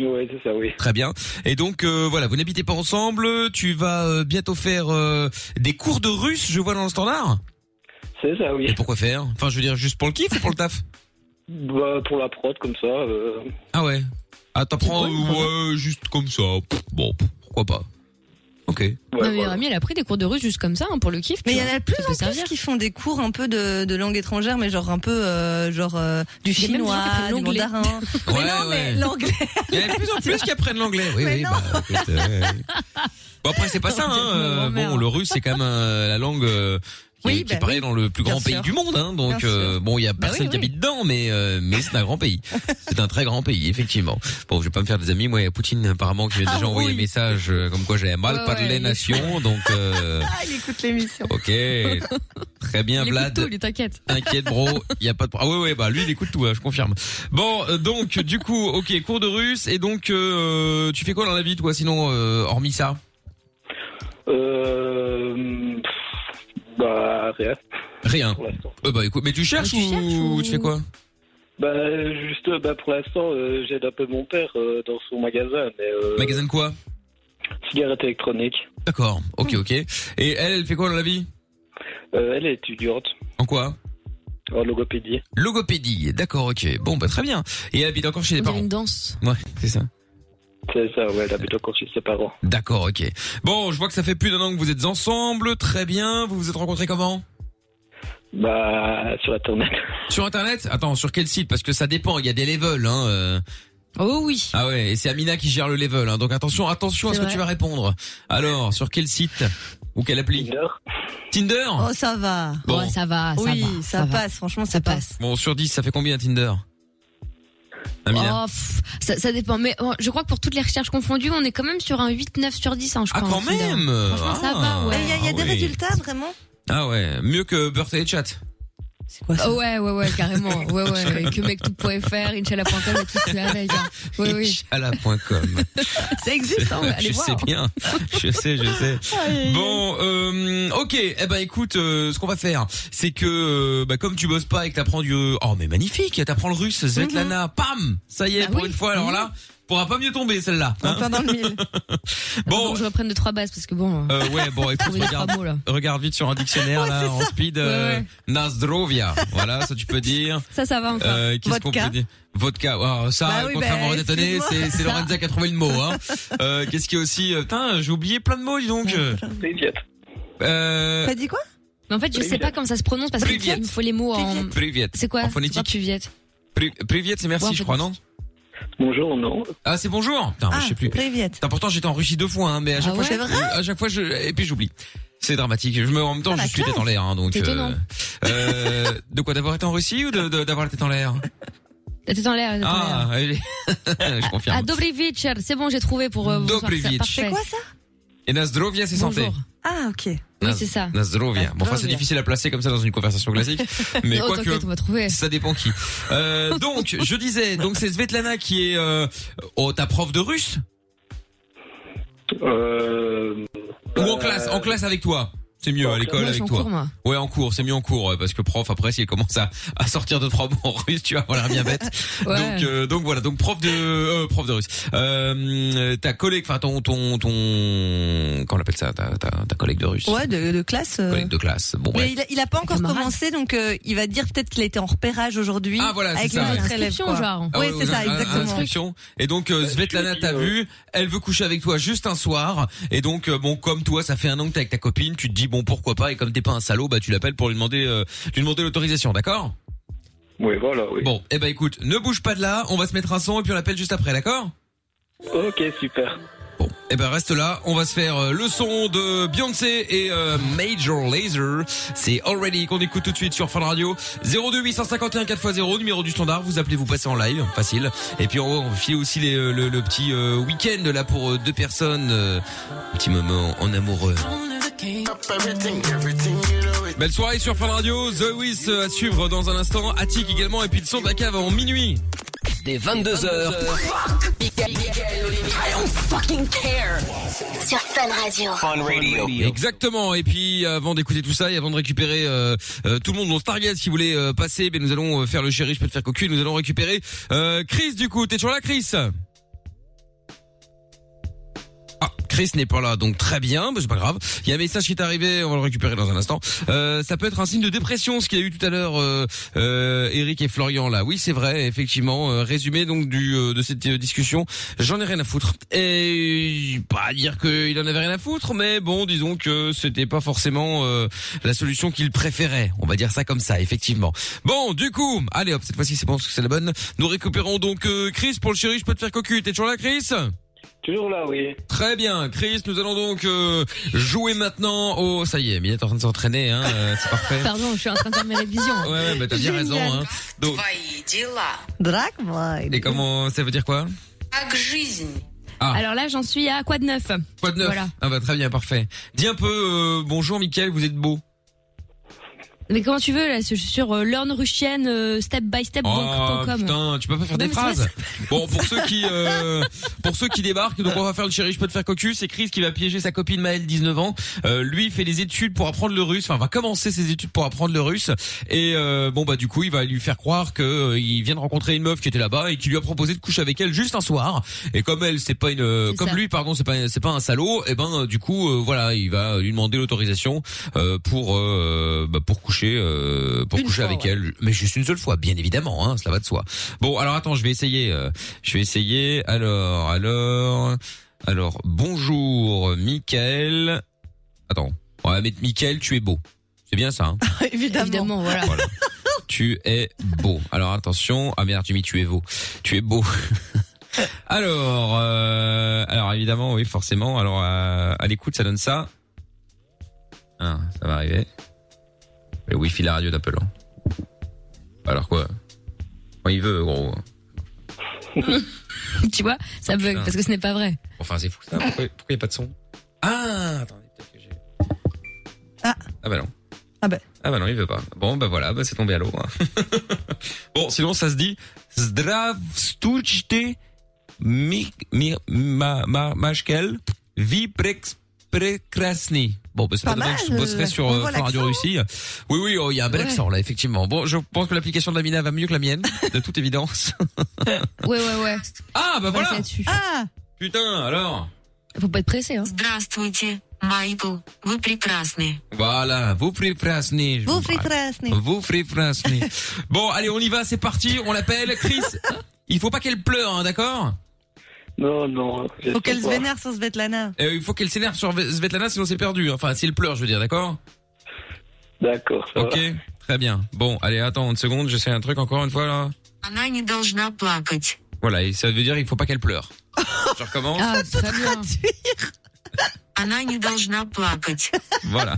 Speaker 12: Oui, c'est ça, oui.
Speaker 3: Très bien. Et donc euh, voilà, vous n'habitez pas ensemble. Tu vas euh, bientôt faire euh, des cours de russe, je vois dans le standard.
Speaker 12: C'est ça, oui.
Speaker 3: Et pourquoi faire Enfin, je veux dire, juste pour le kiff ou pour le taf
Speaker 12: Bah, pour la prod, comme ça. euh,
Speaker 3: Ah ouais. Ah t'apprends euh, ouais, juste comme ça. Pff, Bon, pff, pourquoi pas Ok.
Speaker 2: non, mais Rami, elle a pris des cours de russe juste comme ça hein, pour le kiff.
Speaker 5: Mais il
Speaker 2: tu
Speaker 5: y en
Speaker 2: vois.
Speaker 5: a de plus
Speaker 2: Ça peut
Speaker 5: en plus
Speaker 2: servir.
Speaker 5: qui font des cours un peu de, de langue étrangère, mais genre un peu euh, genre euh, du
Speaker 2: Il y a même des gens qui
Speaker 5: chinois,
Speaker 2: apprennent
Speaker 5: du
Speaker 2: l'anglais.
Speaker 5: mandarin.
Speaker 3: Ouais, ouais.
Speaker 5: L'anglais.
Speaker 3: Il y en a de plus en plus qui apprennent l'anglais. Oui,
Speaker 5: Mais
Speaker 3: oui,
Speaker 5: non.
Speaker 3: bah, écoute, euh, Bon, après, c'est pas ça, hein. euh, Bon, le russe, c'est quand même euh, la langue euh, qui,
Speaker 5: Oui,
Speaker 3: qui
Speaker 5: bah
Speaker 3: est parlée
Speaker 5: oui.
Speaker 3: dans le plus
Speaker 5: Bien
Speaker 3: grand pays
Speaker 5: sûr.
Speaker 3: du monde, hein. Donc,
Speaker 5: Bien
Speaker 3: euh,
Speaker 5: sûr.
Speaker 3: bon, il y a
Speaker 5: Bah
Speaker 3: personne
Speaker 5: oui,
Speaker 3: qui
Speaker 5: oui.
Speaker 3: habite dedans, mais, euh, mais c'est un grand pays. C'est un très grand pays, effectivement. Bon, je vais pas me faire des amis. Moi, il y a Poutine, apparemment, que j'ai déjà envoyé un message euh, comme quoi j'avais mal
Speaker 5: Ah Ouais,
Speaker 3: parlé
Speaker 5: ouais, il-
Speaker 3: nation. Donc, euh,
Speaker 5: Ah, il écoute l'émission.
Speaker 3: ok. Très bien,
Speaker 2: Il écoute
Speaker 3: Vlad.
Speaker 2: tout, lui, t'inquiète.
Speaker 3: T'inquiète, bro, il y a pas de pro- Ah ouais ouais, bah lui il écoute tout, hein, je confirme. Bon, euh, donc du coup, OK, cours de russe et donc euh, tu fais quoi dans la vie toi sinon euh, hormis ça
Speaker 12: euh, bah, rien.
Speaker 3: Rien.
Speaker 12: Pour l'instant.
Speaker 3: Euh, bah écoute, mais tu
Speaker 2: Ah,
Speaker 3: cherches, ou... tu fais quoi
Speaker 12: Bah, juste, bah, pour l'instant, euh, j'aide un peu mon père euh, dans son magasin. Mais, euh,
Speaker 3: Magasin de quoi
Speaker 12: Cigarette électronique.
Speaker 3: D'accord. OK, OK. Et elle elle fait quoi dans la vie
Speaker 12: Euh, elle est étudiante
Speaker 3: En quoi
Speaker 12: en Oh, logopédie.
Speaker 3: Logopédie. D'accord, OK. Bon, bah très bien. Et elle habite encore chez les
Speaker 2: On dirait
Speaker 3: parents.
Speaker 2: une danse.
Speaker 3: Ouais, c'est ça.
Speaker 12: C'est ça, ouais, elle habite encore chez ses parents.
Speaker 3: D'accord, OK. Bon, je vois que ça fait plus d'un an que vous êtes ensemble, très bien. Vous vous êtes rencontrés comment
Speaker 12: Bah, sur Internet.
Speaker 3: Sur internet Attends, sur quel site Parce que ça dépend, il y a des levels hein. euh.
Speaker 2: Oh oui.
Speaker 3: Ah ouais, et c'est Amina qui gère le level, hein. donc attention, attention à ce
Speaker 2: C'est
Speaker 3: que
Speaker 2: vrai.
Speaker 3: tu vas répondre. Alors, sur quel site ou quelle appli
Speaker 12: Tinder.
Speaker 3: Tinder
Speaker 5: Oh, ça va.
Speaker 3: Bon.
Speaker 2: Ouais, ça va, ça
Speaker 5: oui,
Speaker 2: va.
Speaker 5: ça,
Speaker 2: va.
Speaker 5: passe. Franchement, ça, passe.
Speaker 3: Bon, sur 10, ça fait combien Tinder Amina
Speaker 2: Oh, pff, ça, ça dépend. Mais oh, je crois que pour toutes les recherches confondues, on est quand même sur un 8, 9 sur 10, hein, je
Speaker 3: Ah
Speaker 2: crois.
Speaker 3: quand
Speaker 2: hein, Tinder.
Speaker 3: même
Speaker 2: Franchement, ça
Speaker 3: Ah.
Speaker 2: va, ouais.
Speaker 5: Et Il y a, il y a
Speaker 3: Ah
Speaker 5: des
Speaker 3: oui.
Speaker 5: résultats vraiment.
Speaker 3: Ah ouais, mieux que Birth et Chat.
Speaker 5: C'est quoi ça
Speaker 2: Ah ouais, ouais, ouais, carrément. Ouais, ouais, avec que mectout.fr, inchallah.com et tout, je suis avec. hein. Ouais, oui.
Speaker 3: Inch'Allah.com.
Speaker 5: Ça existe. Hein, allez
Speaker 3: je
Speaker 5: voir.
Speaker 3: sais bien, je sais, je sais. Bon, euh, ok. Eh ben, écoute, euh, ce qu'on va faire, c'est que euh, bah, comme tu bosses pas et que t'apprends du, oh mais magnifique, t'apprends le russe,
Speaker 5: Mhm.
Speaker 3: Svetlana, pam, ça y est
Speaker 2: Bah
Speaker 3: pour
Speaker 2: oui.
Speaker 3: une fois. Alors là, pourra pas mieux tomber celle-là.
Speaker 5: En
Speaker 3: hein.
Speaker 5: Mhm. plein dans le mille.
Speaker 2: Bon,
Speaker 3: Bon,
Speaker 2: je reprenne de trois bases parce que bon. euh,
Speaker 3: euh, ouais, bon, écoute,
Speaker 2: trouver les trois
Speaker 3: regarde,
Speaker 2: mots là.
Speaker 3: regarde vite sur un dictionnaire
Speaker 5: Ouais,
Speaker 3: là,
Speaker 5: c'est
Speaker 3: en
Speaker 5: ça.
Speaker 3: speed, euh,
Speaker 2: Ouais, ouais.
Speaker 3: Nazdrovia. Voilà, ça tu peux dire.
Speaker 2: Ça, ça va encore.
Speaker 3: Euh, qu'est-ce qu'on
Speaker 5: Vodka.
Speaker 3: peut dire Vodka. Oh, ça,
Speaker 5: Bah oui,
Speaker 3: contrairement
Speaker 5: bah,
Speaker 3: à Détonné,
Speaker 5: excuse-moi.
Speaker 3: c'est, c'est
Speaker 2: Ça.
Speaker 3: Lorenza qui a trouvé le mot. Hein. Euh, qu'est-ce qu'il y a aussi Euh, Putain, j'ai oublié plein de mots, dis donc.
Speaker 12: Privet.
Speaker 3: Euh,
Speaker 5: T'as dit quoi
Speaker 2: Mais en fait, je sais pas comment ça se prononce parce
Speaker 3: Privet.
Speaker 2: qu'il me faut les mots en.
Speaker 3: Privet.
Speaker 2: C'est quoi
Speaker 3: En
Speaker 2: C'est
Speaker 3: phonétique.
Speaker 2: quoi, Privet
Speaker 3: Pri- Privet, c'est merci,
Speaker 2: Ouais, en
Speaker 3: je crois, non
Speaker 12: Bonjour, non
Speaker 3: Ah, c'est bonjour. Putain,
Speaker 5: Ah,
Speaker 3: je sais plus.
Speaker 5: Privet.
Speaker 3: Putain, Pourtant, j'étais en Russie deux fois, hein, mais à
Speaker 2: Ah
Speaker 3: chaque fois,
Speaker 2: ouais
Speaker 5: C'est vrai
Speaker 3: à chaque fois, je et puis j'oublie. C'est dramatique. Je me en même temps,
Speaker 5: Ah, la
Speaker 3: je suis tête en
Speaker 5: classe.
Speaker 3: l'air, hein, donc.
Speaker 2: C'est étonnant.
Speaker 3: euh, euh, de quoi d'avoir été en Russie ou de- de- d'avoir la tête en l'air
Speaker 2: La tête en l'air. la tête en l'air.
Speaker 3: Ah, elle est- je confirme.
Speaker 2: Ah, Dobri Večer, c'est bon, j'ai trouvé pour euh, vous
Speaker 3: Dobri
Speaker 2: sortir.
Speaker 3: Večer.
Speaker 2: Parfait.
Speaker 3: C'est quoi, Et Nazdrovia, c'est santé.
Speaker 5: Ah, ok.
Speaker 2: Oui, c'est ça.
Speaker 3: Nazdrovia. Bon, enfin, c'est difficile à placer comme ça dans une conversation classique. Mais
Speaker 2: Oh,
Speaker 3: quoi
Speaker 2: t'inquiète,
Speaker 3: que.
Speaker 2: on va trouver.
Speaker 3: Ça dépend qui. Euh, donc, je disais, donc c'est Svetlana qui est euh, oh, ta prof de russe Ou en classe, en classe avec toi c'est mieux à l'école
Speaker 2: Moi, je suis
Speaker 3: avec
Speaker 2: Euh, en
Speaker 3: toi.
Speaker 2: cours, moi.
Speaker 3: Ouais, en cours, c'est mieux en cours euh, parce que prof après s'il commence à, à sortir deux trois mots en russe, tu vas avoir l'air bien bête.
Speaker 2: Ouais.
Speaker 3: Donc euh, donc voilà, donc prof de euh, prof de russe. Euh, ta collègue enfin ton ton ton comment on appelle ça ta, ta, ta collègue de russe.
Speaker 5: Ouais, de, de classe. euh.
Speaker 3: Collègue de classe. Bon bref.
Speaker 5: Mais il a, il a pas encore commencé, donc euh, il va dire peut-être qu'il a été en repérage aujourd'hui
Speaker 3: Ah, voilà,
Speaker 5: avec
Speaker 3: c'est
Speaker 5: les
Speaker 3: ça.
Speaker 5: autres élèves.
Speaker 2: Inscription,
Speaker 5: quoi.
Speaker 2: genre.
Speaker 5: Oui,
Speaker 3: Ah
Speaker 5: c'est
Speaker 3: aux-
Speaker 5: ça,
Speaker 3: à- à
Speaker 5: exactement.
Speaker 3: l'inscription. Et donc euh, Svetlana t'as vu, elle veut coucher avec toi juste un soir. Et donc euh, bon, comme toi, ça fait un an que t'es avec ta copine, tu te dis bon pourquoi pas. Et comme t'es pas un salaud, bah tu l'appelles pour lui demander, euh, lui demander l'autorisation, d'accord
Speaker 12: Oui, voilà, oui.
Speaker 3: Bon, eh ben écoute, ne bouge pas de là. On va se mettre un son et puis on l'appelle juste après, d'accord
Speaker 12: Ok, super.
Speaker 3: Eh ben reste là. On va se faire euh, le son de Beyoncé et euh, Major Laser. C'est Already qu'on écoute tout de suite sur Fun Radio. 02 851 4x0, numéro du standard. Vous appelez, vous passez en live, facile. Et puis on, on file aussi les, euh, le, le petit euh, week-end là pour euh, deux personnes. euh, petit moment en amoureux. Belle soirée sur Fun Radio. The Wiz euh, à suivre dans un instant. Attic également et puis le son de la cave en minuit.
Speaker 11: Des 22h.
Speaker 7: I don't fucking care. Sur Fun Radio.
Speaker 3: Exactement. Et puis euh, avant d'écouter tout ça et avant de récupérer euh, euh, tout le monde dans Stargate, si vous voulez euh, passer, ben nous allons euh, faire le chéri, je peux te faire cocu. Nous allons récupérer euh, Chris du coup. T'es toujours là, Chris Ah, Chris n'est pas là, donc très bien, mais c'est pas grave. Il y a un message qui est arrivé, on va le récupérer dans un instant. Euh, ça peut être un signe de dépression, ce qu'il y a eu tout à l'heure, euh, euh, Eric et Florian là. Oui, c'est vrai, effectivement. Euh, résumé donc du euh, de cette euh, discussion, j'en ai rien à foutre. Et pas à dire qu'il en avait rien à foutre, mais bon, disons que c'était pas forcément euh, la solution qu'il préférait. On va dire ça comme ça, effectivement. Bon, du coup, allez hop, cette fois-ci, c'est bon, parce que c'est la bonne. Nous récupérons donc euh, Chris pour le chéri. Je peux te faire cocu. T'es toujours là, Chris
Speaker 12: Toujours là, oui.
Speaker 3: Très bien, Chris, nous allons donc euh, jouer maintenant au... Ça y est, Mia est en train de s'entraîner, hein, euh, c'est parfait.
Speaker 2: Pardon, je suis en train de faire mes révisions.
Speaker 3: Ouais, ouais, bah t'as bien
Speaker 2: Génial.
Speaker 3: raison. Hein. Donc, et comment... Ça veut dire quoi Ah.
Speaker 2: Alors là, j'en suis à quoi de neuf
Speaker 3: Quoi de neuf
Speaker 2: Voilà.
Speaker 3: Ah bah très bien, parfait. Dis un peu, euh, bonjour Mickaël, vous êtes beau.
Speaker 2: Mais comment tu veux là c'est sur euh, learn russian euh, step by step
Speaker 3: Oh putain, tu peux pas faire
Speaker 2: Non, mais c'est
Speaker 3: des
Speaker 2: pas
Speaker 3: phrases. Bon, pour ceux qui euh, pour ceux qui débarquent, donc on va faire le chéri, je peux te faire cocu, c'est Chris qui va piéger sa copine Maëlle 19 ans. Euh, lui il fait des études pour apprendre le russe, enfin va commencer ses études pour apprendre le russe et euh, bon bah du coup, il va lui faire croire que euh, il vient de rencontrer une meuf qui était là-bas et qui lui a proposé de coucher avec elle juste un soir et comme elle c'est pas une euh, comme
Speaker 2: ça.
Speaker 3: lui pardon, c'est pas c'est pas un salaud, et ben euh, du coup euh, voilà, il va lui demander l'autorisation euh, pour euh, bah, pour coucher euh, pour coucher avec elle, mais juste une seule fois, bien évidemment, hein, cela va de soi. Bon, alors attends, je vais essayer. euh, je vais essayer. Alors, alors, alors, bonjour, Michael. Attends, on va mettre Michael. Tu es beau. C'est bien ça. hein
Speaker 5: Évidemment.
Speaker 2: voilà.
Speaker 3: tu es beau. Alors attention. Ah merde, j'ai mis tu es beau. Tu es beau. alors, euh, alors évidemment, oui, forcément. Alors euh, à l'écoute, ça donne ça. Ah, ça va arriver. Le wifi la radio d'Apple. hein. Alors quoi Quand il veut, gros.
Speaker 2: tu vois, ça bug
Speaker 3: putain.
Speaker 2: parce que ce n'est pas vrai.
Speaker 3: Enfin, c'est fou ça. Pourquoi il n'y a pas de son Ah, attendez, peut-être que j'ai.
Speaker 5: Ah.
Speaker 3: Ah bah non.
Speaker 5: Ah bah.
Speaker 3: Ah bah non, il veut pas. Bon, bah voilà, bah c'est tombé à l'eau. hein. bon, sinon ça se dit Zdravstujte mi, mi, ma, ma, mashkel vi prex- prekrasny. Bon, bah c'est pas,
Speaker 13: Pas
Speaker 3: dommage, je
Speaker 13: mal,
Speaker 3: bosserai sur
Speaker 13: on
Speaker 3: euh,
Speaker 13: voit
Speaker 3: Fun Radio
Speaker 13: l'accent.
Speaker 3: Russie. Oui, oui, oh, il y a un bel
Speaker 13: Ouais.
Speaker 3: accent là, effectivement. Bon, je pense que l'application de la Mina va mieux que la mienne, de toute évidence.
Speaker 2: Ouais, ouais, ouais.
Speaker 3: Ah, bah voilà.
Speaker 5: Ah
Speaker 3: Putain, alors
Speaker 2: Faut pas être pressé, hein.
Speaker 14: Здравствуйте, Майкл, вы прекрасны.
Speaker 3: Voilà, vous préparez.
Speaker 5: Vous préparez.
Speaker 3: Vous préparez. Bon, allez, on y va, c'est parti, on l'appelle. Chris, il faut pas qu'elle pleure, hein, d'accord
Speaker 12: Non, non.
Speaker 5: Faut qu'elle se vénère sur Svetlana.
Speaker 3: Euh, il faut qu'elle s'énerve sur Ve- Svetlana, sinon c'est perdu. Enfin, si elle pleure, je veux dire, d'accord
Speaker 12: D'accord, ça
Speaker 3: Ok, très bien. Bon, allez, attends une seconde, j'essaie un truc encore une fois, là.
Speaker 14: Она не должна плакать.
Speaker 2: Ah,
Speaker 3: Voilà, et ça veut dire il faut pas qu'elle pleure. Je recommence.
Speaker 2: très bien.
Speaker 14: Она не должна плакать.
Speaker 3: Voilà.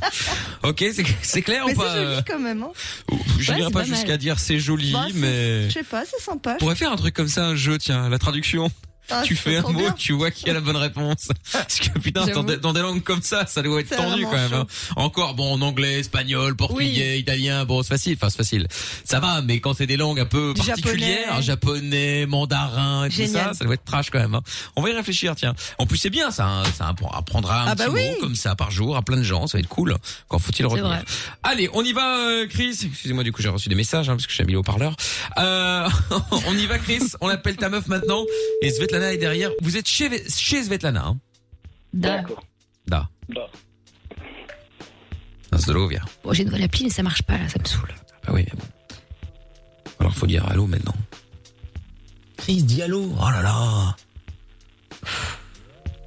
Speaker 3: Ok, c'est- c'est clair
Speaker 5: Mais
Speaker 3: ou pas
Speaker 5: c'est
Speaker 3: euh,
Speaker 5: joli quand même. Hein.
Speaker 3: Je
Speaker 5: Ouais,
Speaker 3: n'irai
Speaker 5: c'est
Speaker 3: pas
Speaker 5: pas mal.
Speaker 3: jusqu'à dire c'est joli,
Speaker 5: Bah, c'est-
Speaker 3: mais.
Speaker 5: Je sais pas, c'est sympa.
Speaker 3: On pourrait faire un truc comme ça, un jeu, tiens, la traduction.
Speaker 5: Ah,
Speaker 3: tu
Speaker 5: c'est
Speaker 3: fais un
Speaker 5: trop
Speaker 3: mot,
Speaker 5: bien.
Speaker 3: tu vois qui a la bonne réponse. Parce que putain, dans
Speaker 5: J'avoue.
Speaker 3: des, dans des langues comme ça, ça doit être
Speaker 5: C'est
Speaker 3: tendu
Speaker 5: vraiment
Speaker 3: quand même. hein. Encore, bon, en anglais, espagnol, portugais, italien, bon, c'est facile, enfin c'est facile. Ça va, mais quand c'est des langues un peu
Speaker 5: Du japonais.
Speaker 3: particulières, japonais, mandarin, et tout
Speaker 5: Génial.
Speaker 3: ça, ça doit être trash quand même. hein. On va y réfléchir, tiens. En plus, c'est bien, ça, hein, ça appre- apprendra un
Speaker 5: Ah bah
Speaker 3: petit
Speaker 5: oui.
Speaker 3: mot comme ça par jour à plein de gens, ça va être cool. Quand faut-il
Speaker 5: C'est
Speaker 3: retenir
Speaker 5: vrai.
Speaker 3: Allez, on y va, euh, Chris. Excusez-moi, du coup, j'ai reçu des messages hein, parce que j'ai mis le haut-parleur. Euh, on y va, Chris. On appelle ta meuf maintenant. Et Svetlana est derrière. Vous êtes chez, chez Svetlana. Hein.
Speaker 2: D'accord.
Speaker 3: Da.
Speaker 12: Da.
Speaker 3: Ah, Zdrovia.
Speaker 2: Bon, j'ai une nouvelle appli, mais ça marche pas, là, ça me saoule.
Speaker 3: Bah oui, mais bon. Alors, faut dire allô maintenant. Chris, dis allô. Oh là là.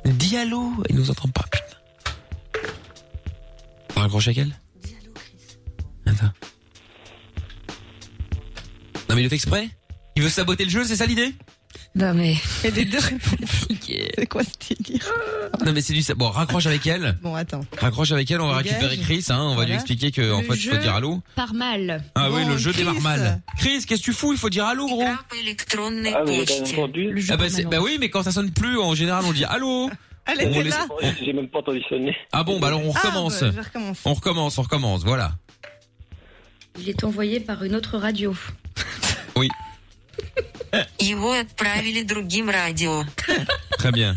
Speaker 3: Dis allô. Il nous entend pas, putain. T'as raccroché avec elle Dis allô, Chris. Attends. Non, mais il le fait exprès Il veut saboter le jeu, c'est ça l'idée
Speaker 2: Non, mais.
Speaker 5: Elle est deux réponses. C'est quoi ce délire
Speaker 3: Ah, Non, mais c'est du. sa- Bon, raccroche avec elle.
Speaker 5: Bon, attends.
Speaker 3: Raccroche avec elle, on va
Speaker 2: Dégage.
Speaker 3: récupérer Chris, hein, on va lui
Speaker 2: Voilà.
Speaker 3: expliquer que
Speaker 2: Le
Speaker 3: en fait il faut
Speaker 2: jeu
Speaker 3: dire allô.
Speaker 2: Par mal.
Speaker 3: Ah oui, le jeu démarre mal. Chris, qu'est-ce que tu fous Il faut dire allô, gros.
Speaker 14: Электронной
Speaker 12: Ah, mais j'ai pas
Speaker 14: почте.
Speaker 12: entendu.
Speaker 3: Ah bah, c'est- bah oui, mais quand ça sonne plus, en général on dit allô.
Speaker 5: Elle
Speaker 3: On
Speaker 5: était
Speaker 3: laisse-
Speaker 5: là.
Speaker 12: Oh, J'ai même pas entendu sonner.
Speaker 3: Ah bon, bah alors on
Speaker 5: Ah,
Speaker 3: recommence.
Speaker 5: bah, je vais recommencer.
Speaker 3: on recommence, on recommence, voilà.
Speaker 2: Il est envoyé par une autre radio.
Speaker 14: Его отправили другим радио.
Speaker 3: Très bien.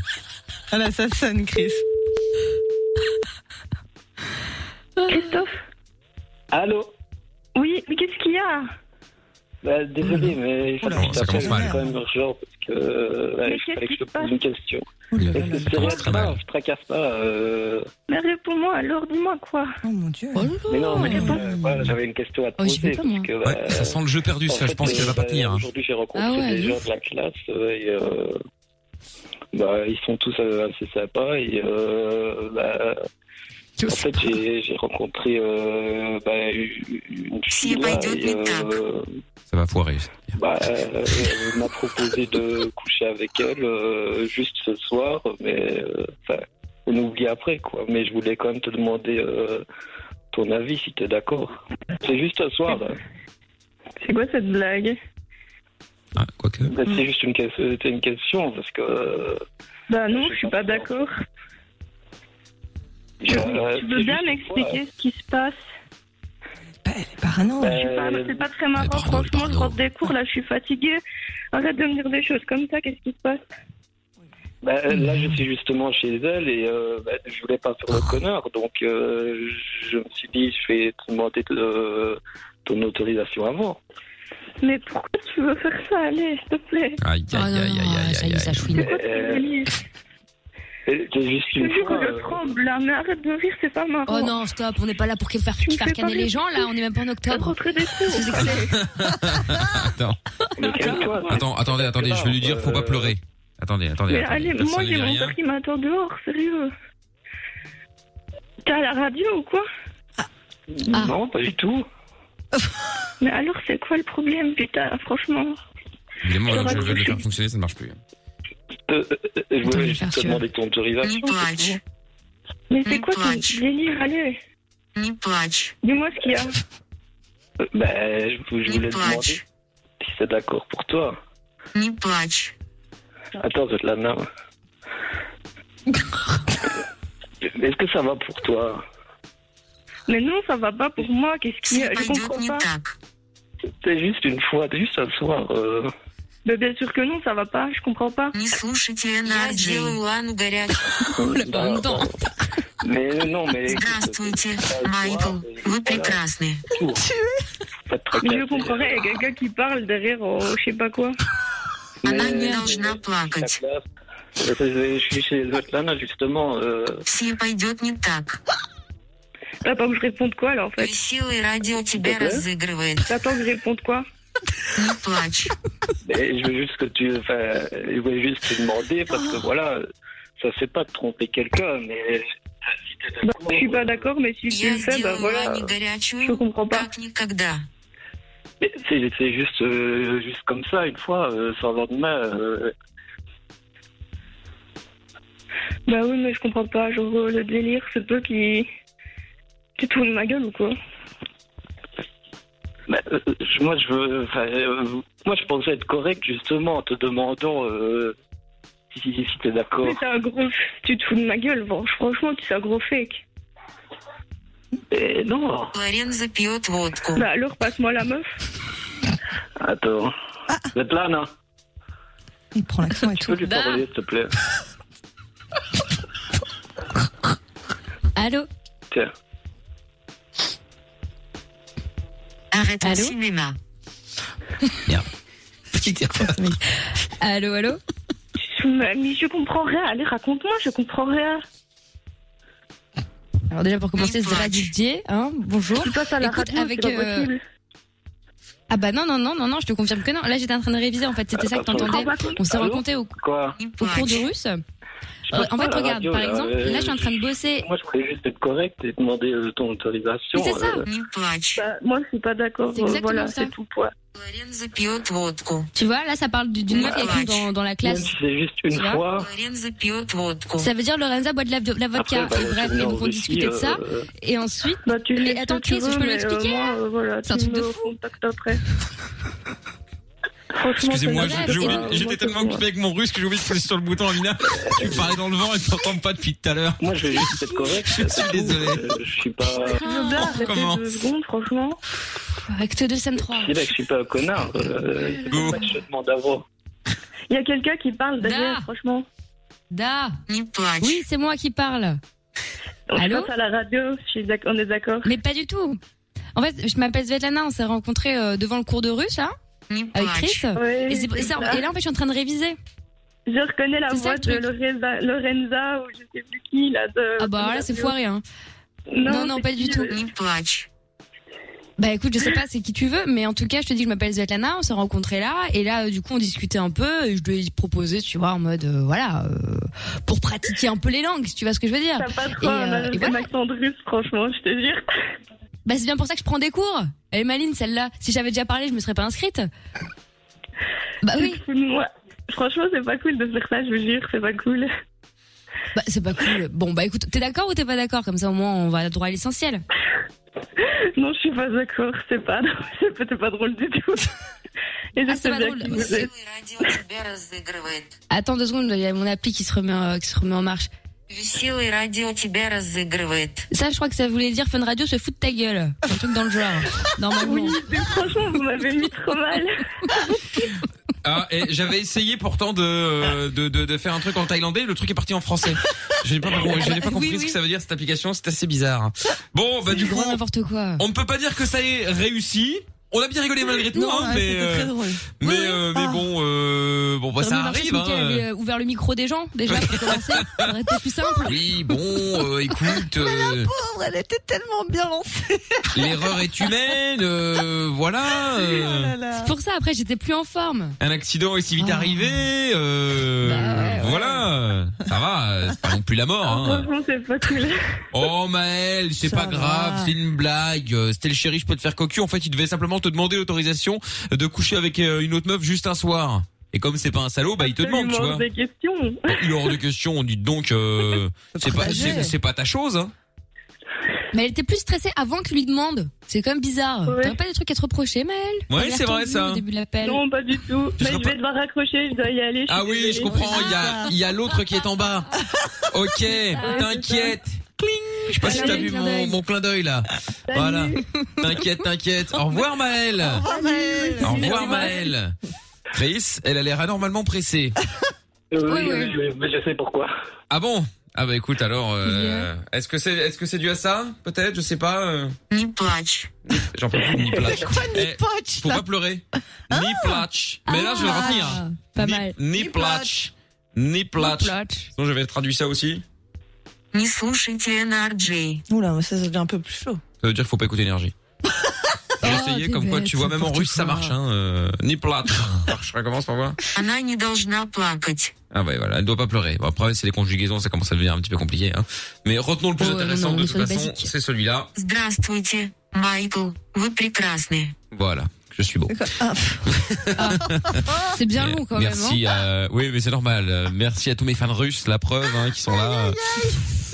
Speaker 5: Ah là, ça sonne, Chris.
Speaker 13: Christophe
Speaker 12: Allô
Speaker 13: Oui, mais qu'est-ce qu'il y a
Speaker 12: Bah, désolé, mais il faut
Speaker 3: Mmh. Oula,
Speaker 12: que je
Speaker 3: ça commence
Speaker 12: t'appelle,
Speaker 3: mal.
Speaker 12: c'est quand même urgent parce que euh, ouais,
Speaker 13: Mais
Speaker 12: il
Speaker 13: qu'est-ce
Speaker 12: fallait que je te
Speaker 13: qui se passe
Speaker 12: pose une question.
Speaker 3: là
Speaker 12: Est-ce que c'est rien grave Je tracasse pas. euh,
Speaker 13: Mais réponds-moi alors, dis-moi quoi
Speaker 5: Oh mon dieu.
Speaker 12: Mais non, mais euh, voilà, j'avais une question à te
Speaker 13: Oh, j'y
Speaker 12: poser.
Speaker 13: vais pas, moi.
Speaker 12: parce que,
Speaker 3: Ouais,
Speaker 12: bah,
Speaker 3: ça sent le jeu perdu,
Speaker 12: en
Speaker 3: ça, je
Speaker 12: fait,
Speaker 3: pense qu'elle va pas
Speaker 12: euh,
Speaker 3: tenir. hein.
Speaker 12: Aujourd'hui, j'ai rencontré
Speaker 2: Ah ouais,
Speaker 12: des
Speaker 2: de
Speaker 12: gens
Speaker 2: ouf.
Speaker 12: de la classe euh, et euh, bah, ils sont tous euh, assez sympas. Et euh, bah, en fait, j'ai j'ai rencontré euh, bah, une fille là,
Speaker 14: пойдет
Speaker 12: et,
Speaker 14: не так.
Speaker 12: euh,
Speaker 3: Ça va foirer.
Speaker 12: bah, euh, elle m'a proposé de coucher avec elle euh, juste ce soir, mais euh, enfin, on oublie après quoi. Mais je voulais quand même te demander euh, ton avis si t'es d'accord. C'est juste ce soir. hein. là.
Speaker 13: C'est quoi cette blague
Speaker 3: Quoique.
Speaker 12: Bah, C'est
Speaker 13: Mm.
Speaker 12: juste une, que- c'était une question parce que euh,
Speaker 13: Bah non, je suis pas d'accord.
Speaker 12: euh,
Speaker 13: Tu peux
Speaker 12: c'est
Speaker 13: bien
Speaker 12: juste-
Speaker 13: m'expliquer ce qui se passe
Speaker 5: Bah, Parano.
Speaker 13: Je sais pas, mais C'est pas très marrant,
Speaker 3: pardon,
Speaker 13: franchement,
Speaker 3: pardon.
Speaker 13: je rentre des cours, là, je suis fatiguée. Arrête de me dire des choses comme ça, qu'est-ce qui se passe
Speaker 12: Bah, euh,
Speaker 13: Mm.
Speaker 12: là, je suis justement chez elle et euh, bah, je voulais pas faire le connard, donc euh, je me suis dit, je vais te demander euh, ton autorisation avant.
Speaker 13: Mais pourquoi tu veux faire ça Allez, s'il te plaît.
Speaker 3: Aïe, aïe, aïe, aïe, aïe, aïe, aïe.
Speaker 13: C'est quoi ce
Speaker 12: Euh,
Speaker 13: délire
Speaker 12: Et C'est juste
Speaker 13: Je te
Speaker 12: une
Speaker 13: jure,
Speaker 12: fois.
Speaker 13: le
Speaker 12: euh,
Speaker 13: trouble, là, mais arrête de rire, c'est pas marrant.
Speaker 2: Oh non, stop, on n'est pas là pour faire,
Speaker 13: Tu me
Speaker 2: faire
Speaker 13: fais
Speaker 2: canner
Speaker 13: pas
Speaker 2: les gens, là, on est même pas en
Speaker 13: Faites
Speaker 2: octobre.
Speaker 13: rentrer des cours.
Speaker 2: C'est excellent.
Speaker 3: Attends,
Speaker 12: mais calme-toi, c'est-
Speaker 3: attends, attendez, attendez, je vais lui dire, faut pas
Speaker 12: Euh,
Speaker 3: pleurer. Attendez, attendez,
Speaker 13: Mais
Speaker 3: attendez.
Speaker 13: allez, moi
Speaker 3: Personne ne
Speaker 13: j'ai
Speaker 3: dit
Speaker 13: mon
Speaker 3: rien.
Speaker 13: père qui m'attend dehors, sérieux. T'es à la radio ou quoi
Speaker 2: Ah.
Speaker 12: Non, pas du tout.
Speaker 13: Mais alors c'est quoi le problème, putain, franchement
Speaker 3: Évidemment,
Speaker 13: Ça
Speaker 3: là,
Speaker 13: va,
Speaker 3: je vais
Speaker 13: tu-
Speaker 3: le faire fonctionner, ça ne marche plus.
Speaker 12: Euh, euh, je
Speaker 2: Attends, je vais
Speaker 12: voulais
Speaker 2: faire
Speaker 12: juste te
Speaker 2: celui-là.
Speaker 12: demander ton
Speaker 14: Не
Speaker 12: autorisation.
Speaker 14: плачь.
Speaker 13: Mais c'est
Speaker 14: Не
Speaker 13: quoi ton
Speaker 14: плачь.
Speaker 13: délire Allez,
Speaker 14: Не плачь.
Speaker 13: dis-moi ce qu'il y a.
Speaker 12: Euh, Bah, je, je
Speaker 14: Не
Speaker 12: voulais te demander
Speaker 14: плачь.
Speaker 12: si c'est d'accord pour toi.
Speaker 14: Не плачь.
Speaker 12: Attends, je te la main. Est-ce que ça va pour toi
Speaker 13: Mais non, ça va pas pour moi, qu'est-ce qu'il y
Speaker 14: Все
Speaker 13: a Je
Speaker 14: пойдет не
Speaker 13: comprends pas.
Speaker 14: так.
Speaker 12: C'est juste une fois, c'est juste un soir. euh,
Speaker 13: Mais bien sûr que non, ça va pas, je comprends pas.
Speaker 14: Не слушайте
Speaker 2: Я
Speaker 14: NRJ.
Speaker 2: сделаю
Speaker 14: делаю Лану горячей.
Speaker 2: pas en même temps.
Speaker 12: Mais non, mais. écoute,
Speaker 14: Здравствуйте,
Speaker 12: c'est un
Speaker 14: Майкл.
Speaker 12: soir, et
Speaker 14: Вы
Speaker 12: voilà,
Speaker 14: прекрасны.
Speaker 12: c'est tout. Pas de tracas,
Speaker 13: Mais je comprends rien, il y a quelqu'un qui parle derrière, oh, je sais pas quoi.
Speaker 2: Ah,
Speaker 12: mais-
Speaker 14: Она не
Speaker 12: mais-
Speaker 14: должна
Speaker 12: la
Speaker 14: плакать.
Speaker 12: classe. Je suis chez Svetlana, justement. euh,
Speaker 14: Все пойдет не так.
Speaker 13: T'attends que Ah, je réponde quoi là en fait
Speaker 14: Веселое радио тебя
Speaker 12: Да-да.
Speaker 14: разыгрывает.
Speaker 13: T'attends que je réponde quoi
Speaker 14: Не плачь.
Speaker 12: mais je veux juste que tu. Enfin, je voulais juste te demander, parce
Speaker 2: Oh.
Speaker 12: que voilà, ça se fait pas de tromper quelqu'un, mais. si t'es
Speaker 13: Bah,
Speaker 12: d'accord,
Speaker 13: Je suis pas d'accord, mais si tu
Speaker 14: Я
Speaker 13: le fais, bah
Speaker 14: сделаю
Speaker 13: voilà,
Speaker 14: Лане
Speaker 13: je
Speaker 14: горячую,
Speaker 13: comprends pas.
Speaker 14: как никогда.
Speaker 12: Mais C'est c'est juste, euh, juste comme ça, une fois, euh, sans lendemain. euh,
Speaker 13: Bah oui, mais je comprends pas. Genre, euh, le délire, c'est peu qui. qui tourne ma gueule ou quoi
Speaker 12: Bah, euh, je- moi, je veux, enfin, euh, moi, je pensais être correct justement en te demandant euh, si, si, si t'es d'accord.
Speaker 13: Mais c'est un gros. Tu te fous de ma gueule, bon, franchement, tu c'est un gros fake. Euh,
Speaker 12: Eh non
Speaker 14: Лоренза пьет водку.
Speaker 13: Bah alors, passe-moi la meuf.
Speaker 12: Attends.
Speaker 2: Ah.
Speaker 12: Svetlana,
Speaker 5: Il prend l'accent et
Speaker 12: tu
Speaker 5: tout.
Speaker 12: peux lui parler s'il te plaît
Speaker 2: Allô
Speaker 12: Tiens.
Speaker 14: Arrête le cinéma.
Speaker 2: Allô, allô
Speaker 13: Mais mais je comprends rien. Allez, raconte-moi, je comprends rien.
Speaker 2: Alors déjà pour commencer, Zra Didier, hein, bonjour.
Speaker 13: Tu passes à la radio, c'est pas
Speaker 2: euh,
Speaker 13: possible.
Speaker 2: Ah bah non non non non non, je te confirme que non. Là j'étais en train de réviser en fait, c'était ça que t'entendais. On s'est
Speaker 12: Ah, bah, Allô
Speaker 2: rencontrés au,
Speaker 12: Quoi
Speaker 2: au cours de russe. Euh, en
Speaker 12: pas
Speaker 2: fait
Speaker 12: la
Speaker 2: regarde,
Speaker 12: radio,
Speaker 2: par
Speaker 12: là,
Speaker 2: exemple,
Speaker 12: euh,
Speaker 2: là je suis en train de bosser.
Speaker 12: Moi, je voulais juste être correct et demander euh, ton autorisation. euh,
Speaker 13: Bah, moi, je suis pas d'accord.
Speaker 2: C'est
Speaker 13: euh,
Speaker 2: exactement
Speaker 13: Voilà,
Speaker 2: ça.
Speaker 13: c'est tout. Point.
Speaker 14: Лоренза пьет водку.
Speaker 2: Tu vois, là ça parle du- d'une meuf qui est dans, dans la classe.
Speaker 12: C'est juste une
Speaker 2: Tu vois
Speaker 12: fois.
Speaker 14: Лоренза пьет водку.
Speaker 2: Ça veut dire Lorenza boit de la, de la vodka.
Speaker 12: Après, bah,
Speaker 2: Et bref,
Speaker 12: je
Speaker 2: et
Speaker 12: viens
Speaker 2: donc
Speaker 12: en
Speaker 2: on
Speaker 12: Russie,
Speaker 2: discutait de ça.
Speaker 12: euh,
Speaker 2: Et ensuite,
Speaker 13: Bah, tu
Speaker 2: mais
Speaker 13: fais
Speaker 2: attends,
Speaker 13: ce que tu
Speaker 2: Chris, je
Speaker 13: veux,
Speaker 2: peux
Speaker 13: mais,
Speaker 2: l'expliquer
Speaker 13: euh,
Speaker 2: là
Speaker 13: moi, euh, voilà,
Speaker 2: C'est un
Speaker 13: tu
Speaker 2: truc de
Speaker 13: me
Speaker 2: fou.
Speaker 13: contactes après. Franchement,
Speaker 3: Excusez-moi,
Speaker 13: c'est
Speaker 3: j'ai-
Speaker 13: grave.
Speaker 3: j'ai oublié-
Speaker 13: Moi,
Speaker 3: j'étais
Speaker 13: c'est
Speaker 3: tellement
Speaker 13: moi.
Speaker 3: occupé avec mon russe que j'ai oublié de poser sur le bouton, Amina. tu me parlais dans le vent et tu t'entends pas depuis tout à l'heure.
Speaker 12: Moi, je vais juste être correct.
Speaker 3: Je suis désolé.
Speaker 12: euh, Je suis pas.
Speaker 13: Yoda, arrêtez
Speaker 12: Comment
Speaker 13: deux secondes, franchement.
Speaker 2: Acte 2, scène 3.
Speaker 12: Je dis là que je suis pas un connard. euh, c'est pour ça que je te demande avant.
Speaker 13: Il y a quelqu'un qui parle derrière,
Speaker 2: Da.
Speaker 13: franchement.
Speaker 2: Da Oui, c'est moi qui parle.
Speaker 13: On
Speaker 2: Allô
Speaker 13: passe à la radio, je suis d'ac- on est d'accord.
Speaker 2: Mais pas du tout. En fait, je m'appelle Svetlana, on s'est rencontrés euh, devant le cours de russe, là, avec Chris.
Speaker 13: Ouais,
Speaker 2: et, c'est- et ça- et là, en fait, je suis en train de réviser.
Speaker 13: Je reconnais la
Speaker 2: C'est ça,
Speaker 13: voix
Speaker 2: le
Speaker 13: de
Speaker 2: truc.
Speaker 13: Lorenza, Lorenza ou je sais plus qui, là, de...
Speaker 2: Ah bah là, c'est foiré, hein.
Speaker 13: Non,
Speaker 2: Non, non,
Speaker 13: c'est
Speaker 2: pas du
Speaker 13: qui,
Speaker 2: tout.
Speaker 13: euh,
Speaker 2: Bah écoute, je sais pas c'est qui tu veux, mais en tout cas, je te dis que je m'appelle Svetlana, on s'est rencontrés là, et là, euh, du coup, on discutait un peu, et je lui ai proposé, tu vois, en mode, euh, voilà, euh, pour pratiquer un peu les langues, si tu vois ce que je veux dire.
Speaker 13: T'as pas trop
Speaker 2: Et,
Speaker 13: un
Speaker 2: euh, et
Speaker 13: un
Speaker 2: voilà.
Speaker 13: accent de russe, franchement, je te jure.
Speaker 2: Bah c'est bien pour ça que je prends des cours. Elle est maligne, celle-là. Si j'avais déjà parlé, je me serais pas inscrite. Bah oui.
Speaker 13: Moi, franchement, c'est pas cool de faire ça, je vous jure, c'est pas cool.
Speaker 2: Bah c'est pas cool. Bon bah écoute, t'es d'accord ou t'es pas d'accord Comme ça au moins on va droit à l'essentiel.
Speaker 13: Non, je suis pas d'accord, c'est pas, c'est pas drôle du tout. Et je
Speaker 2: Ah, c'est
Speaker 13: sais
Speaker 2: pas
Speaker 13: bien
Speaker 2: drôle.
Speaker 13: qui vous êtes.
Speaker 14: Радио тебя разыгрывает.
Speaker 2: Attends deux secondes, il y a mon appli qui se remet, euh, qui se remet en marche.
Speaker 14: Веселое радио тебя разыгрывает.
Speaker 2: Ça, je crois que ça voulait dire Fun Radio se fout de ta gueule. Un truc dans le genre. Normalement.
Speaker 13: Oui, mais franchement, vous m'avez mis trop mal.
Speaker 3: Ah, et j'avais essayé pourtant de, euh, de, de, de faire un truc en thaïlandais, le truc est parti en français. Je n'ai pas, je n'ai pas compris ce que ça veut dire cette application, c'est assez bizarre. Bon, bah du coup,
Speaker 2: n'importe quoi.
Speaker 3: on ne peut pas dire que ça est réussi. On a bien rigolé malgré tout,
Speaker 2: Non,
Speaker 3: hein,
Speaker 2: ouais,
Speaker 3: mais
Speaker 2: c'était
Speaker 3: euh,
Speaker 2: très drôle. Ah.
Speaker 3: mais euh, mais bon, euh, bon bah
Speaker 2: J'aurais
Speaker 3: ça
Speaker 2: mieux marché si
Speaker 3: arrive.
Speaker 2: Mickaël
Speaker 3: hein.
Speaker 2: avait euh, ouvert le micro des gens, déjà, pour commencer. Ça aurait été plus simple.
Speaker 3: Oui, bon, euh, écoute, euh,
Speaker 5: Pauvre, elle était tellement bien lancée.
Speaker 3: l'erreur est humaine, euh, voilà. euh,
Speaker 2: C'est pour ça, après, j'étais plus en forme.
Speaker 3: Un accident est si
Speaker 2: Ah.
Speaker 3: vite arrivé, euh,
Speaker 2: Bah,
Speaker 3: voilà, ça va, euh, c'est pas non plus la mort.
Speaker 2: Ah
Speaker 3: Hein.
Speaker 13: Franchement, c'est pas cool.
Speaker 3: Oh Maël, c'est pas grave, c'est une blague. Euh, C'était le chéri, je peux te faire cocu. En fait, il devait simplement te demander l'autorisation de coucher avec euh, une autre meuf juste un soir. Et comme c'est pas un salaud, bah il te demande, tu
Speaker 13: Absolument,
Speaker 3: vois.
Speaker 13: des questions.
Speaker 3: Bon, il est hors de question, on dit donc, euh, c'est pas,
Speaker 2: partager.
Speaker 3: c'est c'est pas ta chose. Hein.
Speaker 2: Mais elle était plus stressée avant qu'il lui demande. C'est quand même bizarre. T'aurais pas des trucs à te reprocher, Maëlle
Speaker 3: Ouais,
Speaker 2: T'as l'air
Speaker 3: c'est vrai,
Speaker 2: tendue
Speaker 3: ça.
Speaker 2: Au début de l'appel.
Speaker 13: Non, pas du tout. Mais je vais devoir raccrocher, je dois y aller.
Speaker 3: Ah oui, je comprends. Il y a, il y a l'autre qui est en bas. Ok, t'inquiète. Cling. Je sais pas si
Speaker 13: Voilà,
Speaker 3: t'as
Speaker 13: le
Speaker 3: vu
Speaker 13: clin
Speaker 3: mon,
Speaker 13: d'œil.
Speaker 3: mon clin d'œil là.
Speaker 13: Salut.
Speaker 3: Voilà. T'inquiète, t'inquiète. Au revoir Maëlle.
Speaker 13: Maëlle.
Speaker 3: Au revoir Maëlle. Chris, elle a l'air anormalement pressée.
Speaker 12: Oui, oui, oui, mais je sais pourquoi.
Speaker 3: Ah bon Ah bah écoute alors, euh, est-ce que c'est est-ce que c'est dû à ça Peut-être, je sais pas. euh,
Speaker 14: Не плачь.
Speaker 3: J'en peux plus ni plage. Eh,
Speaker 5: Potch,
Speaker 3: Faut pas pleurer. Ni platch. Mais là je vais le retenir. hein.
Speaker 2: Pas mal.
Speaker 3: Ni platch. Ni platch. Sinon je vais traduire ça aussi.
Speaker 14: Не слушайте NRJ.
Speaker 5: Oula, mais ça, ça devient un peu plus chaud.
Speaker 3: Ça veut dire qu'il faut pas écouter énergie.
Speaker 14: Ah,
Speaker 3: J'ai essayé
Speaker 5: t'es
Speaker 3: comme quoi
Speaker 5: bête,
Speaker 3: Ah, tu vois même en russe ça marche hein. euh, ni platch. Alors, je recommence pour voir.
Speaker 14: Она не должна плакать.
Speaker 3: Ah ouais voilà, elle doit pas pleurer. Bon, après c'est les conjugaisons, ça commence à devenir un petit peu compliqué hein. Mais retenons le plus
Speaker 14: Oh, non,
Speaker 3: intéressant
Speaker 14: non, on est
Speaker 3: de toute
Speaker 14: sur les
Speaker 3: façon,
Speaker 14: basiques.
Speaker 3: c'est celui-là.
Speaker 14: Здравствуйте, Майкл. Вы прекрасны.
Speaker 3: Voilà, que je suis beau.
Speaker 2: C'est bien long quand
Speaker 3: Merci.
Speaker 2: même. hein.
Speaker 3: euh, oui, mais c'est normal. Euh, Merci à tous mes fans russes, la preuve, hein, qui sont là.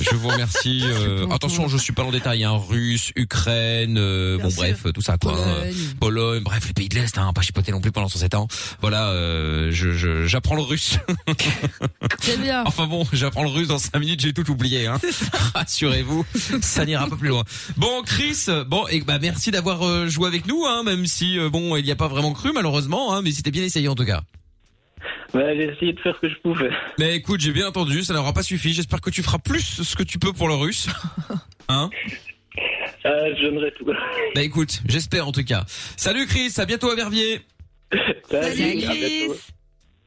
Speaker 3: Je vous remercie. euh, attention, je suis pas dans le détail. Hein, Russe, Ukraine, euh, bon bref, tout ça quoi. hein,
Speaker 15: Pologne.
Speaker 3: Pologne, bref, les pays de l'est, hein, pas chipoté non plus pendant 107 ans. Voilà, euh, je- je- j'apprends le russe.
Speaker 2: C'est bien.
Speaker 3: Enfin bon, j'apprends le russe dans 5 minutes, j'ai tout oublié. Hein. Rassurez-vous, ça n'ira pas plus loin. Bon, Chris, bon, et bah merci d'avoir euh, joué avec nous, hein, même si euh, bon, il n'y a pas vraiment cru malheureusement, hein, mais c'était bien essayé en tout cas.
Speaker 16: Bah, j'ai essayé de faire ce que je pouvais.
Speaker 3: Mais écoute, j'ai bien entendu, ça n'aura pas suffi. J'espère que tu feras plus ce que tu peux pour le russe. Hein
Speaker 16: Euh, je donnerai tout.
Speaker 3: Bah écoute, j'espère en tout cas. Salut Chris, à bientôt à Verviers.
Speaker 16: Salut, à bientôt.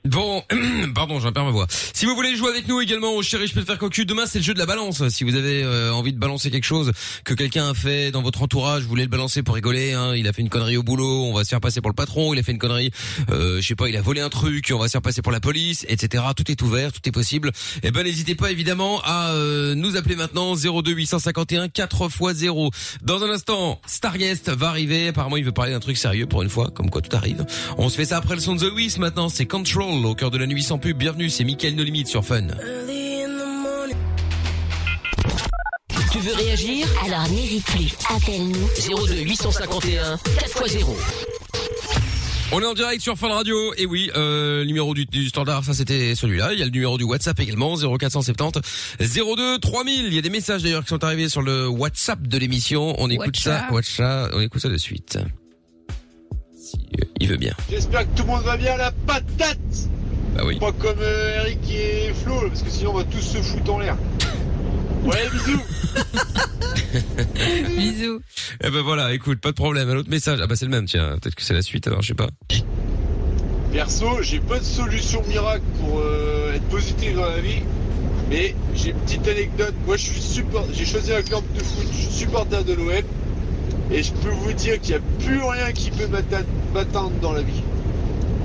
Speaker 3: Bon, pardon, j'en perds ma voix. Si vous voulez jouer avec nous également au chéri, je peux te faire cocu. Demain, c'est le jeu de la balance. Si vous avez euh, envie de balancer quelque chose que quelqu'un a fait dans votre entourage, vous voulez le balancer pour rigoler. hein, il a fait une connerie au boulot, on va se faire passer pour le patron. Il a fait une connerie, euh, je sais pas, il a volé un truc, on va se faire passer pour la police, etc. Tout est ouvert, tout est possible. Eh ben, n'hésitez pas évidemment à euh, nous appeler maintenant 02 851 4 x 0. Dans un instant, Starguest va arriver. Apparemment, il veut parler d'un truc sérieux pour une fois, comme quoi tout arrive. On se fait ça après le son de The Wiz maintenant. C'est Control au cœur de la nuit sans pub. Bienvenue, c'est Mickaël No Limite sur Fun.
Speaker 11: Tu veux réagir
Speaker 17: Alors n'hésite plus, appelle-nous.
Speaker 11: 02 851 4x0.
Speaker 3: On est en direct sur Fun Radio. Et oui, euh, le numéro du, du standard, ça c'était celui-là. Il y a le numéro du WhatsApp également, 0470 02 3000. Il y a des messages d'ailleurs qui sont arrivés sur le WhatsApp de l'émission. On écoute ça, WhatsApp, on écoute ça de suite. Si euh, il veut bien.
Speaker 6: J'espère que tout le monde va bien à la patate
Speaker 3: Bah oui.
Speaker 6: Pas comme euh, Eric et Flo, là, parce que sinon on va tous se foutre en l'air. Ouais, bisous
Speaker 2: Bisous.
Speaker 3: Eh ben voilà, écoute, pas de problème. Un autre message. Ah bah c'est le même, tiens. Peut-être que c'est la suite, alors je sais pas.
Speaker 6: Perso, j'ai pas de solution miracle pour euh, être positif dans la vie, mais j'ai une petite anecdote. Moi, je suis support, j'ai choisi un club de foot, je suis supporter de l'OM, et je peux vous dire qu'il n'y a plus rien qui peut m'atta- m'atteindre dans la vie.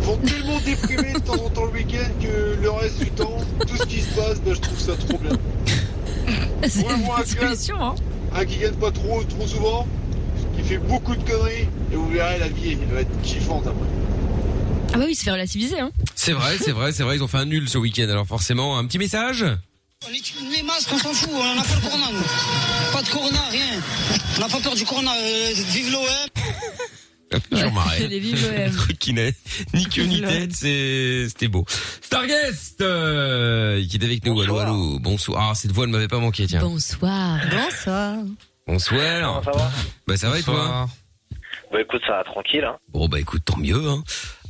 Speaker 6: Ils font tellement déprimer de temps en temps le week-end que le reste du temps, tout ce qui se passe, ben, je trouve ça trop bien.
Speaker 2: C'est
Speaker 6: une solution, Un qui gagne pas trop, trop souvent, qui fait beaucoup de conneries, et vous verrez, la vie, elle va être kiffante après.
Speaker 2: Ah bah oui, se fait relativiser. Hein.
Speaker 3: C'est vrai, c'est vrai, c'est vrai. Ils ont fait un nul ce week-end. Alors forcément, un petit message.
Speaker 4: Les masques, on s'en fout, hein, on n'a pas le corona, nous. Pas de corona, rien. On n'a pas peur du corona. euh, vive l'OM.
Speaker 3: Jean Marais.
Speaker 4: les vives OM.
Speaker 3: Le truc qui n'a ni queue ni tête, c'est- c'était beau. Starguest euh, qui est avec nous. Allô, allô. Bonsoir. Ah, cette voix ne m'avait pas manqué, tiens.
Speaker 2: Bonsoir.
Speaker 5: Bonsoir.
Speaker 3: Bonsoir.
Speaker 16: Ça va
Speaker 3: Bah ça va et toi
Speaker 16: Bah, écoute, ça va tranquille, hein.
Speaker 3: Bon bah écoute, tant mieux. Hein.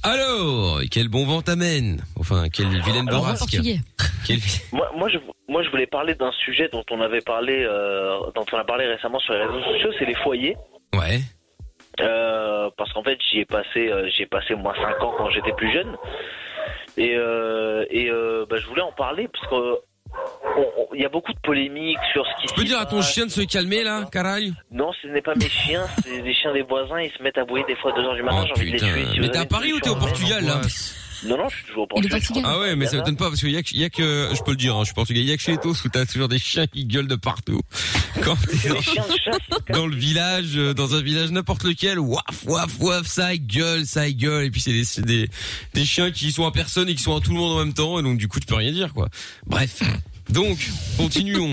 Speaker 3: Alors, quel bon vent t'amène Enfin, quelle vilaine
Speaker 16: Ah, Alors, moi-
Speaker 3: bourrasque.
Speaker 16: Portugais.
Speaker 3: Quelle-
Speaker 16: Moi, moi, je, moi, je voulais parler d'un sujet dont on avait parlé, euh, dont on a parlé récemment sur les réseaux sociaux, c'est les foyers.
Speaker 3: Ouais.
Speaker 16: Euh, parce qu'en fait, j'y ai passé, euh, j'y ai passé moins 5 ans quand j'étais plus jeune. Et, euh, et euh, bah, je voulais en parler parce que euh, on- on- il y a beaucoup de polémiques sur ce qui.
Speaker 3: Tu peux dire à
Speaker 16: Ah,
Speaker 3: ton chien de se calmer là, caraille
Speaker 16: Non, ce n'est pas mes chiens, c'est les chiens des voisins. Ils se mettent à bouiller des fois à 2 heures du matin. j'ai envie de les tuer. Si vous
Speaker 3: Oh, Mais t'es
Speaker 16: avez
Speaker 3: à
Speaker 16: une
Speaker 3: Paris ou t'es au
Speaker 16: solution,
Speaker 3: Portugal là
Speaker 16: Non, non, je suis toujours au Portugal. je suis en
Speaker 3: Ah ouais, mais ça
Speaker 16: Ghana.
Speaker 3: m'étonne pas parce qu'il y a, que- y a que, je peux le dire, hein, je suis portugais, il y a que chez Etos où t'as toujours des chiens qui gueulent de partout. Quand t'es dans, dans le village, euh, dans un village n'importe lequel, waf, waf, waf, ça gueule, ça gueule, et puis c'est des, c'est des, des chiens qui sont à personne et qui sont à tout le monde en même temps, et donc du coup tu peux rien dire quoi. Bref. Donc, continuons.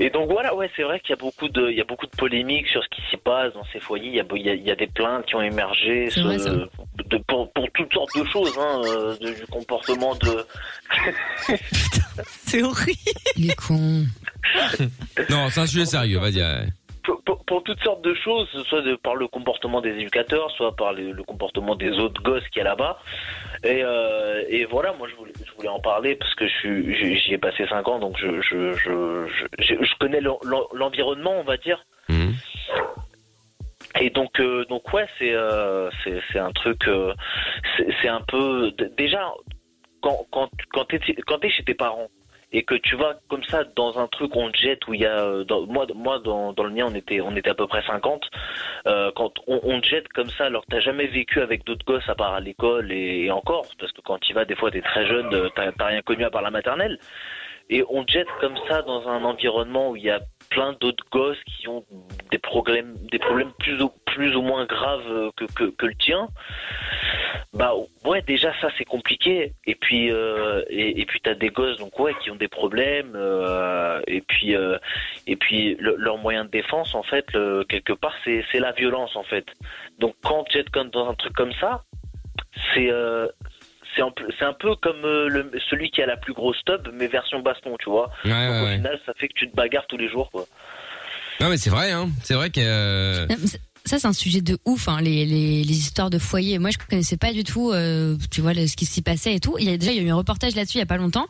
Speaker 16: Et donc voilà, ouais, c'est vrai qu'il y a beaucoup de, il y a beaucoup de polémiques sur ce qui s'y passe dans ces foyers. Il y a, il y a, il y a des plaintes qui ont émergé
Speaker 4: C'est vrai,
Speaker 16: ce-
Speaker 4: ça.
Speaker 16: de- pour, pour toutes sortes de choses, hein, euh, de- du comportement de.
Speaker 5: C'est horrible.
Speaker 2: Il est con.
Speaker 3: non, c'est un sujet sérieux, vas-y. ouais.
Speaker 16: Pour, pour- pour toutes sortes de choses, soit de, par le comportement des éducateurs, soit par le, le comportement des autres gosses qu'il y a là-bas. Et, euh, et voilà, moi je voulais, je voulais en parler parce que je suis- j'y j'y ai passé 5 ans, donc je, je, je, je, je- je connais l'en- l'en- l'environnement, on va dire.
Speaker 3: Mhm.
Speaker 16: Et donc, euh, donc ouais, c'est euh, c'est c'est un truc, euh, c'est- c'est un peu d- déjà quand quand quand t'es quand t'es chez tes parents et que tu vas comme ça dans un truc on te jette où il y a euh, dans, moi moi dans, dans le mien on était on était à peu près 50 euh, quand on, on te jette comme ça alors que t'as jamais vécu avec d'autres gosses à part à l'école et, et encore parce que quand tu vas des fois t'es très jeune euh, t'as t'as rien connu à part la maternelle et on te jette comme ça dans un environnement où il y a plein d'autres gosses qui ont des problèmes, des problèmes plus ou, plus plus ou moins grave euh, que, que, que le tien, bah ouais, déjà ça c'est compliqué. Et puis euh, et, et puis t'as des gosses donc ouais qui ont des problèmes. euh, et puis euh, et puis le- leur moyen de défense en fait le- quelque part c'est c'est la violence en fait. Donc quand tu es comme dans un truc comme ça, c'est euh, c'est un, peu- c'est un peu comme euh, le- celui qui a la plus grosse tub, mais version baston, tu vois.
Speaker 3: Ouais,
Speaker 16: Donc,
Speaker 3: ouais,
Speaker 16: au
Speaker 3: ouais.
Speaker 16: final, ça fait que tu te bagarres tous les jours, quoi.
Speaker 3: Non, mais c'est vrai, hein. C'est vrai que. euh,
Speaker 2: Non, mais c'est- Ça, c'est un sujet de ouf, hein, les, les, les histoires de foyer. Moi, je connaissais pas du tout, euh, tu vois, le- ce qui s'y passait et tout. Il y a déjà il y a eu un reportage là-dessus il y a pas longtemps,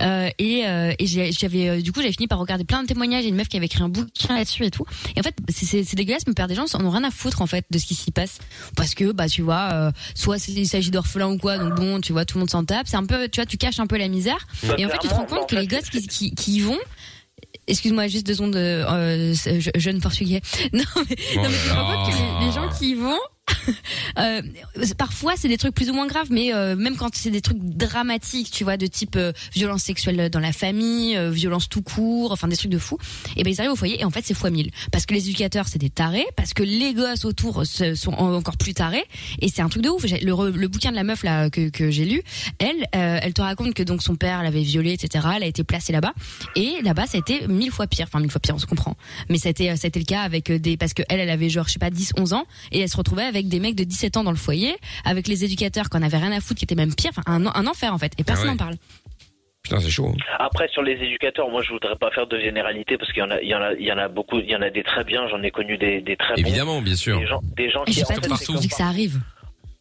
Speaker 2: euh, et, euh, et j'ai- j'avais euh, du coup j'avais fini par regarder plein de témoignages. Il y a une meuf qui avait écrit un bouquin là-dessus et tout. Et en fait, c'est- c'est c'est dégueulasse, mais père des gens en ont rien à foutre en fait de ce qui s'y passe, parce que bah tu vois, euh, soit c'est- il s'agit d'orphelins ou quoi, donc bon, tu vois, tout le monde s'en tape. C'est un peu, tu vois, tu caches un peu la misère.
Speaker 16: Bah,
Speaker 2: et en fait, tu te rends
Speaker 16: clairement, bah,
Speaker 2: compte
Speaker 16: en
Speaker 2: que les gosses qui, qui, qui y vont Excuse-moi, juste deux secondes, euh, euh, je- jeune portugais. Non, mais,
Speaker 3: Oh
Speaker 2: non, mais
Speaker 3: là
Speaker 2: tu te rends compte que
Speaker 3: là.
Speaker 2: les, les gens qui y vont, euh, c'est- parfois c'est des trucs plus ou moins graves, mais euh, même quand c'est des trucs dramatiques, tu vois, de type euh, violence sexuelle dans la famille, euh, violence tout court, enfin des trucs de fou, et ben ils arrivent au foyer et en fait c'est fois mille. Parce que les éducateurs c'est des tarés, parce que les gosses autour se- sont en- encore plus tarés, et c'est un truc de ouf. J'ai- Le, re- le bouquin de la meuf là que, que j'ai lu, elle, euh, elle te raconte que donc son père l'avait violée, etc. Elle a été placée là-bas, et là-bas ça a été mille fois pire, enfin mille fois pire, on se comprend. Mais ça a été, euh, ça a été le cas avec des parce que elle, elle avait genre je sais pas 10, 11 ans, et elle se retrouvait avec des mecs de 17 ans dans le foyer, avec les éducateurs qu'on avait rien à foutre, qui étaient même pire, enfin un, un enfer en fait, et personne
Speaker 16: ouais.
Speaker 2: n'en parle.
Speaker 3: Putain, c'est chaud. hein.
Speaker 16: Après, sur les éducateurs, moi, je voudrais pas faire de généralité parce qu'il y en a, il y en a, il y en a beaucoup, il y en a des très bien. J'en ai connu des, des très
Speaker 3: Évidemment, bien sûr.
Speaker 16: Des gens, des gens
Speaker 2: Et je sais
Speaker 16: qui
Speaker 2: pas,
Speaker 16: en fait,
Speaker 2: toi,
Speaker 16: c'est
Speaker 2: tu dis que ça arrive.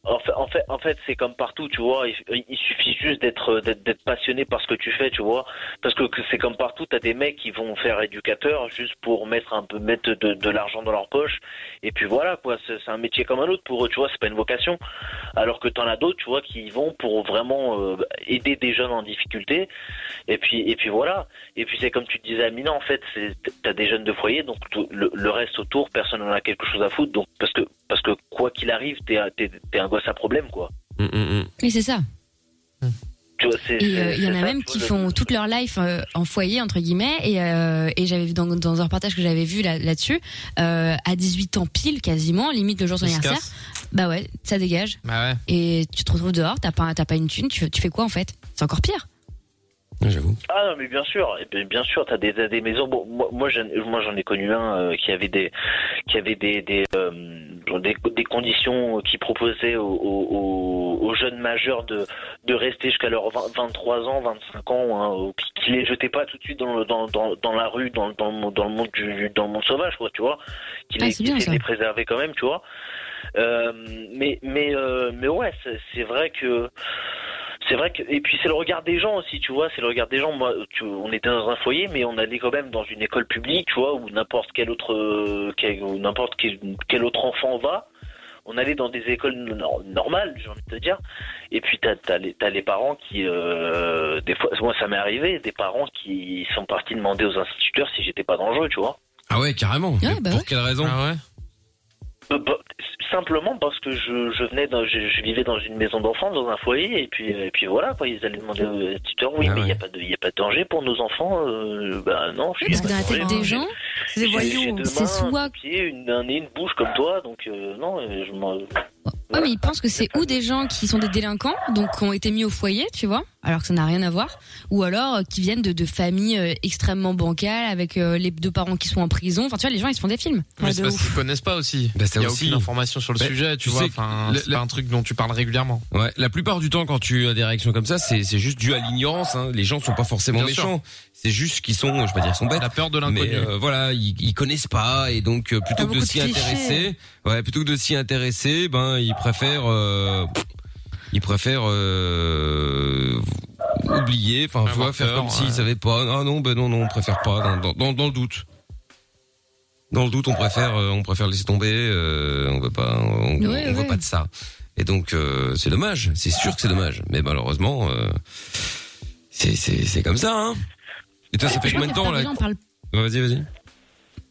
Speaker 16: En fait, en fait, en fait c'est comme partout, tu vois. Il, il suffit juste d'être d'être d'être passionné par ce que tu fais, tu vois. Parce que que c'est comme partout, t'as des mecs qui vont faire éducateur juste pour mettre un peu mettre de, de l'argent dans leur poche. Et puis voilà, quoi. C'est c'est un métier comme un autre pour eux, tu vois. C'est pas une vocation. Alors que t'en as d'autres, tu vois, qui y vont pour vraiment euh, aider des jeunes en difficulté. Et puis et puis voilà. Et puis c'est comme tu disais, Amina, en fait, c'est- t'as des jeunes de foyer, donc tout- le, le reste autour, personne n'en a quelque chose à foutre. Donc parce que parce que quoi qu'il arrive, t'es un- t'es- t'es un gosse à problème, quoi.
Speaker 2: Mais c'est ça.
Speaker 16: Tu vois, c'est.
Speaker 2: Et euh,
Speaker 16: c'est-
Speaker 2: il y en
Speaker 16: c'est
Speaker 2: a
Speaker 16: ça,
Speaker 2: même
Speaker 16: tu vois,
Speaker 2: qui
Speaker 16: le-
Speaker 2: font toute leur life euh, en foyer entre guillemets et, euh, et j'avais vu dans, dans un reportage que j'avais vu là- là-dessus euh, à 18 ans pile quasiment limite le jour de son
Speaker 4: Ils se
Speaker 2: anniversaire
Speaker 4: cassent.
Speaker 2: bah ouais ça dégage
Speaker 4: Bah ouais.
Speaker 2: et tu te retrouves dehors t'as pas t'as pas une thune tu, tu fais quoi en fait c'est encore pire
Speaker 16: Ah non, mais bien sûr, eh bien, bien sûr, t'as des, t'as des maisons. Bon, moi, moi, j'en, moi, j'en ai connu un euh, qui avait des, qui avait des, des, euh, genre des, des conditions qui proposaient aux, aux, aux- aux jeunes majeurs de, de rester jusqu'à leurs 20 23 ans, 25 ans, hein, ou qui, qui les jetaient pas tout de suite dans, le- dans, dans, dans la rue, dans, dans, le monde- dans le monde du, dans le monde sauvage, quoi, tu vois, qui
Speaker 2: Ah,
Speaker 16: les,
Speaker 2: c'est
Speaker 16: qui
Speaker 2: bien,
Speaker 16: essayaient de
Speaker 2: ça.
Speaker 16: les préserver quand même, tu vois. Euh, mais, mais, euh, mais ouais, c'est, c'est vrai que. C'est vrai que et puis c'est le regard des gens aussi, tu vois, c'est le regard des gens. Moi, tu- on était dans un foyer, mais on allait quand même dans une école publique, tu vois, où n'importe quel autre, euh, quel- où n'importe quel, quel autre enfant va. On allait dans des écoles nor- normales, j'ai envie de te dire. Et puis t'as t'as les, t'as les parents qui, euh, des fois, moi ça m'est arrivé, des parents qui sont partis demander aux instituteurs si j'étais pas dans le jeu, tu vois.
Speaker 3: Ah ouais, carrément. Mais pour quelle raison
Speaker 4: Ah
Speaker 16: Euh, bah, simplement parce que je, je venais, dans, je, je vivais dans une maison d'enfants, dans un foyer, et puis, et puis voilà, quoi, ils allaient demander aux instituteurs,
Speaker 4: Ah
Speaker 16: oui, mais il n'y a pas de, il y a pas de danger pour nos enfants, euh, bah non, je suis
Speaker 2: parce que dans la tête des gens
Speaker 16: J'ai- j'ai deux
Speaker 2: c'est
Speaker 16: mains,
Speaker 2: soit
Speaker 16: un pied, une, un nez, une bouche comme toi, donc euh, non, euh, je m'en.
Speaker 2: Ouais, mais ils pensent que c'est ou des gens qui sont des délinquants, donc qui ont été mis au foyer, tu vois, alors que ça n'a rien à voir, ou alors euh, qui viennent de, de familles euh, extrêmement bancales, avec euh, les deux parents qui sont en prison. Enfin, tu vois, les gens, ils se font des films.
Speaker 4: Mais c'est parce qu'ils connaissent pas aussi.
Speaker 3: Bah, c'est
Speaker 4: il y a
Speaker 3: aussi-
Speaker 4: aucune information sur le
Speaker 3: Bah,
Speaker 4: sujet,
Speaker 3: tu
Speaker 4: tu, vois.
Speaker 3: sais,
Speaker 4: Enfin,
Speaker 3: le-
Speaker 4: c'est pas
Speaker 3: le-
Speaker 4: un truc dont tu parles régulièrement.
Speaker 3: Ouais, la plupart du temps, quand tu as des réactions comme ça, c'est c'est juste dû à l'ignorance. Hein. Les gens sont pas forcément
Speaker 4: Bien
Speaker 3: méchants. C'est juste qu'ils sont, je vais pas dire, ils sont bêtes. La
Speaker 4: peur de l'inconnu.
Speaker 3: Mais euh, voilà, ils, ils connaissent pas et donc euh, plutôt que
Speaker 4: Ah,
Speaker 3: de
Speaker 4: beaucoup de
Speaker 3: s'y
Speaker 4: clichés.
Speaker 3: intéresser, ouais, plutôt que de s'y intéresser, ben ils préfèrent, euh, ils préfèrent euh, oublier. Enfin, tu vois,
Speaker 4: Avoir
Speaker 3: faire
Speaker 4: peur,
Speaker 3: comme s'ils
Speaker 4: ouais.
Speaker 3: savaient pas. Ah non, ben non, non, on préfère pas. Dans, dans, dans, dans le doute. Dans le doute, on préfère, euh, on préfère laisser tomber. Euh, on veut pas, on, on
Speaker 4: Ouais,
Speaker 3: veut
Speaker 4: ouais.
Speaker 3: pas de ça. Et donc, euh, c'est dommage. C'est sûr que c'est dommage. Mais malheureusement, euh, c'est c'est c'est comme ça. Hein. Et toi, ça fait combien de temps là
Speaker 2: Les gens parlent
Speaker 3: Ouais, Vas-y, vas-y.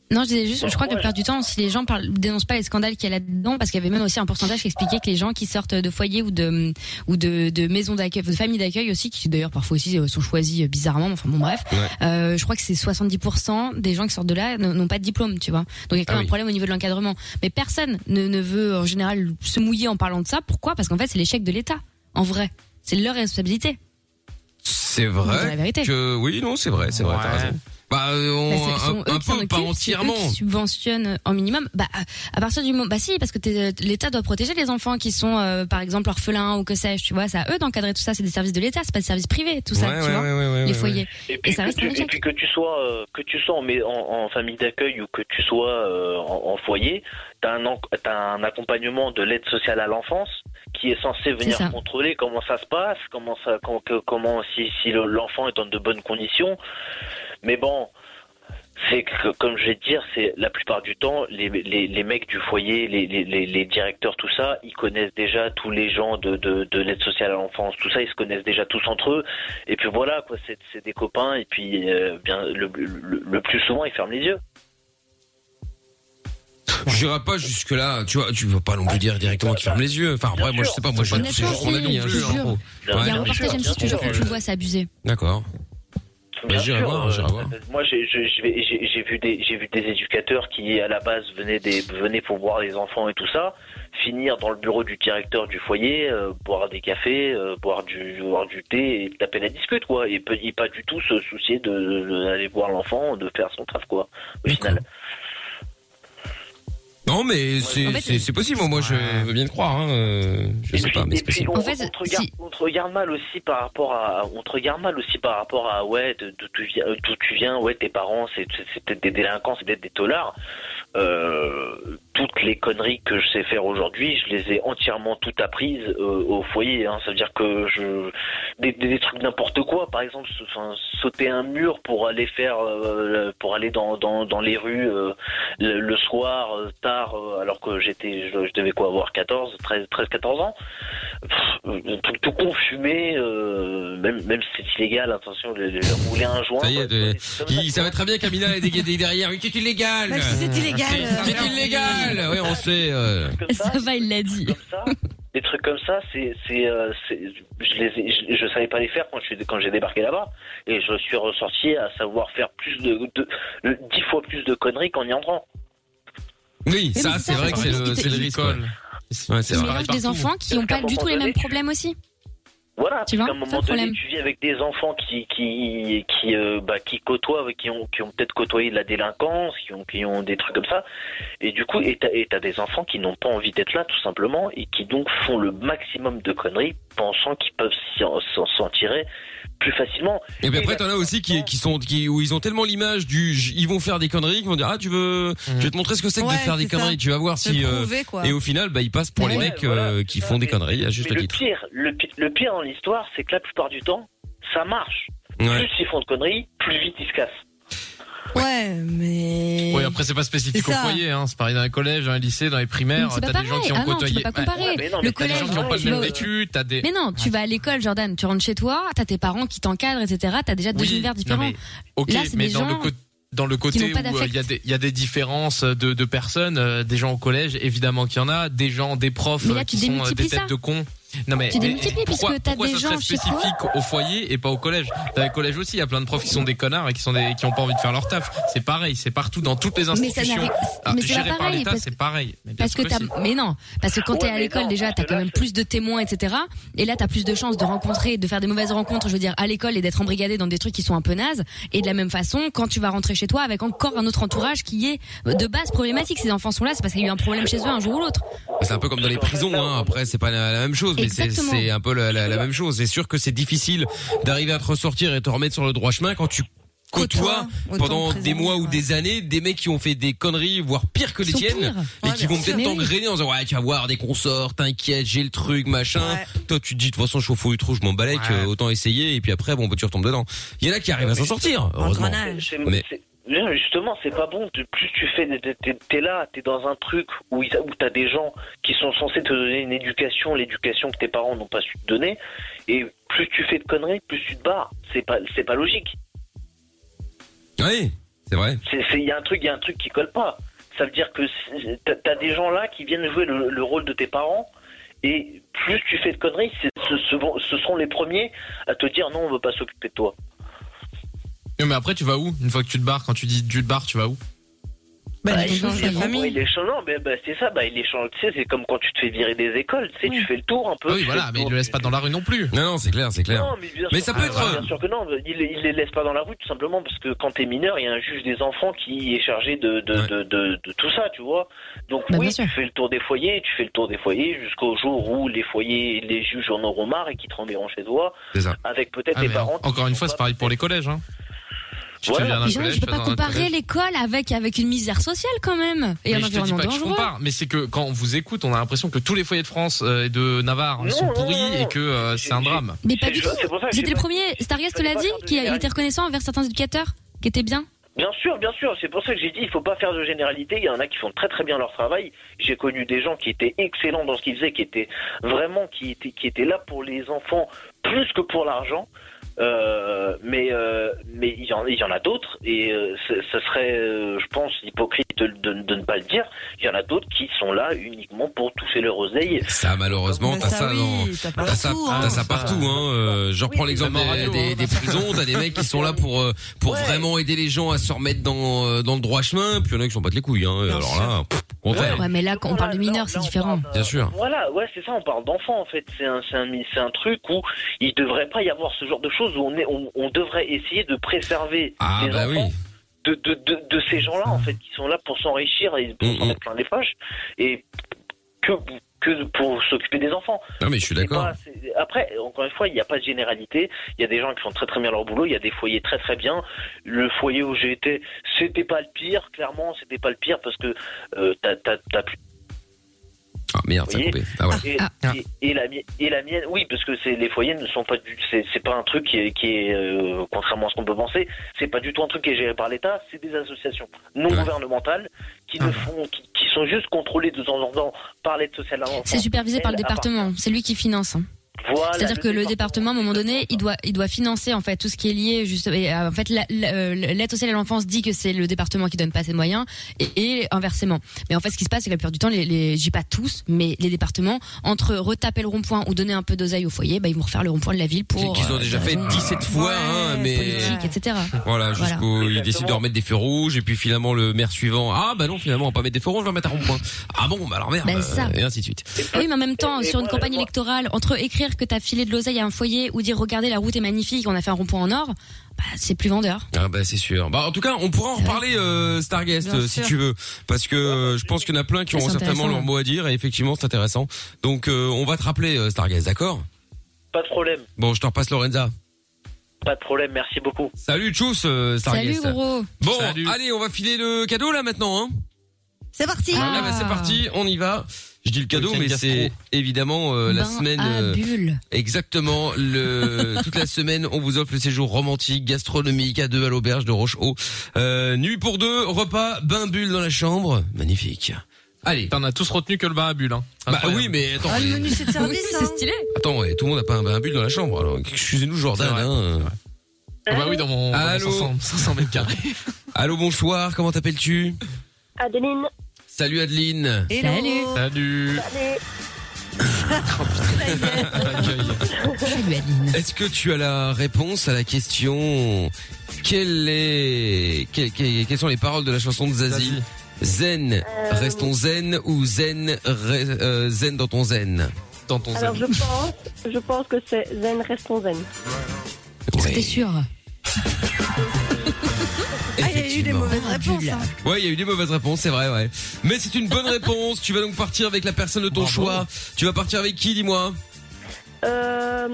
Speaker 2: Non, je disais juste, je crois que la plupart du temps, si les gens parlent, dénoncent pas les scandales qu'il y a là-dedans, parce qu'il y avait même aussi un pourcentage qui expliquait que les gens qui sortent de foyers ou de ou de, de maisons d'accueil, de familles d'accueil aussi, qui d'ailleurs parfois aussi euh, sont choisis euh, bizarrement, mais enfin bon bref,
Speaker 18: Ouais.
Speaker 2: euh, je crois que c'est 70% des gens qui sortent de là n- n'ont pas de diplôme, tu vois. Donc il y a
Speaker 18: Ah
Speaker 2: quand même
Speaker 18: oui.
Speaker 2: un problème au niveau de l'encadrement. Mais personne ne, ne veut en général se mouiller en parlant de ça. Pourquoi Parce qu'en fait, c'est l'échec de l'État, en vrai. C'est leur responsabilité.
Speaker 3: C'est
Speaker 2: Ils ont la
Speaker 3: vrai
Speaker 2: vérité.
Speaker 3: que oui, non, c'est vrai, c'est vrai, t'as raison. Bah, euh, on-
Speaker 2: Bah, c'est- ce sont
Speaker 3: un,
Speaker 2: eux
Speaker 3: un
Speaker 2: qui s'en
Speaker 3: peu, pas
Speaker 2: occupent, c'est eux
Speaker 3: entièrement.
Speaker 2: qui subventionnent en minimum. Bah, à, à partir du moment, bah si, parce que t'es- l'État doit protéger les enfants qui sont, euh, par exemple, orphelins ou que sais-je. Tu vois, c'est à eux d'encadrer tout ça. C'est des services de l'État, c'est pas des services privés, tout ça.
Speaker 16: Ouais,
Speaker 2: tu
Speaker 16: ouais,
Speaker 2: vois,
Speaker 16: ouais, ouais, ouais,
Speaker 2: les
Speaker 16: ouais,
Speaker 2: foyers.
Speaker 16: Et
Speaker 2: Et
Speaker 16: puis,
Speaker 2: ça
Speaker 16: que
Speaker 2: reste
Speaker 16: tu,
Speaker 2: un
Speaker 16: et
Speaker 2: échec.
Speaker 16: puis que tu sois, euh, que tu sois en, mais- en, en famille d'accueil ou que tu sois euh, en, en foyer, tu as, un accompagnement de l'aide sociale à l'enfance qui est censé venir contrôler comment ça se passe, comment ça, com- que- comment si, si le- l'enfant est dans de bonnes conditions. Mais bon, c'est que, comme je vais te dire, c'est la plupart du temps, les, les, les mecs du foyer, les, les, les, les directeurs, tout ça, ils connaissent déjà tous les gens de, de, de l'aide sociale à l'enfance, tout ça, ils se connaissent déjà tous entre eux. Et puis voilà, quoi, c'est c'est des copains, et puis euh, bien, le, le, le plus souvent, ils ferment les yeux.
Speaker 3: J'irai pas jusque là, tu vois, tu peux pas non plus dire directement qu'il ferme les yeux. Enfin, après, Ah, moi, je sais pas, moi, j'ai
Speaker 2: Honnêtement,
Speaker 3: c'est juste
Speaker 2: si,
Speaker 3: mon avis, hein,
Speaker 2: je
Speaker 3: je suis
Speaker 2: jure.
Speaker 3: un pro.
Speaker 2: Il y
Speaker 3: Ouais,
Speaker 2: a un
Speaker 3: non, mais je-
Speaker 2: reportage M6 que je- que tu vois, c'est abusé.
Speaker 3: D'accord.
Speaker 16: Bien
Speaker 3: Bah, j'irai
Speaker 16: sûr,
Speaker 3: voir,
Speaker 16: euh,
Speaker 3: j'irai voir.
Speaker 16: Moi, j'ai j'ai- je vais- j'ai- j'ai vu des j'ai vu des éducateurs qui à la base venaient des venaient pour voir les enfants et tout ça, finir dans le bureau du directeur du foyer, euh, boire des cafés, euh, boire du boire du thé et taper la discute quoi. Et, pe- et pas du tout se soucier de- de- d'aller voir l'enfant, de faire son taf quoi. Au final.
Speaker 3: Non, mais c'est
Speaker 16: En fait,
Speaker 3: c'est- c'est possible, moi, je veux bien le croire, hein, euh, je sais pas, mais c'est possible.
Speaker 16: On, on te regarde, on te regarde mal aussi par rapport à, on te regarde mal aussi par rapport à ouais, de- d'où tu viens, euh, d'où tu viens, ouais, tes parents, c'est c'est- c'est peut-être des délinquants, c'est peut-être des taulards. Euh, toutes les conneries que je sais faire aujourd'hui, je les ai entièrement toutes apprises euh, au foyer. Hein. Ça veut dire que je des, des- des trucs n'importe quoi, par exemple, sa- enfin, sauter un mur pour aller faire, euh, pour aller dans, dans, dans les rues euh, le, le soir euh, tard, euh, alors que j'étais, je, je devais quoi avoir 14, 13, 13, 14 ans tout, tout confumé, euh, même, même si c'est illégal, attention, le- le- le rouler un joint. bah,
Speaker 3: Ça y est, euh, il savait très bien qu'Amina est dégagée derrière, oui, c'est illégal.
Speaker 16: Même si c'est illégal, euh,
Speaker 3: C'est c'est illégal, oui, Ah, on sait. euh.
Speaker 2: Ça va, il l'a dit.
Speaker 16: Des trucs comme ça, c'est, c'est, euh, c'est- je les, ai- je, je savais pas les faire quand je suis, quand j'ai débarqué là-bas, et je suis ressorti à savoir faire plus de, de, de- dix fois plus de conneries qu'en y entrant.
Speaker 3: Oui,
Speaker 16: mais
Speaker 3: ça,
Speaker 16: c'est
Speaker 3: c'est
Speaker 16: ça,
Speaker 3: vrai que
Speaker 16: parce
Speaker 3: c'est
Speaker 16: que
Speaker 3: le
Speaker 16: ils te-
Speaker 3: c'est le
Speaker 16: ils-
Speaker 3: risque. ouais. Ouais, c'est
Speaker 2: Ils
Speaker 3: vrai.
Speaker 2: mélangent des enfants qui n'ont pas du tout les mêmes problèmes aussi.
Speaker 16: Voilà,
Speaker 2: Tu
Speaker 16: parce
Speaker 2: vois,
Speaker 16: qu'à un moment
Speaker 2: c'est le
Speaker 16: donné,
Speaker 2: problème.
Speaker 16: tu vis avec des enfants qui qui qui euh, bah, qui côtoient, qui ont qui ont peut-être côtoyé de la délinquance, qui ont qui ont des trucs comme ça, et du coup, et t'as et t'as des enfants qui n'ont pas envie d'être là tout simplement et qui donc font le maximum de conneries, pensant qu'ils peuvent s'en s'en- s'en tirer plus facilement.
Speaker 3: Et puis après, t'en as aussi qui, qui sont, qui, où ils ont tellement l'image du, j- ils vont faire des conneries, qu'ils vont dire, ah, tu veux, je vais te montrer ce que c'est que
Speaker 16: Ouais,
Speaker 3: de faire des
Speaker 16: c'est ça.
Speaker 3: conneries, tu vas voir
Speaker 16: Se
Speaker 3: si, euh,
Speaker 16: prouver, quoi.
Speaker 3: et au final, bah, ils passent pour les
Speaker 16: Ouais,
Speaker 3: mecs, euh, qui font des conneries, à juste
Speaker 16: Mais
Speaker 3: le
Speaker 16: le
Speaker 3: titre.
Speaker 16: pire, le, pi- le pire dans l'histoire, c'est que la plupart du temps, ça marche. Plus ils font de conneries, plus vite ils se cassent.
Speaker 5: Ouais, mais.
Speaker 4: Oui, après c'est pas spécifique
Speaker 5: C'est
Speaker 4: au
Speaker 5: ça.
Speaker 4: foyer, hein. c'est pareil dans les collèges, dans les lycées, dans les primaires.
Speaker 2: C'est pas
Speaker 4: T'as des gens
Speaker 2: pareil.
Speaker 4: qui ont
Speaker 2: Ah non, tu
Speaker 4: côtoyé.
Speaker 2: peux pas comparer.
Speaker 4: Ouais, mais non, mais
Speaker 2: Le
Speaker 4: t'as des gens qui
Speaker 2: collège,
Speaker 4: ont pas le
Speaker 2: ouais,
Speaker 4: même
Speaker 2: tu
Speaker 4: vécu. T'as des.
Speaker 2: Mais non, tu vas à l'école, Jordan, tu rentres chez toi, t'as tes parents qui t'encadrent, etc. T'as déjà deux
Speaker 4: Oui,
Speaker 2: univers
Speaker 4: non,
Speaker 2: différents.
Speaker 4: mais- Ok,
Speaker 2: Là, c'est
Speaker 4: mais
Speaker 2: des
Speaker 4: dans le
Speaker 2: gens-
Speaker 4: côté. Dans le
Speaker 2: qui
Speaker 4: côté
Speaker 2: n'ont pas
Speaker 4: où euh, il y, a
Speaker 2: d'affect.
Speaker 4: des- il y a des différences de, de personnes, euh, des gens au collège, évidemment qu'il y en a, des gens, des profs
Speaker 2: Mais là,
Speaker 4: euh, qui
Speaker 2: tu
Speaker 4: sont euh, des
Speaker 2: démultiplies
Speaker 4: têtes
Speaker 2: ça.
Speaker 4: de cons. Non mais
Speaker 2: Tu
Speaker 4: mais
Speaker 2: démultiplies,
Speaker 4: pourquoi,
Speaker 2: puisque t'as
Speaker 4: pourquoi
Speaker 2: des
Speaker 4: ça
Speaker 2: gens
Speaker 4: serait
Speaker 2: chez toi.
Speaker 4: spécifique au foyer et pas au collège Dans les collèges aussi, il y a plein de profs qui sont des connards et qui sont des qui ont pas envie de faire leur taf. C'est pareil, c'est partout dans toutes les
Speaker 2: Mais ça
Speaker 4: institutions.
Speaker 2: n'arrive-
Speaker 4: Ah,
Speaker 2: mais c'est pas
Speaker 4: géré par
Speaker 2: pareil,
Speaker 4: l'État,
Speaker 2: parce-
Speaker 4: c'est pareil. Mais bien
Speaker 2: Parce que
Speaker 4: sûr
Speaker 2: t'as,
Speaker 4: si.
Speaker 2: mais non, parce que quand
Speaker 4: Ouais,
Speaker 2: t'es à
Speaker 4: mais
Speaker 2: l'école
Speaker 4: non,
Speaker 2: déjà, t'as quand même plus de témoins, etc. Et là, t'as plus de chances de rencontrer, de faire des mauvaises rencontres, je veux dire, à l'école et d'être embrigadé dans des trucs qui sont un peu nazes. Et de la même façon, quand tu vas rentrer chez toi avec encore un autre entourage qui est euh, de base problématique, ces enfants sont là, c'est parce qu'il y a eu un problème chez eux un jour ou l'autre.
Speaker 3: C'est un peu comme dans les prisons, hein. après c'est pas la, la même chose, mais c'est
Speaker 2: Exactement.
Speaker 3: c'est un peu la, la- la même chose. C'est sûr que c'est difficile d'arriver à te ressortir et te remettre sur le droit chemin quand tu côtoies
Speaker 5: autant
Speaker 3: pendant
Speaker 5: de
Speaker 3: des mois ou des années des mecs qui ont fait des conneries, voire pire que les
Speaker 5: sont
Speaker 3: tiennes,
Speaker 5: pires.
Speaker 3: et
Speaker 5: Ouais,
Speaker 3: qui
Speaker 5: bien
Speaker 3: vont
Speaker 5: sûr.
Speaker 3: peut-être
Speaker 5: Mais oui.
Speaker 3: t'engrainer en disant ouais tu vas voir des consorts, t'inquiète, j'ai le truc, machin. Toi tu te dis de toute façon je suis au fond du trou, je m'en balèque, euh, autant essayer et puis après bon bah, tu retombes dedans. Il y en a qui arrivent à s'en sortir, heureusement.
Speaker 16: C'est-
Speaker 3: Mais-
Speaker 16: c'est- non, justement, c'est pas bon. Tu- Plus tu fais, des- des- t'es t'es là, t'es dans un truc où, ils- où t'as des gens qui sont censés te donner une éducation, l'éducation que tes parents n'ont pas su te donner, et plus tu fais de conneries, plus tu te barres. C'est pas, c'est pas logique.
Speaker 3: Oui. C'est vrai.
Speaker 16: C'est- c'est- Il y a un truc, il y a un truc qui colle pas. Ça veut dire que c'est- t'as- t'as des gens là qui viennent jouer le, le rôle de tes parents. Et plus tu fais de conneries, c'est- ce, ce vont- ce seront les premiers à te dire non, on veut pas s'occuper de toi.
Speaker 4: Non, Mais après, tu vas où Une fois que tu te barres, quand tu dis tu te barres, tu vas où
Speaker 16: Bah, il change la famille. Il échange, non, mais bah, c'est ça, bah, il échange, tu sais, c'est comme quand tu te fais virer des écoles, tu sais, tu fais le tour un peu.
Speaker 4: Ah Oui,
Speaker 16: tu fais
Speaker 4: voilà,
Speaker 16: le
Speaker 4: mais
Speaker 16: tour.
Speaker 4: il le laisse pas dans la rue non plus.
Speaker 3: Non, non, c'est clair, c'est
Speaker 4: clair.
Speaker 16: Non, mais, bien
Speaker 4: Mais
Speaker 16: sûr-
Speaker 4: ça peut
Speaker 16: ah,
Speaker 4: être,
Speaker 3: euh,
Speaker 16: Bien sûr que non, il, il les laisse pas dans la rue tout simplement parce que quand t'es mineur, il y a un juge des enfants qui est chargé de, de, de, de- de tout ça, tu vois. Donc oui, tu fais le tour des foyers, tu fais le tour des foyers jusqu'au jour où les foyers, les juges en auront marre et qui te renverront chez toi. Avec peut-être
Speaker 4: Ah,
Speaker 16: les
Speaker 4: mais
Speaker 16: parents.
Speaker 4: en- encore une fois, c'est pareil pour les collèges. Hein. Tu te
Speaker 16: Voilà.
Speaker 4: viens d'un
Speaker 16: Les gens,
Speaker 4: collège,
Speaker 16: je peux
Speaker 4: tu
Speaker 2: Pas
Speaker 4: vas dans un
Speaker 2: comparer
Speaker 4: collège.
Speaker 2: l'école avec avec une misère sociale quand même et
Speaker 4: Mais
Speaker 2: un
Speaker 4: je te dis
Speaker 2: environnement
Speaker 4: pas que je
Speaker 2: dangereux.
Speaker 4: compare, mais c'est que quand on vous écoute, on a l'impression que tous les foyers de France euh, et de Navarre sont pourris et que euh, c'est un drame.
Speaker 2: Mais pas du tout. C'était le premier. Stargaz te l'a dit, qu'il il était reconnaissant envers certains éducateurs, qui étaient bien.
Speaker 16: Bien sûr, bien sûr. C'est pour ça que j'ai dit, il faut pas faire de généralité. Il y en a qui font très très bien leur travail. J'ai connu des gens qui étaient excellents dans ce qu'ils faisaient, qui étaient vraiment, qui étaient, qui étaient là pour les enfants plus que pour l'argent. Euh, mais euh, mais il y en, il y en a d'autres et euh, ce ce serait, euh, je pense, hypocrite de, de- de ne pas le dire. Il y en a d'autres qui sont là uniquement pour toucher leur oseille.
Speaker 3: Ça
Speaker 2: Bah
Speaker 3: malheureusement, t'as ça, dans- t'as ça, t'as ça partout. Hein. Euh, je reprends l'exemple
Speaker 4: Bah, même en
Speaker 3: des,
Speaker 4: radio,
Speaker 3: des-
Speaker 4: hein.
Speaker 3: des prisons. T'as des mecs qui sont là pour euh, pour vraiment aider les gens à se remettre dans euh, dans le droit chemin. Puis il y en a qui sont pas de les couilles. Hein. Alors là, pff, au contraire.
Speaker 2: Ouais, mais là, quand on parle de mineurs, c'est différent.
Speaker 3: Bien sûr.
Speaker 16: Voilà, ouais, c'est ça, on parle d'enfants en fait. C'est un, c'est un, c'est un truc où il devrait pas y avoir ce genre de choses, où on, est, on, on devrait essayer de préserver les
Speaker 3: bah
Speaker 16: enfants de, de, de, de ces gens-là en fait, qui sont là pour s'enrichir et
Speaker 3: Mm,
Speaker 16: pour s'en mettre plein les poches, et que, que pour s'occuper des enfants.
Speaker 3: Non mais je suis
Speaker 16: C'est
Speaker 3: d'accord.
Speaker 16: pas- c'est- Après, encore une fois, il n'y a pas de généralité. Il y a des gens qui font très très bien leur boulot. Il y a des foyers très très bien. Le foyer où j'ai été, c'était pas le pire. Clairement, c'était pas le pire parce que euh, t'as t'as- t'as plus
Speaker 3: Ah merde, ça a
Speaker 16: foyer.
Speaker 3: coupé. Ah voilà.
Speaker 16: Et, et- et la mienne, et la mienne, oui, parce que c'est les foyers ne sont pas du, c'est c'est pas un truc qui est, qui est, euh, contrairement à ce qu'on peut penser, c'est pas du tout un truc qui est géré par l'État, c'est des associations non gouvernementales qui
Speaker 2: Ah.
Speaker 16: ne font, qui, qui sont juste contrôlées de temps en temps par l'aide sociale. à l'enfant.
Speaker 2: C'est supervisé par le
Speaker 16: Elle
Speaker 2: département. C'est lui qui finance. hein.
Speaker 16: Voilà,
Speaker 2: C'est-à-dire
Speaker 16: le
Speaker 2: que le département, à un moment donné, il doit, il doit financer en fait tout ce qui est lié. Juste, et, euh, en fait, la- la- euh, l'aide sociale à l'enfance dit que c'est le département qui donne pas ses moyens, et, et inversement. Mais en fait, ce qui se passe, c'est que la plupart du temps, les, les j'ai pas tous, mais les départements entre retaper le rond-point ou donner un peu d'oseille au foyer, bah, ils vont refaire le rond-point de la ville pour
Speaker 3: Qu'ils ont
Speaker 2: euh,
Speaker 3: déjà fait 17 fois, hein, mais
Speaker 2: politique, etc.
Speaker 3: Voilà, jusqu'au il décide de remettre des feux rouges et puis finalement le maire suivant ah bah non finalement on va pas mettre des feux rouges, on va mettre un rond-point. Ah bon bah alors merde
Speaker 2: Ben, ça.
Speaker 3: euh, et ainsi de suite.
Speaker 2: Oui, mais en même temps, sur une campagne électorale, entre écrire que t'as filé de l'oseille à un foyer ou dire regardez la route est magnifique, on a fait un rond-point en or, bah, c'est plus vendeur.
Speaker 3: Ah bah c'est sûr. Bah en tout cas, on pourra en reparler euh, Starguest
Speaker 2: Bien
Speaker 3: euh, si
Speaker 2: sûr.
Speaker 3: tu veux parce que euh, je pense qu'il y en a plein qui
Speaker 4: Ouais,
Speaker 3: auront
Speaker 4: c'est
Speaker 3: certainement
Speaker 4: intéressant,
Speaker 3: leur
Speaker 4: hein.
Speaker 3: mot à dire et effectivement, c'est intéressant. Donc euh, on va te rappeler euh, Starguest, d'accord
Speaker 16: Pas de problème,
Speaker 3: Bon, je te repasse Lorenza.
Speaker 16: pas de problème, merci beaucoup.
Speaker 3: Salut tchuss euh, Starguest. Bon, allez, on va filer le cadeau là maintenant hein.
Speaker 5: C'est parti.
Speaker 3: Ah, bah, c'est parti, on y va. Je dis le cadeau,
Speaker 4: Week-end
Speaker 3: mais
Speaker 4: gastro.
Speaker 3: c'est évidemment euh, la
Speaker 4: Bain
Speaker 3: semaine.
Speaker 4: à bulle.
Speaker 3: Exactement. Le, toute la semaine, on vous offre le séjour romantique, gastronomique à deux à l'auberge de Rochehaut. Euh, nuit pour deux, repas, bain bulle dans la chambre. Magnifique. Allez.
Speaker 4: T'en as tous retenu que le bain à bulles. Hein.
Speaker 3: Bah oui, mais attends.
Speaker 5: Ah, le menu c'est de service. hein.
Speaker 2: Stylé.
Speaker 3: Attends, ouais, tout le monde n'a pas un bain bulle dans la chambre. Alors, excusez-nous, Jordan. hein.
Speaker 4: Ah bah oui, dans mon, dans mon
Speaker 3: Allô
Speaker 4: 500, 500 mètres carrés.
Speaker 3: Allô, bonsoir. Comment t'appelles-tu
Speaker 18: Adeline.
Speaker 3: Salut Adeline.
Speaker 18: Hello. Salut.
Speaker 4: Salut.
Speaker 18: Salut.
Speaker 3: Est-ce que tu as la réponse à la question quelle est, quelle- quelle- quelles sont les paroles de la chanson de Zazie Zen,
Speaker 2: Euh,
Speaker 3: restons zen ou zen, re- euh, zen dans ton zen Dans ton
Speaker 18: Alors je pense, je pense que c'est zen, restons zen.
Speaker 2: C'était sûr.
Speaker 18: Ah, il y a eu des mauvaises réponses.
Speaker 3: Ouais, il y a eu des mauvaises réponses, c'est vrai, ouais. Mais c'est une bonne réponse. Tu vas donc partir avec la personne de ton choix. Tu vas partir avec qui, dis-moi
Speaker 18: Euh,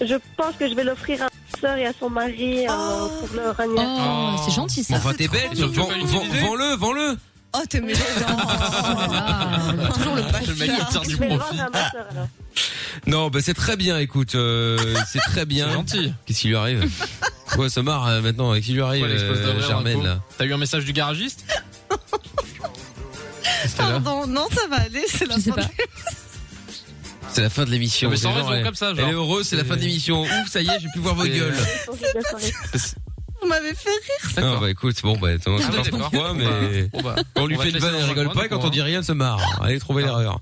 Speaker 18: je pense que je vais l'offrir à ma soeur et à son mari euh,
Speaker 5: Oh.
Speaker 18: pour leur anniversaire.
Speaker 2: Oh, c'est gentil
Speaker 3: Bon, Enfin, t'es belle, vends- vends- vends-le, vends-le. Ah, bah,
Speaker 5: Oh, t'es Ah, méchant.
Speaker 2: Toujours le
Speaker 3: Le mec qui sort du
Speaker 18: je vais le
Speaker 3: profit.
Speaker 18: vendre à ma
Speaker 5: Ah,
Speaker 18: soeur alors.
Speaker 3: Non, bah c'est très bien, écoute. euh, c'est très bien.
Speaker 4: gentil.
Speaker 3: Qu'est-ce qui lui arrive Quoi, se marre euh, maintenant Qu'est-ce qui lui arrive,
Speaker 4: Quoi, l'expose
Speaker 3: euh,
Speaker 4: d'horreur,
Speaker 3: Germaine
Speaker 4: Marco
Speaker 3: là
Speaker 4: T'as eu un message du garagiste
Speaker 5: Pardon, non, ça va aller, c'est la fin. de-
Speaker 3: C'est la fin de l'émission.
Speaker 4: Mais
Speaker 3: c'est
Speaker 4: sans
Speaker 3: genre,
Speaker 4: raison,
Speaker 3: elle-
Speaker 4: comme ça, genre.
Speaker 3: Elle est heureuse, c'est la fin de l'émission. Ouf, ça y est, j'ai pu voir vos
Speaker 4: C'est-
Speaker 3: gueules.
Speaker 18: Je pense que je vais le faire.
Speaker 5: Vous m'avez fait rire.
Speaker 3: Ah bah écoute, bon bah attends, je
Speaker 5: Ah
Speaker 3: sais
Speaker 5: ouais,
Speaker 3: pas
Speaker 5: d'accord.
Speaker 3: pourquoi,
Speaker 5: Bon,
Speaker 3: mais
Speaker 5: bah, bon, bah,
Speaker 3: quand on lui
Speaker 4: on va
Speaker 3: fait
Speaker 4: te
Speaker 3: une
Speaker 4: laisser
Speaker 3: vanne,
Speaker 4: dans
Speaker 3: elle
Speaker 4: un
Speaker 3: rigole
Speaker 4: coin,
Speaker 3: pas, et quand on
Speaker 4: quoi,
Speaker 3: dit
Speaker 4: hein.
Speaker 3: rien, elle se marre. Allez trouver l'erreur.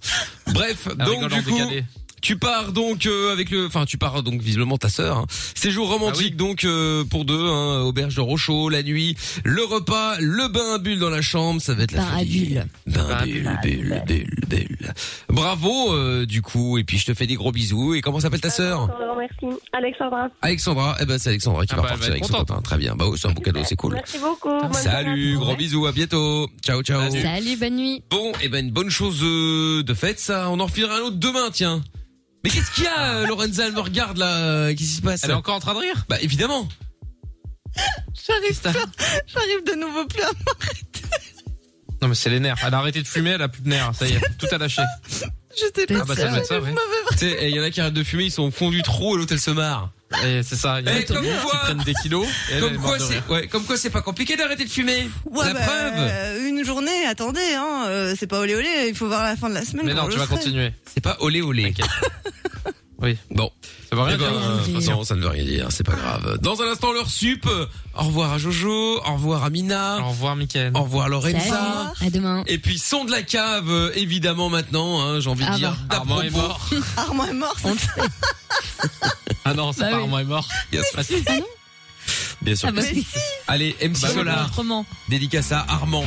Speaker 3: Bref,
Speaker 4: Elle
Speaker 3: donc
Speaker 4: rigole
Speaker 3: du
Speaker 4: en
Speaker 3: coup,
Speaker 4: décalé.
Speaker 3: tu pars donc euh, avec le, enfin tu pars donc visiblement ta sœur. hein.
Speaker 4: Ah
Speaker 3: Séjour romantique donc euh, pour deux, hein, auberge de Rochaud la nuit, le repas, le bain à bulles dans la chambre, ça va être la
Speaker 2: Bain à
Speaker 3: folie.
Speaker 2: bulles.
Speaker 3: Bain à bulles, bulles, bulles, bulles. Bravo euh, du coup, et puis je te fais des gros bisous. Et comment s'appelle ta sœur
Speaker 18: Merci. Alexandra.
Speaker 3: Alexandra. Eh ben c'est Alexandra qui
Speaker 4: Ah
Speaker 3: va
Speaker 4: bah, elle
Speaker 3: partir
Speaker 4: va
Speaker 3: avec
Speaker 4: être
Speaker 3: son copain. Très bien, bah oh, c'est un beau cadeau, c'est cool.
Speaker 18: Merci beaucoup. bonne journée.
Speaker 3: Salut, gros bisous, à bientôt. Ciao, ciao.
Speaker 2: Salut, bonne nuit.
Speaker 3: Bon, et ben une bonne chose euh, de fait, ça. On en refilera un autre demain, tiens. Mais qu'est-ce qu'il y a, euh, Lorenza Elle me regarde là. euh, Qu'est-ce qui se passe
Speaker 4: Ah. Elle est encore en train de rire
Speaker 3: Bah évidemment.
Speaker 5: J'arrive pas- j'arrive de nouveau plus à
Speaker 4: Non mais c'est les nerfs. Elle a arrêté de fumer, elle a plus de nerfs. Ça y est, tout a lâché.
Speaker 5: J'étais
Speaker 4: Ah bah ça doit être ça, ouais.
Speaker 3: Tu sais, eh, il y en a qui arrêtent de fumer, ils sont au fond du trou et l'autre elle se marre.
Speaker 4: Et c'est ça. Il y en a
Speaker 3: Eh,
Speaker 4: qui
Speaker 3: comme quoi-
Speaker 4: prennent des kilos. et elle, elle
Speaker 3: Comme
Speaker 4: est
Speaker 3: quoi,
Speaker 4: morte de
Speaker 3: c'est
Speaker 4: rire.
Speaker 3: ouais, comme quoi c'est pas compliqué d'arrêter de fumer.
Speaker 5: Ouais,
Speaker 3: La
Speaker 5: bah,
Speaker 3: preuve.
Speaker 5: euh, Une journée, attendez, hein, euh, c'est pas olé olé, il faut voir la fin de la semaine.
Speaker 4: Mais
Speaker 5: quand
Speaker 4: non,
Speaker 5: je
Speaker 4: tu vas
Speaker 5: le ferai.
Speaker 4: continuer.
Speaker 3: C'est pas olé olé.
Speaker 4: Oui.
Speaker 3: Bon.
Speaker 4: Ça va rien
Speaker 3: Eh ben,
Speaker 4: dire.
Speaker 3: euh, non, ça ne veut rien dire, c'est pas grave. Dans un instant, leur sup. Au revoir à Jojo, au revoir à Mina. Au
Speaker 4: revoir Mickaël.
Speaker 3: Au revoir Lorenza.
Speaker 2: Salut, à demain.
Speaker 3: Et puis son de la cave, euh, évidemment maintenant, hein, j'ai envie de
Speaker 2: Ah
Speaker 3: dire.
Speaker 4: bah. Armand est
Speaker 3: d'à-propos.
Speaker 4: mort.
Speaker 5: Armand est mort, c'est ça.
Speaker 4: Ah non,
Speaker 2: Bah
Speaker 4: c'est pas Armand est mort.
Speaker 3: Bien sûr.
Speaker 2: Ah
Speaker 3: Bien sûr.
Speaker 4: Ah bah
Speaker 3: que
Speaker 4: si.
Speaker 3: si. Allez, MC
Speaker 4: Bah oui,
Speaker 3: Solar. Dédicace à Armand.